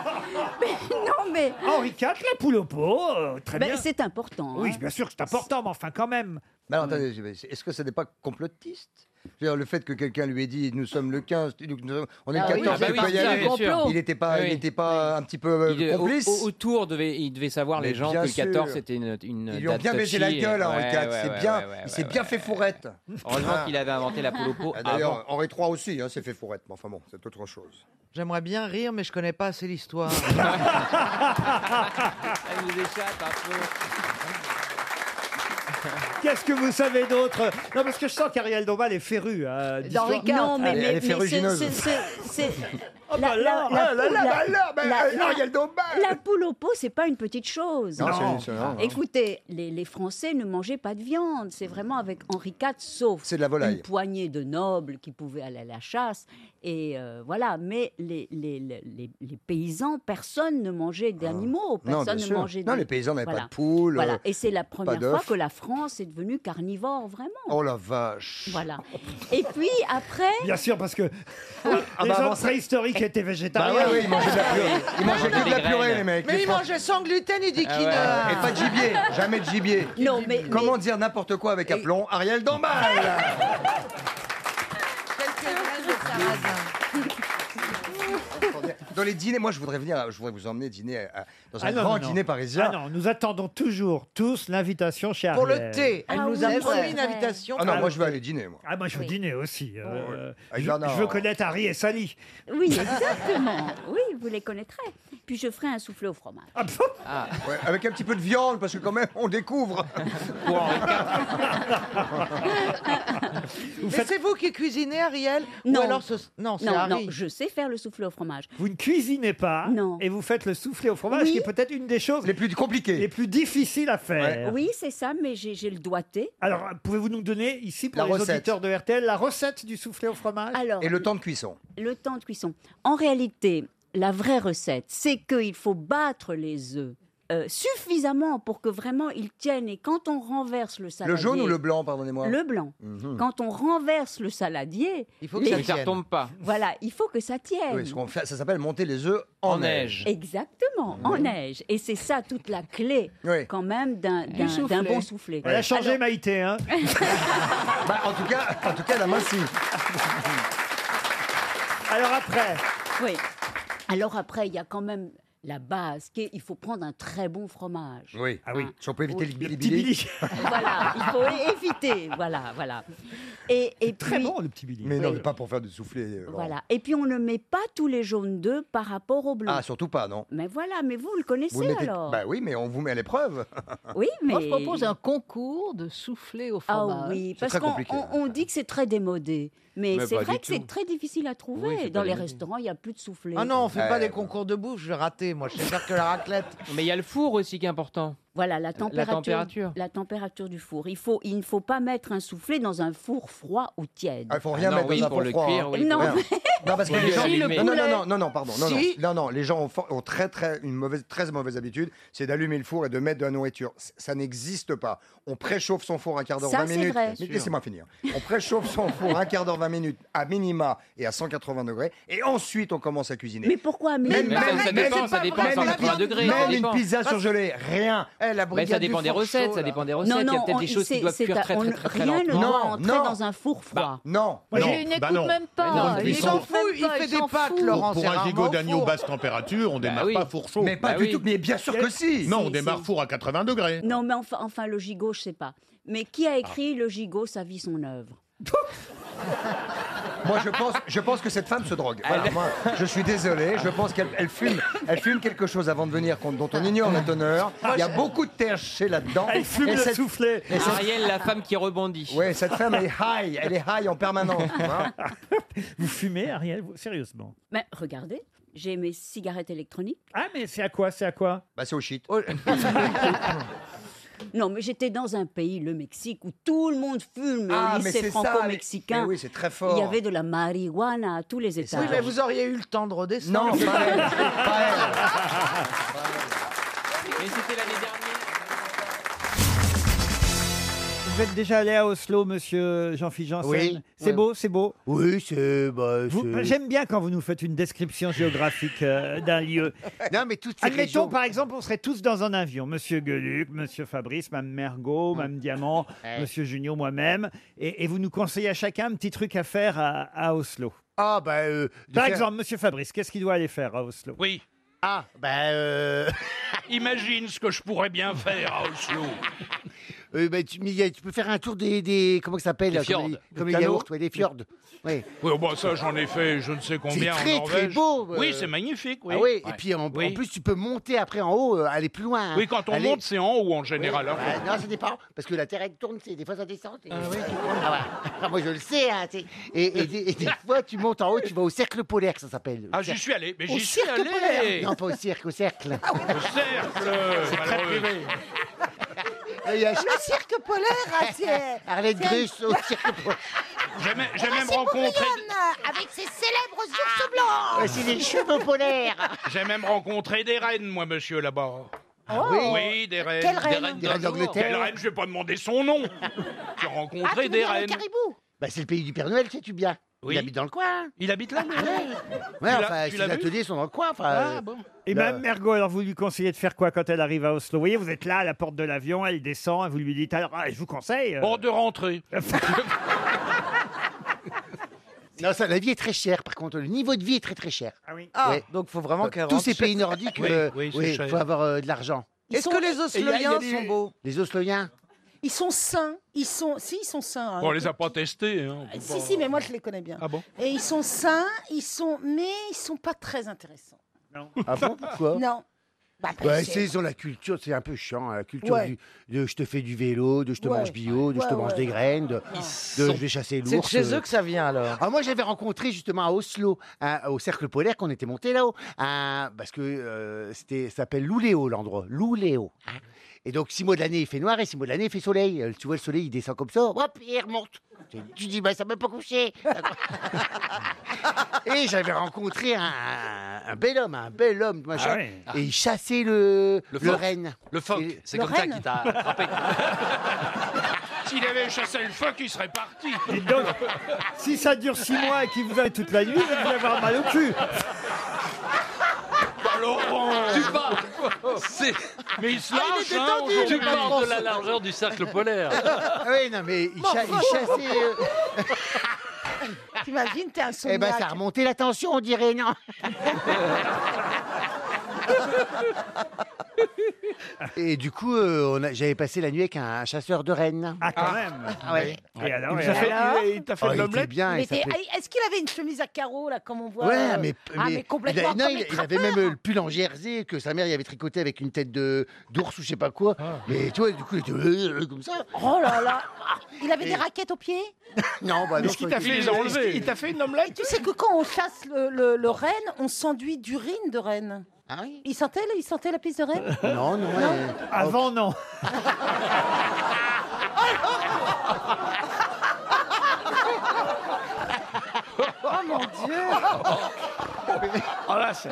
S6: non, mais...
S3: Henri IV, la poule au pot, euh, très
S6: Ben,
S3: bien.
S6: c'est important.
S3: Oui,
S6: hein.
S3: bien sûr que c'est important, mais enfin, quand même.
S2: Mais alors, attendez, mais est-ce que ce n'est pas complotiste Je veux dire, le fait que quelqu'un lui ait dit nous sommes le 15, nous- nous- on est
S16: Ah oui,
S2: le 14,
S16: bah
S2: on
S16: oui,
S2: peut y
S16: c'est
S2: aller.
S16: un complot.
S2: il n'était pas,
S16: Ah Oui.
S2: il n'était pas un petit peu euh,
S16: Il, euh, au-
S2: complice.
S16: au- autour, devait, il devait savoir
S2: Mais
S16: les gens que
S2: bien
S16: le 14
S2: sûr.
S16: c'était une, une
S2: Ils lui ont
S16: date
S2: bien baisé la
S16: touchy,
S2: gueule, hein,
S16: et-
S2: Henri
S16: ouais,
S2: IV.
S16: ouais,
S2: c'est
S16: ouais,
S2: bien,
S16: ouais, ouais,
S2: il s'est
S16: ouais.
S2: bien fait fourrette.
S16: Heureusement qu'il avait inventé la poule au pot
S2: Ah, D'ailleurs, Henri III aussi hein, s'est fait fourrette. Mais enfin bon, c'est autre chose.
S4: J'aimerais bien rire, mais je connais pas assez l'histoire.
S16: Elle nous échappe un peu.
S3: Qu'est-ce que vous savez d'autre Non, parce que je sens qu'Ariel Dombal est férue. euh, d'histoire.
S6: D'Henri IV. Non, mais, mais, mais c'est- c'est- c'est- c'est- la- la-
S3: bah là,
S6: la
S3: ah là
S6: poule-
S3: là,
S6: la-
S3: bah là, bah,
S6: la-
S3: euh, non, il y a le
S6: La poule au pot, c'est pas une petite chose. Ah,
S3: Non, Non. c'est- c'est-
S2: hein.
S3: non, non.
S6: Écoutez, les, les Français ne mangeaient pas de viande. C'est vraiment avec Henri IV, sauf
S2: C'est de la volaille.
S6: une poignée de nobles qui pouvaient aller à la chasse. Et euh, voilà. Mais les, les- les- les- les paysans, personne ne mangeait d'animaux.
S2: Ah. Non, bien
S6: Personne ne
S2: sûr.
S6: mangeait
S2: Non,
S6: de-
S2: les paysans n'avaient pas
S6: Voilà.
S2: de poules, euh,
S6: Voilà. Et c'est la
S2: pas
S6: première fois
S2: d'œufs.
S6: que la France est devenue carnivore, vraiment.
S2: Oh la vache.
S6: Voilà. Et puis après.
S3: Bien sûr, parce que les
S2: Ah.
S6: bah,
S3: gens
S6: avant ça-
S3: préhistoriques
S2: Eh.
S3: étaient végétariens.
S6: Bah ouais, ouais,
S2: ils mangeaient de la purée. Ils mangeaient que de la purée, les mecs.
S4: mais
S2: Les
S4: il
S2: Français.
S4: mangeait sans gluten et du
S2: Ah
S4: quinoa.
S2: ouais. Et pas de gibier, jamais de gibier.
S6: Non, mais,
S2: Comment dire n'importe quoi avec aplomb Ariel Dombal Dans les dîners, moi je voudrais venir, je voudrais vous emmener dîner à- à- dans un
S3: Ah non,
S2: grand
S3: non, non.
S2: dîner parisien.
S3: Ah non, nous attendons toujours tous l'invitation chez
S2: Pour le
S3: Ariel.
S2: thé.
S6: Ah
S4: Elle nous a promis une invitation.
S2: Ah non, moi je veux aller dîner, moi.
S3: Ah, moi, je veux dîner aussi. euh,
S2: Avec
S3: je,
S2: Bernard.
S3: je veux connaître Harry et Sally.
S6: Oui, exactement. Oui, vous les connaîtrez. Puis je ferai un soufflé au fromage.
S2: Ah,
S3: Ah,
S2: Ouais, avec un petit peu de viande, parce que quand même, on découvre.
S4: Mais c'est vous qui cuisinez, Ariel Ou
S6: Non,
S4: alors ce- non, c'est
S6: non,
S4: Harry.
S6: non, je sais faire le soufflé au fromage.
S3: Vous ne cuisinez pas et vous faites le soufflé au fromage,
S6: Oui.
S3: qui est peut-être une des choses les
S2: plus compliquées,
S3: les plus difficiles à faire.
S6: Euh, Oui, c'est ça, mais j'ai j'ai le doigté.
S3: Alors, euh, pouvez-vous nous donner ici pour
S6: La
S3: les
S6: recette.
S3: auditeurs de RTL la recette du soufflé au fromage
S6: Alors,
S2: Et le temps de cuisson.
S6: le temps de cuisson. En réalité, la vraie recette, c'est qu'il faut battre les œufs euh, suffisamment pour que vraiment ils tiennent. Et quand on renverse le saladier...
S2: Le jaune ou le blanc, pardonnez-moi
S6: Le blanc.
S2: Mhm.
S6: Quand on renverse le saladier... Il
S2: faut que ça tienne. Ça retombe pas.
S6: Voilà, il faut que ça tienne.
S2: Oui, ce qu'on fait, ça s'appelle monter les œufs en,
S6: Exactement, en neige. Et c'est ça toute la clé, quand même, d'un d'un- d'un bon soufflé.
S3: Elle a changé
S6: Alors,
S3: Maïté, hein
S2: Bah, en, tout cas, en tout cas, la main, si.
S3: Alors après
S6: Oui. Alors après, il y a quand même la base, qui est, il faut prendre un très bon fromage.
S2: Oui. Ah oui. Si on peut
S6: Oui.
S2: éviter le
S6: Le
S2: bilibili.
S6: voilà, il faut éviter. Voilà, voilà. Et, et
S3: Très
S6: puis,
S3: bon, le petit Billy.
S2: Mais non,
S6: Oui.
S2: mais pas pour faire du soufflé. euh, Laurent.
S6: Voilà. Et puis, on ne met pas tous les jaunes d'œufs par rapport au blanc.
S2: Ah, surtout pas, non.
S6: Mais voilà, mais vous le connaissez
S2: Vous le mettez-
S6: alors.
S2: Bah oui, mais on vous met à l'épreuve.
S6: Oui, mais.
S12: Moi, je propose un concours de souffler au
S6: Ah
S12: fromage.
S6: oui,
S2: C'est
S6: parce
S2: très
S6: qu'on
S2: compliqué, hein.
S6: on- on dit que c'est très démodé, mais,
S2: Mais
S6: c'est
S2: pas
S6: vrai
S2: du
S6: que
S2: tout.
S6: c'est très difficile à trouver.
S2: Oui, c'est
S6: Dans
S2: pas
S6: les
S2: démodé.
S6: restaurants, il n'y a plus de soufflé.
S4: Ah non, on fait pas
S6: les
S4: des concours de bouffe, je vais rater. Moi, je sais faire que la raclette.
S16: Mais il y a le four aussi qui est important.
S6: Voilà, la température,
S16: température.
S6: la température du four. Il, faut, il ne faut pas mettre un soufflé dans un four froid ou tiède.
S2: Ah, Il ne faut
S3: Ah
S2: rien mettre dans un
S16: pour
S2: four
S16: le
S2: froid,
S16: cuire,
S2: hein.
S6: Ah oui, Non, pour- mais-
S2: Non, parce que
S6: Si,
S2: les gens.
S6: le
S2: non, non, non,
S6: poulet.
S2: non, non, non, pardon. Non, non.
S6: Si.
S2: non, non, les gens ont, for- ont très, très, une mauvaise, très mauvaise habitude, c'est d'allumer le four et de mettre de la nourriture. C- Ça n'existe pas. On préchauffe son four un quart d'heure,
S6: Ça,
S2: 20
S6: c'est
S2: minutes.
S6: vrai.
S2: Mais Laissez-moi finir. On préchauffe son four un quart d'heure, 20 minutes à minima et à 180 degrés, et ensuite on commence à cuisiner.
S6: Mais pourquoi à
S2: Même,
S6: minima
S2: même-
S16: Ça
S2: même-
S16: dépend, ça
S2: même-
S16: dépend,
S2: même-
S16: 180 degrés, ça
S2: Même
S16: dépend.
S2: une pizza surgelée, rien. Eh, la
S16: Mais
S2: brigade
S16: ça
S2: du
S16: dépend des
S2: four
S16: recettes,
S2: chaud,
S16: ça
S2: là.
S16: dépend des recettes. il y a peut-être des
S6: on-
S16: choses qui
S6: c'est-
S16: doivent
S6: c'est
S16: cuire
S6: à-
S16: très
S6: on-
S16: très très très
S6: Rien ne
S16: lentement.
S6: doit entrer dans un four froid.
S2: Non.
S12: Moi, je n'écoute même pas.
S10: Bah non,
S12: il
S10: ils
S12: s'en
S10: sont-
S12: fout, il fait des pâtes,
S10: Pour,
S12: Laurent.
S10: pour
S12: c'est
S10: un
S12: rarement
S10: gigot
S12: au
S10: d'agneau
S12: four.
S10: basse température,
S16: Bah
S10: on démarre
S2: oui.
S10: pas four chaud.
S2: Mais pas Bah du oui. tout, mais bien sûr que si.
S10: Non,
S6: Si,
S10: on démarre
S6: si.
S10: four à 80 degrés.
S6: Non, mais enfin, enfin, le gigot, je sais pas. Mais qui
S3: Ah.
S6: a écrit le gigot, sa vie, son œuvre
S2: Moi, je pense, je pense que cette femme se drogue. Voilà, moi, je suis désolé. Je pense qu'elle elle fume, elle fume quelque chose avant de venir, qu'on- dont on ignore la teneur. Il y a beaucoup de THC là-dedans.
S16: Elle fume le
S3: soufflé.
S2: Et cette,
S16: Ariel, la femme qui rebondit.
S2: ouais, cette femme, elle est high.
S16: Ah,
S2: Elle est high en permanence. tu vois.
S3: Vous fumez, Ariel vous- Sérieusement
S6: Mais regardez. J'ai mes cigarettes électroniques.
S3: Ah, mais c'est à quoi C'est à quoi
S8: Bah, c'est au shit.
S3: Oh.
S6: Non, mais j'étais dans un pays, le Mexique, où tout le monde fume
S8: Ah,
S6: au
S8: mais
S6: lycée
S8: c'est ça, mais-
S6: franco-mexicain.
S8: mais oui, c'est très fort.
S6: Il y avait de la marijuana à tous les étages.
S4: Oui, mais vous auriez eu le temps de
S6: Non,
S4: redescendre.
S6: pas elle, pas
S7: Mais c'était l'année dernière.
S3: Vous êtes déjà allé à Oslo, monsieur Jean-Philippe Janssen
S11: Oui.
S3: C'est beau, c'est beau
S11: Oui, c'est. Bah,
S3: Vous-
S11: c'est-
S3: J'aime bien quand vous nous faites une description géographique euh, d'un lieu.
S11: Non, mais toutes ces
S3: Admettons,
S11: régions-
S3: par exemple, on serait tous dans un avion. Monsieur Gueluc, monsieur Fabrice, Mme Mergot,
S11: Mm.
S3: Mme Diamant, monsieur Junio, moi-même. Et, et vous nous conseillez à chacun un petit truc à faire à, à Oslo.
S11: Ah, bah.
S3: Par
S11: faire-
S3: exemple, monsieur Fabrice, qu'est-ce qu'il doit aller faire à Oslo
S24: Oui.
S11: Ah, bah.
S24: Imagine ce que je pourrais bien faire à Oslo.
S11: Euh, bah, tu, mais y a- tu peux faire un tour des. des comment ça s'appelle
S24: Des
S11: là, Comme les,
S24: fjords.
S11: comme
S24: Des
S11: les
S24: canaux.
S11: yaourts, ouais, des fjords. Ouais.
S24: Oui, bon, ça, j'en ai fait je ne sais combien
S11: C'est très,
S24: en Norvège.
S11: très beau, euh.
S24: Oui, c'est magnifique, oui.
S11: Ah oui,
S24: Ouais.
S11: et puis en, en
S24: Oui.
S11: plus, tu peux monter après en haut, euh, aller plus loin. hein.
S24: Oui, quand on
S11: Aller-
S24: monte, c'est en haut en général. hein.
S11: Ouais, non, ça dépend, parce que la terre elle tourne, c'est- des fois ça descend. c'est- Ah, voilà. Enfin, moi je le sais, hein, c'est- et, et des, et des fois tu montes en haut, tu vas au cercle polaire, ça s'appelle.
S24: Ah, j'y suis allé, mais
S11: Au
S24: j'y suis
S11: cirque
S24: allé.
S11: polaire. Non, pas au cirque, au cercle.
S24: Au cercle
S11: C'est très
S24: malheureux.
S11: privé.
S12: Le cirque polaire, ah, c'est.
S11: Arlette
S12: c'est-
S11: Grus au cirque polaire.
S24: J'ai même, j'ai
S12: Ah,
S24: même
S12: c'est
S24: rencontré,
S12: Bourriane, euh, Avec ses célèbres ours blancs.
S11: Voici les cheveux polaires.
S24: j'ai même rencontré des reines, moi, monsieur, là-bas. Ah
S12: Oh.
S24: oui. des reines.
S12: Quelle reine Des reines d'Angleterre.
S24: Quelle reine Je vais pas demander son nom. J'ai
S12: Ah, tu
S24: rencontré
S12: veux
S24: des
S12: dire le
S24: reines.
S12: caribou
S11: Bah, c'est le pays du Père Noël, sais-tu bien Il habite dans le coin.
S24: Il habite là,
S12: Ah
S24: mais-
S11: Ouais,
S24: Tu l'as-
S11: enfin,
S24: tu
S11: ses
S24: l'as vu
S11: ateliers sont dans le coin. Enfin,
S24: Ah,
S11: euh,
S24: bon.
S3: Et
S11: là-
S3: Mme Mergot, alors vous lui conseillez de faire quoi quand elle arrive à Oslo Vous voyez, vous êtes là à la porte de l'avion, elle descend, et vous lui dites alors, ah, je vous conseille. euh,
S24: Hors de rentrée.
S11: Non, ça, la vie est très chère, par contre. Le niveau de vie est très très cher. Euh,
S3: Ah oui.
S4: Ah, donc faut vraiment qu'elle
S11: Tous
S4: rentre
S11: ces
S4: chez-
S11: pays nordiques,
S4: Oui,
S11: euh,
S4: oui, c'est
S11: oui,
S4: cher.
S11: faut avoir euh, de l'argent.
S4: Est-ce que les Osloiens sont beaux
S11: Les Osloiens
S12: Ils sont sains. Ils sont, si, ils sont sains. hein.
S24: Bon, on les a pas testés. hein, on peut
S12: Ah, Si,
S24: pas-
S12: si, mais moi je les connais bien.
S24: Ah bon
S12: Et ils sont sains, ils sont, mais ils sont pas très intéressants.
S11: Ah bon Pourquoi
S12: Non. Bah, après,
S11: Ouais,
S12: c'est-
S11: c'est sur la culture, c'est un peu chiant, hein, la culture
S12: Ouais.
S11: du, de je te fais du vélo, de je te
S12: Ouais.
S11: mange bio, de je te
S12: Ouais,
S11: mange
S12: ouais.
S11: des graines, de, de sont- je vais chasser l'ours.
S4: C'est de chez eux que ça
S11: vient alors. moi j'avais rencontré justement à Oslo, à- au cercle polaire qu'on était monté là-haut, à- parce que euh, c'était ça s'appelle Luleå l'endroit, Luleå. hein. Et donc six mois de l'année il fait noir et six mois de l'année il fait soleil. Euh, Tu vois le soleil il descend comme ça, hop, et il remonte. Tu- Tu dis bah ça m'a pas couché. Et j'avais rencontré un, un bel homme, un bel homme, machin.
S23: Ah ouais.
S11: Et il chassait le, le,
S23: phoque.
S11: renne.
S23: Le phoque.
S11: Et-
S23: C'est comme ça qu'il t'a attrapé.
S24: S'il avait chassé le phoque, il serait parti.
S3: Dites donc, si ça dure six mois et qu'il vous avez toute la nuit, vous allez avoir mal au cul.
S23: Tu parles. C'est.
S24: Mais il se
S23: Ah, il
S24: lâche,
S23: était
S24: hein,
S23: tendu,
S24: aujourd'hui.
S23: le patron. De la largeur du cercle polaire.
S11: Ah oui, non, mais il, cha- il chassait. euh,
S12: T'imagines, t'es un
S11: eh ben,
S12: somniaque.
S11: ça a remonté la tension, on dirait, non Et du coup, euh, on a- j'avais passé la nuit avec un chasseur de rennes.
S3: Ah, quand même.
S11: Ah ouais.
S3: Et alors,
S11: Il
S3: et
S11: t'a fait-
S3: alors
S11: il- il t'a fait de
S3: Oh, il était
S11: l'omelette
S3: bien,
S12: Mais
S3: il
S12: t'es-
S3: s'appelait-
S12: Est-ce qu'il avait une chemise à carreaux, là, comme on voit
S11: Ouais,
S12: euh,
S11: mais,
S12: ah,
S11: mais
S12: mais complètement.
S11: il, a- non,
S12: comme
S11: il-
S12: les
S11: il avait
S12: trappeurs.
S11: même euh, le pull en jersey que sa mère y avait tricoté avec une tête de d'ours ou je sais pas quoi. Mais tu vois, du coup, il était euh, euh, comme ça.
S12: Oh là là Il avait
S11: Et-
S12: des raquettes aux pieds
S11: Non, bah non,
S24: Est-ce qu'il
S11: pas
S24: t'a
S11: du
S24: fait
S11: tout.
S24: les enlever
S11: Il t'a fait
S12: une omelette Tu sais que quand on chasse le, le- le renne, on s'enduit d'urine de renne.
S11: Ah oui
S12: il sentait, il sentait la pisse de renne
S11: Non, non. euh,
S3: Avant, non.
S12: Oh mon Dieu
S6: Oh,
S17: Ah,
S15: Oh,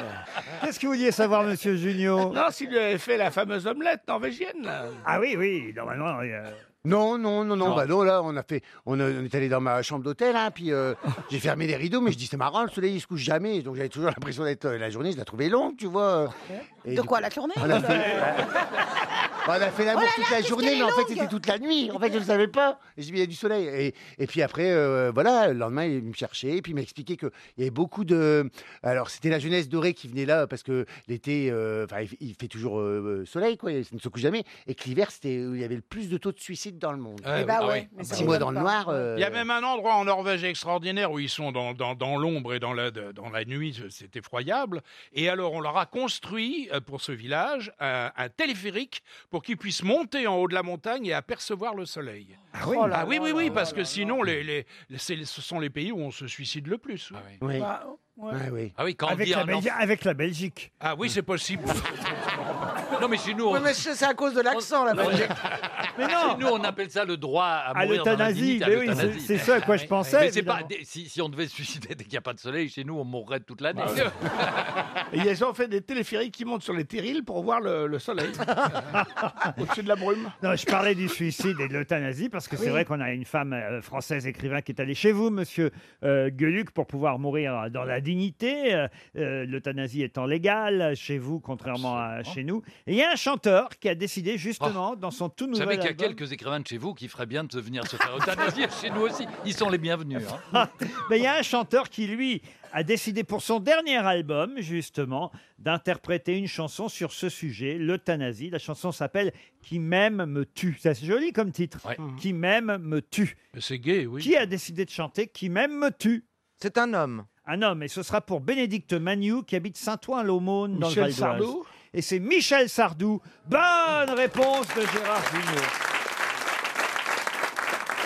S3: Qu'est-ce que vous vouliez savoir, monsieur Junio
S15: Ah,
S24: Non, s'il lui avait fait la fameuse omelette norvégienne.
S3: Ah oui, oui, euh. normalement. il y a-
S11: Non, non, non, non,
S3: Non.
S11: bah non, là, on a fait, on, a- on est allé dans ma chambre d'hôtel, hein, puis euh, j'ai fermé les rideaux, mais je dis, c'est marrant, le soleil, il se couche jamais, donc j'avais toujours l'impression d'être, euh, la journée, je la trouvais longue, tu vois. euh.
S12: De quoi, la journée
S11: On a fait, on a fait l'amour
S12: Ah, Oh là
S11: toute
S12: là,
S11: la
S12: qu'est-ce
S11: journée,
S12: qu'elle est
S11: mais en fait,
S12: longue
S11: c'était toute la nuit, en fait, je ne savais pas, et je dis, il y a du soleil, et, et puis après, euh, voilà, le lendemain, il me cherchait, et puis il m'a expliqué qu'il y avait beaucoup de, alors, c'était la jeunesse dorée qui venait là, parce que l'été, euh, enfin, il, il fait toujours euh, soleil, quoi, il ne se couche jamais, et que l'hiver, c'était où il y avait le plus de taux de suicide dans le monde.
S24: Eh Eh bah bah ouais, ouais. mais ça
S11: Six mois
S24: m'étonne
S11: dans le
S24: pas.
S11: noir. euh,
S24: Il y a même un endroit en Norvège extraordinaire où ils sont dans, dans- dans l'ombre et dans la, de- dans la nuit, c'est effroyable. Et alors, on leur a construit euh, pour ce village un, un téléphérique pour qu'ils puissent monter en haut de la montagne et apercevoir le soleil. Ah
S3: oui,
S11: là
S24: oui, oui, parce que sinon, les, les- les- c'est- ce sont les pays où on se suicide le plus.
S11: Oui.
S24: Bah,
S31: Ah oui.
S24: Ah oui, quand
S3: Avec
S24: dire
S3: la
S24: un enfant-
S3: Belgi- avec la Belgique.
S24: Ah oui, c'est possible. non, mais chez nous,
S21: hein.
S4: Oui,
S24: on...
S4: mais c'est c'est à cause de l'accent, la Belgique.
S3: Mais
S21: non Nous, on appelle ça le droit à,
S3: À
S21: mourir dans
S3: l'euthanasie,
S21: l'indignité, à
S3: mais oui,
S21: l'euthanasie.
S3: c'est- c'est ce à quoi je
S24: Ah,
S21: Oui.
S3: pensais,
S21: Mais c'est pas,
S3: évidemment.
S21: des- si, si on devait se suicider dès qu'il n'y a pas de soleil, chez nous, on mourrait toute l'année.
S3: Bah,
S15: Et ils ont fait des téléphériques qui montent sur les terrils pour voir le, le soleil au-dessus de la brume.
S3: Non, je parlais du suicide et de l'euthanasie parce que c'est
S15: Oui.
S3: vrai qu'on a une femme euh, française écrivain qui est allée chez vous, monsieur euh, Gueuluc, pour pouvoir mourir dans la dignité, euh, euh, l'euthanasie étant légale chez vous, contrairement à chez nous. Et il y a un chanteur qui a décidé justement dans son tout
S21: Oh. Vous
S3: nouvel
S21: savez qu'il y a
S3: album-
S21: quelques écrivains de chez vous qui feraient bien de se venir se faire euthanasier chez nous aussi. Ils sont les bienvenus. hein.
S3: Mais Ben, il y a un chanteur qui, lui, a décidé pour son dernier album, justement, d'interpréter une chanson sur ce sujet, l'euthanasie. La chanson s'appelle Qui m'aime me tue. Ça, C'est joli comme titre. Qui m'aime me tue.
S24: C'est gay, oui.
S3: Qui a décidé de chanter Qui m'aime me tue C'est un homme. Un homme, et ce sera pour Bénédicte Magnou, qui habite Saint-Ouen-l'Aumône, dans le
S15: Michel
S3: Val-d'Oise.
S15: Sardou
S3: Et c'est Michel Sardou. Bonne réponse de Gérard Junior.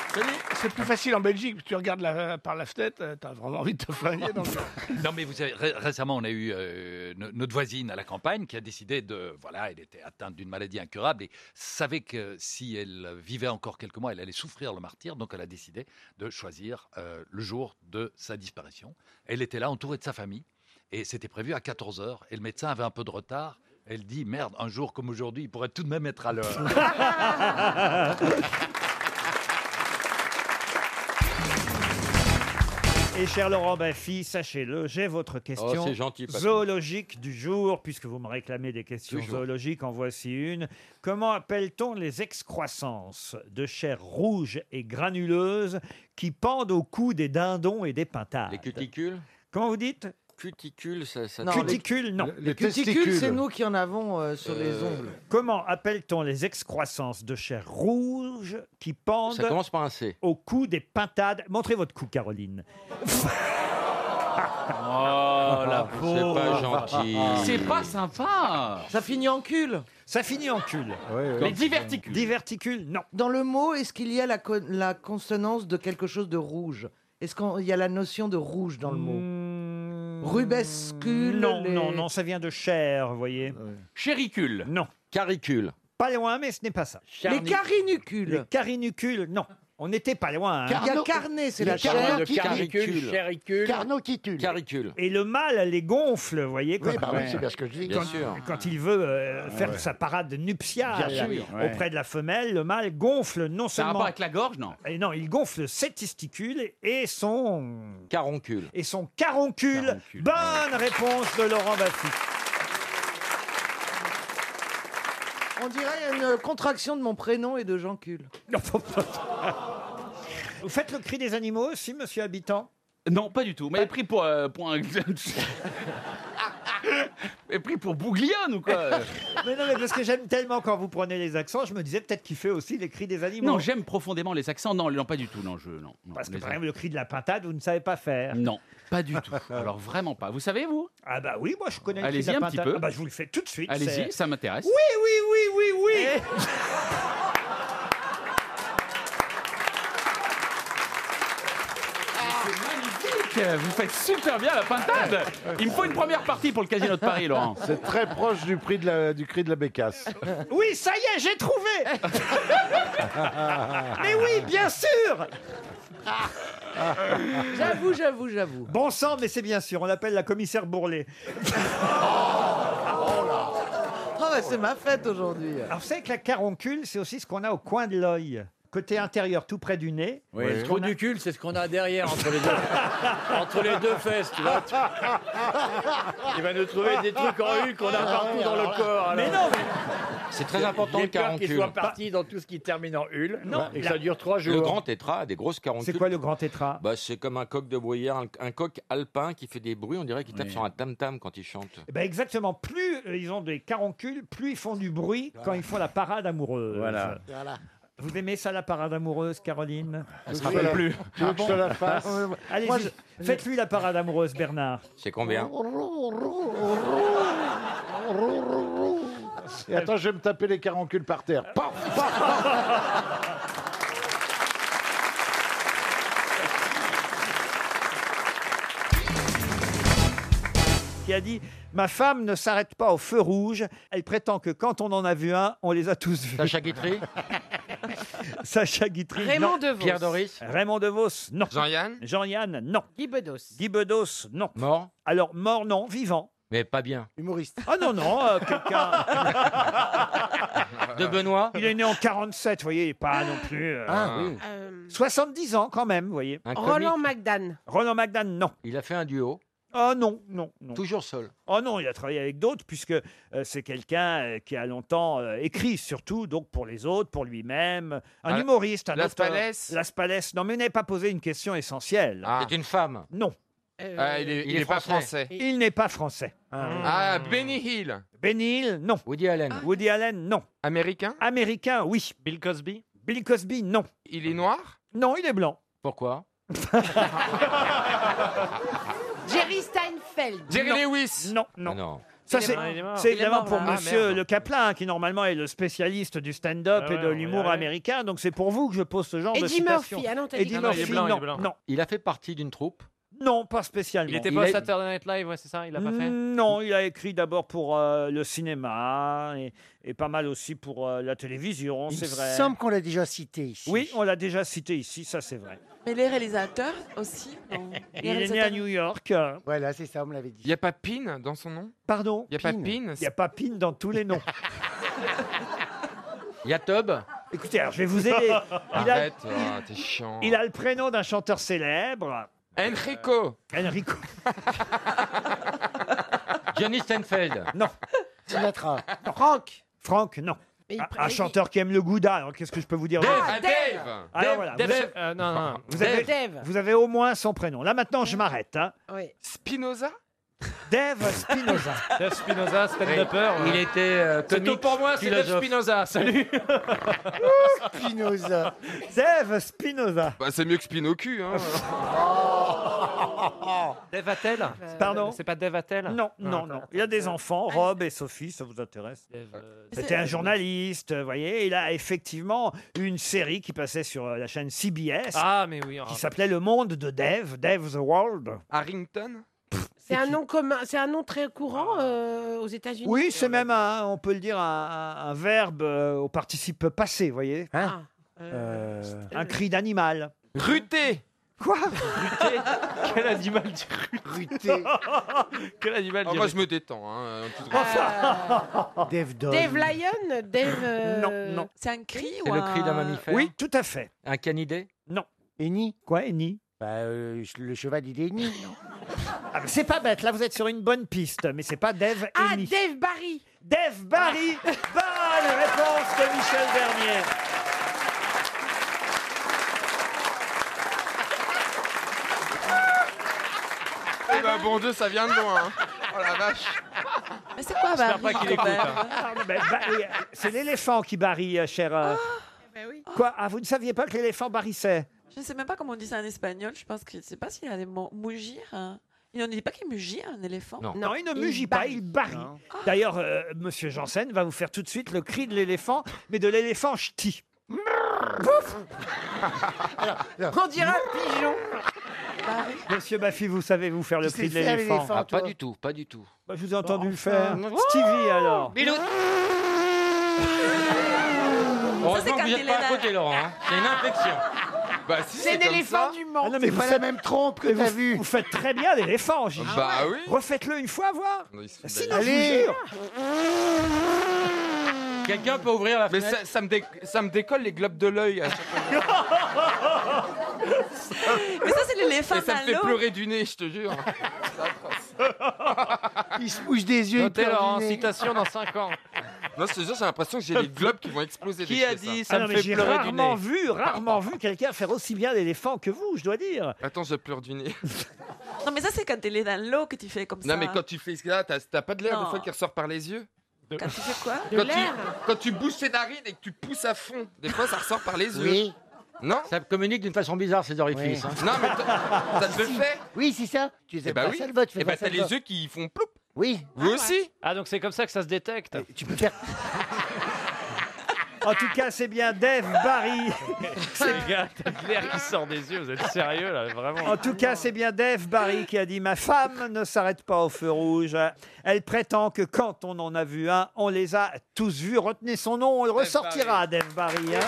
S15: Vous savez, C'est plus facile en Belgique, tu regardes la- par la fenêtre, euh, t'as vraiment envie de te flinguer. euh. dans le-
S21: Non, mais vous savez, ré- récemment, on a eu euh, no- notre voisine à la campagne qui a décidé de. Voilà, elle était atteinte d'une maladie incurable et savait que si elle vivait encore quelques mois, elle allait souffrir le martyr. Donc, elle a décidé de choisir euh, le jour de sa disparition. Elle était là, entourée de sa famille, et c'était prévu à 14 h Et le médecin avait un peu de retard. Elle dit Merde, un jour comme aujourd'hui, il pourrait tout de même être à l'heure.
S3: Et cher Laurent Baffy, sachez-le, j'ai votre question
S10: Oh, c'est gentil, patron.
S3: zoologique du jour, puisque vous me réclamez des questions
S10: Toujours.
S3: zoologiques, en voici une. Comment appelle-t-on les excroissances de chair rouge et granuleuse qui pendent au cou des dindons et des pintades Les
S10: cuticules
S3: Comment vous dites
S10: Cuticule, ça. ça
S3: Non, Cuticules, non.
S10: Les
S4: Les cuticules, c'est nous qui en avons euh, sur les
S10: Euh,
S4: ongles.
S3: Comment appelle-t-on les excroissances de chair rouge qui pendent
S10: Ça commence par un C.
S3: au cou des pintades Montrez votre cou, Caroline.
S10: Oh, la
S3: pauvre.
S10: C'est
S4: Ah.
S10: pas gentil.
S21: C'est pas sympa
S3: Ça finit en cul. Ça finit en cul.
S10: Les diverticules.
S3: Diverticules, non.
S4: Dans le mot, est-ce qu'il y a la, con- la consonance de quelque chose de rouge Est-ce qu'il y a la notion de rouge dans le
S10: Hmm.
S4: mot Rubescule
S3: Non,
S4: les-
S3: non, non, ça vient de chair, vous voyez.
S10: Ah Chéricule.
S3: Non.
S10: Caricule.
S3: Pas loin, mais ce n'est pas ça.
S10: Charni- Les
S3: carinucules. Les carinucules, non. On n'était pas loin. hein.
S4: Il y a carnet, c'est la chair. qui-
S3: qui tue. Et le mâle les gonfle, vous voyez.
S4: Oui, bah oui, c'est bien ce que je dis. Bien
S3: quand,
S4: sûr.
S3: quand il veut euh,
S10: Ah
S3: faire
S10: ouais.
S3: sa parade nuptiale
S10: Bien sûr. Ouais.
S3: auprès de la femelle, le mâle gonfle non
S10: Ça a
S3: seulement...
S10: rapport avec la gorge, non
S3: Et non, il gonfle ses testicules et son...
S10: Caroncule.
S3: Et son caroncule. Bonne réponse de Laurent Baffy.
S4: On dirait une contraction de mon prénom et de Jean Cul.
S3: Vous faites le cri des animaux aussi, monsieur Habitant
S10: Non, pas du tout. Mais pris pour, euh, pour un. Mais pris pour Bouglione ou quoi
S3: Mais non, mais parce que j'aime tellement quand vous prenez les accents, je me disais peut-être qu'il fait aussi les cris des animaux.
S10: Non, j'aime profondément les accents. Non, non, pas du tout. Non, je, non, non,
S3: Parce que
S10: les
S3: par exemple, le cri de la pintade, vous ne savez pas faire.
S10: Non, pas du tout. Alors vraiment pas. Vous savez vous
S3: Ah bah oui, moi je connais. le cri de
S10: Allez-y
S3: la
S10: un petit
S3: pintade.
S10: peu.
S3: Ah bah je vous le fais tout de suite.
S10: Allez-y,
S3: c'est-
S10: ça m'intéresse.
S3: Oui, oui, oui, oui,
S21: Eh.
S3: oui. Ah.
S10: Magnifique Vous faites super bien la pintade.
S3: Ah,
S10: Il me faut une première partie pour le casino de Paris, Laurent.
S7: C'est très proche du, prix de la- du cri de la bécasse.
S3: Oui, ça y est, j'ai trouvé. Mais oui, bien sûr.
S4: J'avoue, j'avoue, j'avoue.
S3: Bon sang, mais c'est bien sûr. On l'appelle la commissaire Bourlet.
S4: Oh, bah, c'est ma fête aujourd'hui.
S3: Alors, vous savez que la caroncule, c'est aussi ce qu'on a au coin de l'œil. Côté intérieur, tout près du nez.
S21: Oui, le
S3: qu'on
S21: trou
S3: a-
S21: du cul, c'est ce qu'on a derrière entre les deux, entre les deux fesses, tu vois. Il va nous trouver des trucs en U qu'on a partout dans le corps.
S15: Mais
S21: alors.
S15: non, mais-
S21: C'est
S15: très important,
S21: J'ai
S15: le
S21: peur qu'il
S15: caroncule.
S21: soit parti dans tout ce qui termine en hul. et que ça dure trois jours.
S10: Le grand tétra a des grosses caroncules.
S3: C'est quoi le grand tétra
S10: bah, C'est comme un coq de brouillard, un, un coq alpin qui fait des bruits. On dirait qu'il tape sur un tam-tam quand il chante.
S3: Eh ben exactement. Plus euh, ils ont des caroncules, plus ils font du bruit quand ils font la parade amoureuse.
S10: Voilà.
S4: Voilà.
S3: Vous aimez ça, la parade amoureuse, Caroline
S10: Elle Ah, se rappelle plus. Tu veux que je te la fasse
S3: Allez,
S10: Moi, je-
S3: faites-lui la parade amoureuse, Bernard.
S10: C'est combien
S7: Et attends, je vais me taper les caroncules par terre. Paf, paf,
S3: qui a dit Ma femme ne s'arrête pas au feu rouge. Elle prétend que quand on en a vu un, on les a tous vus. Sacha Guitry Sacha Guitry.
S10: Raymond
S3: non.
S10: Devos. Pierre Doris
S3: Raymond Devos, non. Jean-Yann Jean-Yann, non. Guy Bedos. Guy Bedos, non. Mort Alors, mort, non. Vivant.
S10: Mais pas bien.
S3: Humoriste. Ah non, non, euh, quelqu'un.
S10: De Benoît
S3: Il est né en 47, vous voyez, il est pas non plus. euh,
S10: Ah, oui.
S3: 70 ans quand même, vous voyez.
S10: Roland McDan.
S3: Roland McDan, non.
S10: Il a fait un duo.
S3: Ah non, non, non.
S10: Toujours seul.
S3: Oh non, il a travaillé avec d'autres puisque euh, c'est quelqu'un euh, qui a longtemps euh, écrit surtout donc pour les autres, pour lui-même, un
S10: Ah,
S3: humoriste, un
S10: Las
S3: auteur.
S10: Palais
S3: Las Palais. Non mais il n'avez pas posé une question essentielle.
S10: C'est une femme.
S3: Non.
S10: Ah, il est- il est pas français.
S3: Il n'est pas français.
S10: Ah, Benny Hill.
S3: Benny Hill, non.
S10: Woody Allen.
S3: Woody Allen, non.
S10: Américain
S3: Américain, oui.
S10: Bill Cosby
S3: Bill Cosby, non.
S10: Il est noir
S3: Non, il est blanc.
S10: Pourquoi
S29: Jerry Steinfeld.
S3: Non. Non,
S10: Ah
S3: non. Ça,
S10: Il est
S3: c'est
S10: mort. Il est mort.
S3: c'est
S10: Il est
S3: évidemment
S10: mort,
S3: pour
S10: là. Ah,
S3: monsieur
S10: merde.
S3: Le Caplin, qui normalement est le spécialiste du stand-up
S10: Ah
S3: et
S10: ouais,
S3: de
S10: on va y
S3: l'humour
S10: arriver.
S3: américain. Donc c'est pour vous que je pose ce genre de
S10: Eddie
S3: citation.
S10: Murphy. Ah non, t'as dit
S3: Eddie
S10: que- Non, non, il est
S3: Murphy,
S10: blanc, il est
S3: non,
S10: blanc.
S3: non.
S10: Il a fait partie d'une troupe
S3: Non, pas spécialement. Mm,
S10: Il était pas au Saturday Night Live, ouais, c'est ça Il l'a pas fait
S3: Non, il a écrit d'abord pour euh, le cinéma et, et pas mal aussi pour euh, la télévision,
S1: Il
S3: c'est vrai.
S1: semble qu'on l'a déjà cité ici.
S3: Oui, on l'a déjà cité ici, ça c'est vrai.
S1: Mais les réalisateurs aussi.
S3: Il est né à New York. euh,
S1: Voilà, c'est ça, on me l'avait dit.
S10: Il n'y a pas Pin dans son nom
S3: Pardon
S10: Il n'y a pas Pin
S3: Il n'y a pas Pin dans tous les noms.
S10: Il y a Tub
S3: Écoutez, alors, je vais vous aider. Il a-
S10: Arrête, ah, t'es chiant.
S3: Il a le prénom d'un chanteur célèbre. Euh,
S10: Enrico.
S3: Enrico.
S10: Johnny Steinfeld.
S3: Non.
S1: Sinatra.
S3: Franck. Franck, non.
S10: Mais il
S3: Un-
S10: pr-
S3: Un
S10: il-
S3: chanteur qui aime le gouda. Alors qu'est-ce que je peux vous dire d'autre
S10: Ah, Dave.
S3: Alors voilà, vous euh, avez-
S10: non, non.
S3: Vous avez, vous avez au moins son prénom. Là maintenant, je m'arrête. hein.
S10: Spinoza
S3: Dave Spinoza.
S10: Dave Spinoza,
S20: stand-upper, ouais.
S10: Il était euh,
S20: C'est tout pour moi, c'est Dave
S10: Spinoza. Salut.
S3: Spinoza. Dave Spinoza.
S17: Bah, c'est mieux que Spin au cul, hein.
S10: Dave Attel
S3: Pardon
S10: Oh. Euh, C'est pas Dave Attel
S3: Non, non, non. Il y a des
S10: Euh,
S3: enfants, Rob et Sophie, ça vous intéresse C'était un journaliste, vous voyez. Il a effectivement eu une série qui passait sur euh, la chaîne CBS.
S10: Ah, mais oui.
S3: Qui s'appelait Le Monde de Dave, Dave the World.
S10: Harrington
S29: C'est un nom commun, c'est un nom très courant euh, aux États-Unis.
S3: Oui, c'est même, un, on peut le dire, un, un- un verbe euh, au participe passé, vous voyez
S10: Ah,
S3: Euh,
S10: euh,
S3: Un cri d'animal.
S10: Ruté
S3: Quoi
S10: Quel animal du ruté Quel animal
S17: Ah, moi, je me détends. Hein. en toute-
S1: Dave
S29: Dave Lyon, Dave. euh,
S3: Non, non.
S1: C'est un cri
S10: C'est
S1: ou
S10: le
S1: un...
S10: cri d'un mammifère
S3: Oui, tout à fait.
S10: Un canidé
S3: Non.
S1: Eni
S3: Quoi, Eni
S1: bah, euh, Le cheval, il est Eni.
S3: Ah, mais c'est pas bête, là vous êtes sur une bonne piste, mais c'est pas Dave et
S29: Ah, Dave Barry.
S3: Dave Barry Bonne réponse de Michel Bernier
S17: Eh ben, bon Dieu, ça vient de loin. hein. Oh la vache.
S1: Mais c'est quoi, Barry quand même
S3: Ben,
S14: Ah.
S3: bah, oui, euh, C'est l'éléphant qui barille, euh, cher. euh. Quoi Ah, vous ne saviez pas que l'éléphant barrissait
S1: Je sais même pas comment on dit ça en espagnol. Je pense que je sais pas s'il a des mots. Mugir. hein. Il ne dit pas qu'il mugit un éléphant.
S3: Non, il ne mugit pas, il barille. D'ailleurs, euh, Monsieur Janssen va vous faire tout de suite le cri de l'éléphant, mais de l'éléphant ch'ti. Pouf
S29: On dirait un pigeon.
S3: Monsieur Baffy, vous savez vous faire le
S10: Tu
S3: cri
S10: sais
S3: de
S10: faire
S3: l'éléphant
S10: l'éléphant, Ah, pas toi. du
S3: tout, pas du tout. je vous ai entendu le faire.
S10: enfin.
S3: Stevie, alors.
S10: Heureusement que vous n'êtes pas à côté, Laurent. hein. C'est une infection.
S17: Bah, si,
S29: C'est l'éléphant du monde.
S3: Ah non, mais vous faites-
S29: trompe
S3: mais vous, Vous faites très bien l'éléphant, Gigi.
S17: Bah Ah ouais. oui.
S3: Refaites-le une fois, voir. Sinon,
S17: Allez.
S3: je vous jure.
S10: Quelqu'un peut ouvrir la
S17: Mais ça, ça me dé- ça me décolle les globes de l'œil. à chaque fois.
S1: Mais ça, c'est l'éléphant
S17: Et ça me fait
S1: malo.
S17: pleurer du nez, je te jure.
S11: Il se mouche des yeux. il pleure du nez.
S17: dans 5 ans. Non, je te jure, j'ai l'impression que j'ai les globes qui vont exploser. dès
S10: Qui
S17: que je
S10: a
S17: fais
S10: dit
S3: Ah non, mais j'ai rarement vu, rarement vu quelqu'un faire aussi bien l'éléphant que vous, je dois dire.
S17: Attends, je pleure du nez.
S1: Non, mais ça, c'est quand il est dans l'eau que tu fais comme ça.
S17: Non, mais quand tu fais ça, t'as t'as pas de l'air des
S1: Non.
S17: fois qui ressort par les yeux
S1: Quand tu fais quoi
S17: quand, tu, quand tu bouges tes narines et que tu pousses à fond, des fois ça ressort par les yeux.
S11: Oui.
S17: Non
S10: Ça communique d'une façon bizarre, ces orifices. hein.
S17: Oui. Non, mais t'as- ça te le fait
S11: Oui, c'est ça. Tu les
S17: Eh
S11: as
S17: bah
S11: pas
S17: oui.
S11: ça, le vote, tu
S17: Eh
S11: fais
S17: bah,
S11: pas
S17: t'as
S11: ça, le
S17: les
S11: vote.
S17: yeux qui font ploup.
S11: Oui.
S17: Vous aussi
S10: Ah, donc c'est comme ça que ça se détecte.
S11: Tu peux faire.
S3: En tout cas, c'est bien Dave Barry.
S4: Les gars, t'as de l'air qui sort des yeux, vous êtes sérieux là, vraiment.
S3: En tout cas, c'est bien Dave Barry qui a dit Ma femme ne s'arrête pas au feu rouge. Elle prétend que quand on en a vu un, on les a tous vus. Retenez son nom, on le ressortira, Dave Barry. hein.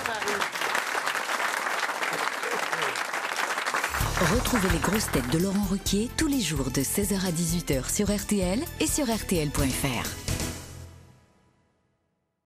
S6: Retrouvez les grosses têtes de Laurent Ruquier tous les jours de 16h à 18h sur RTL et sur RTL.fr.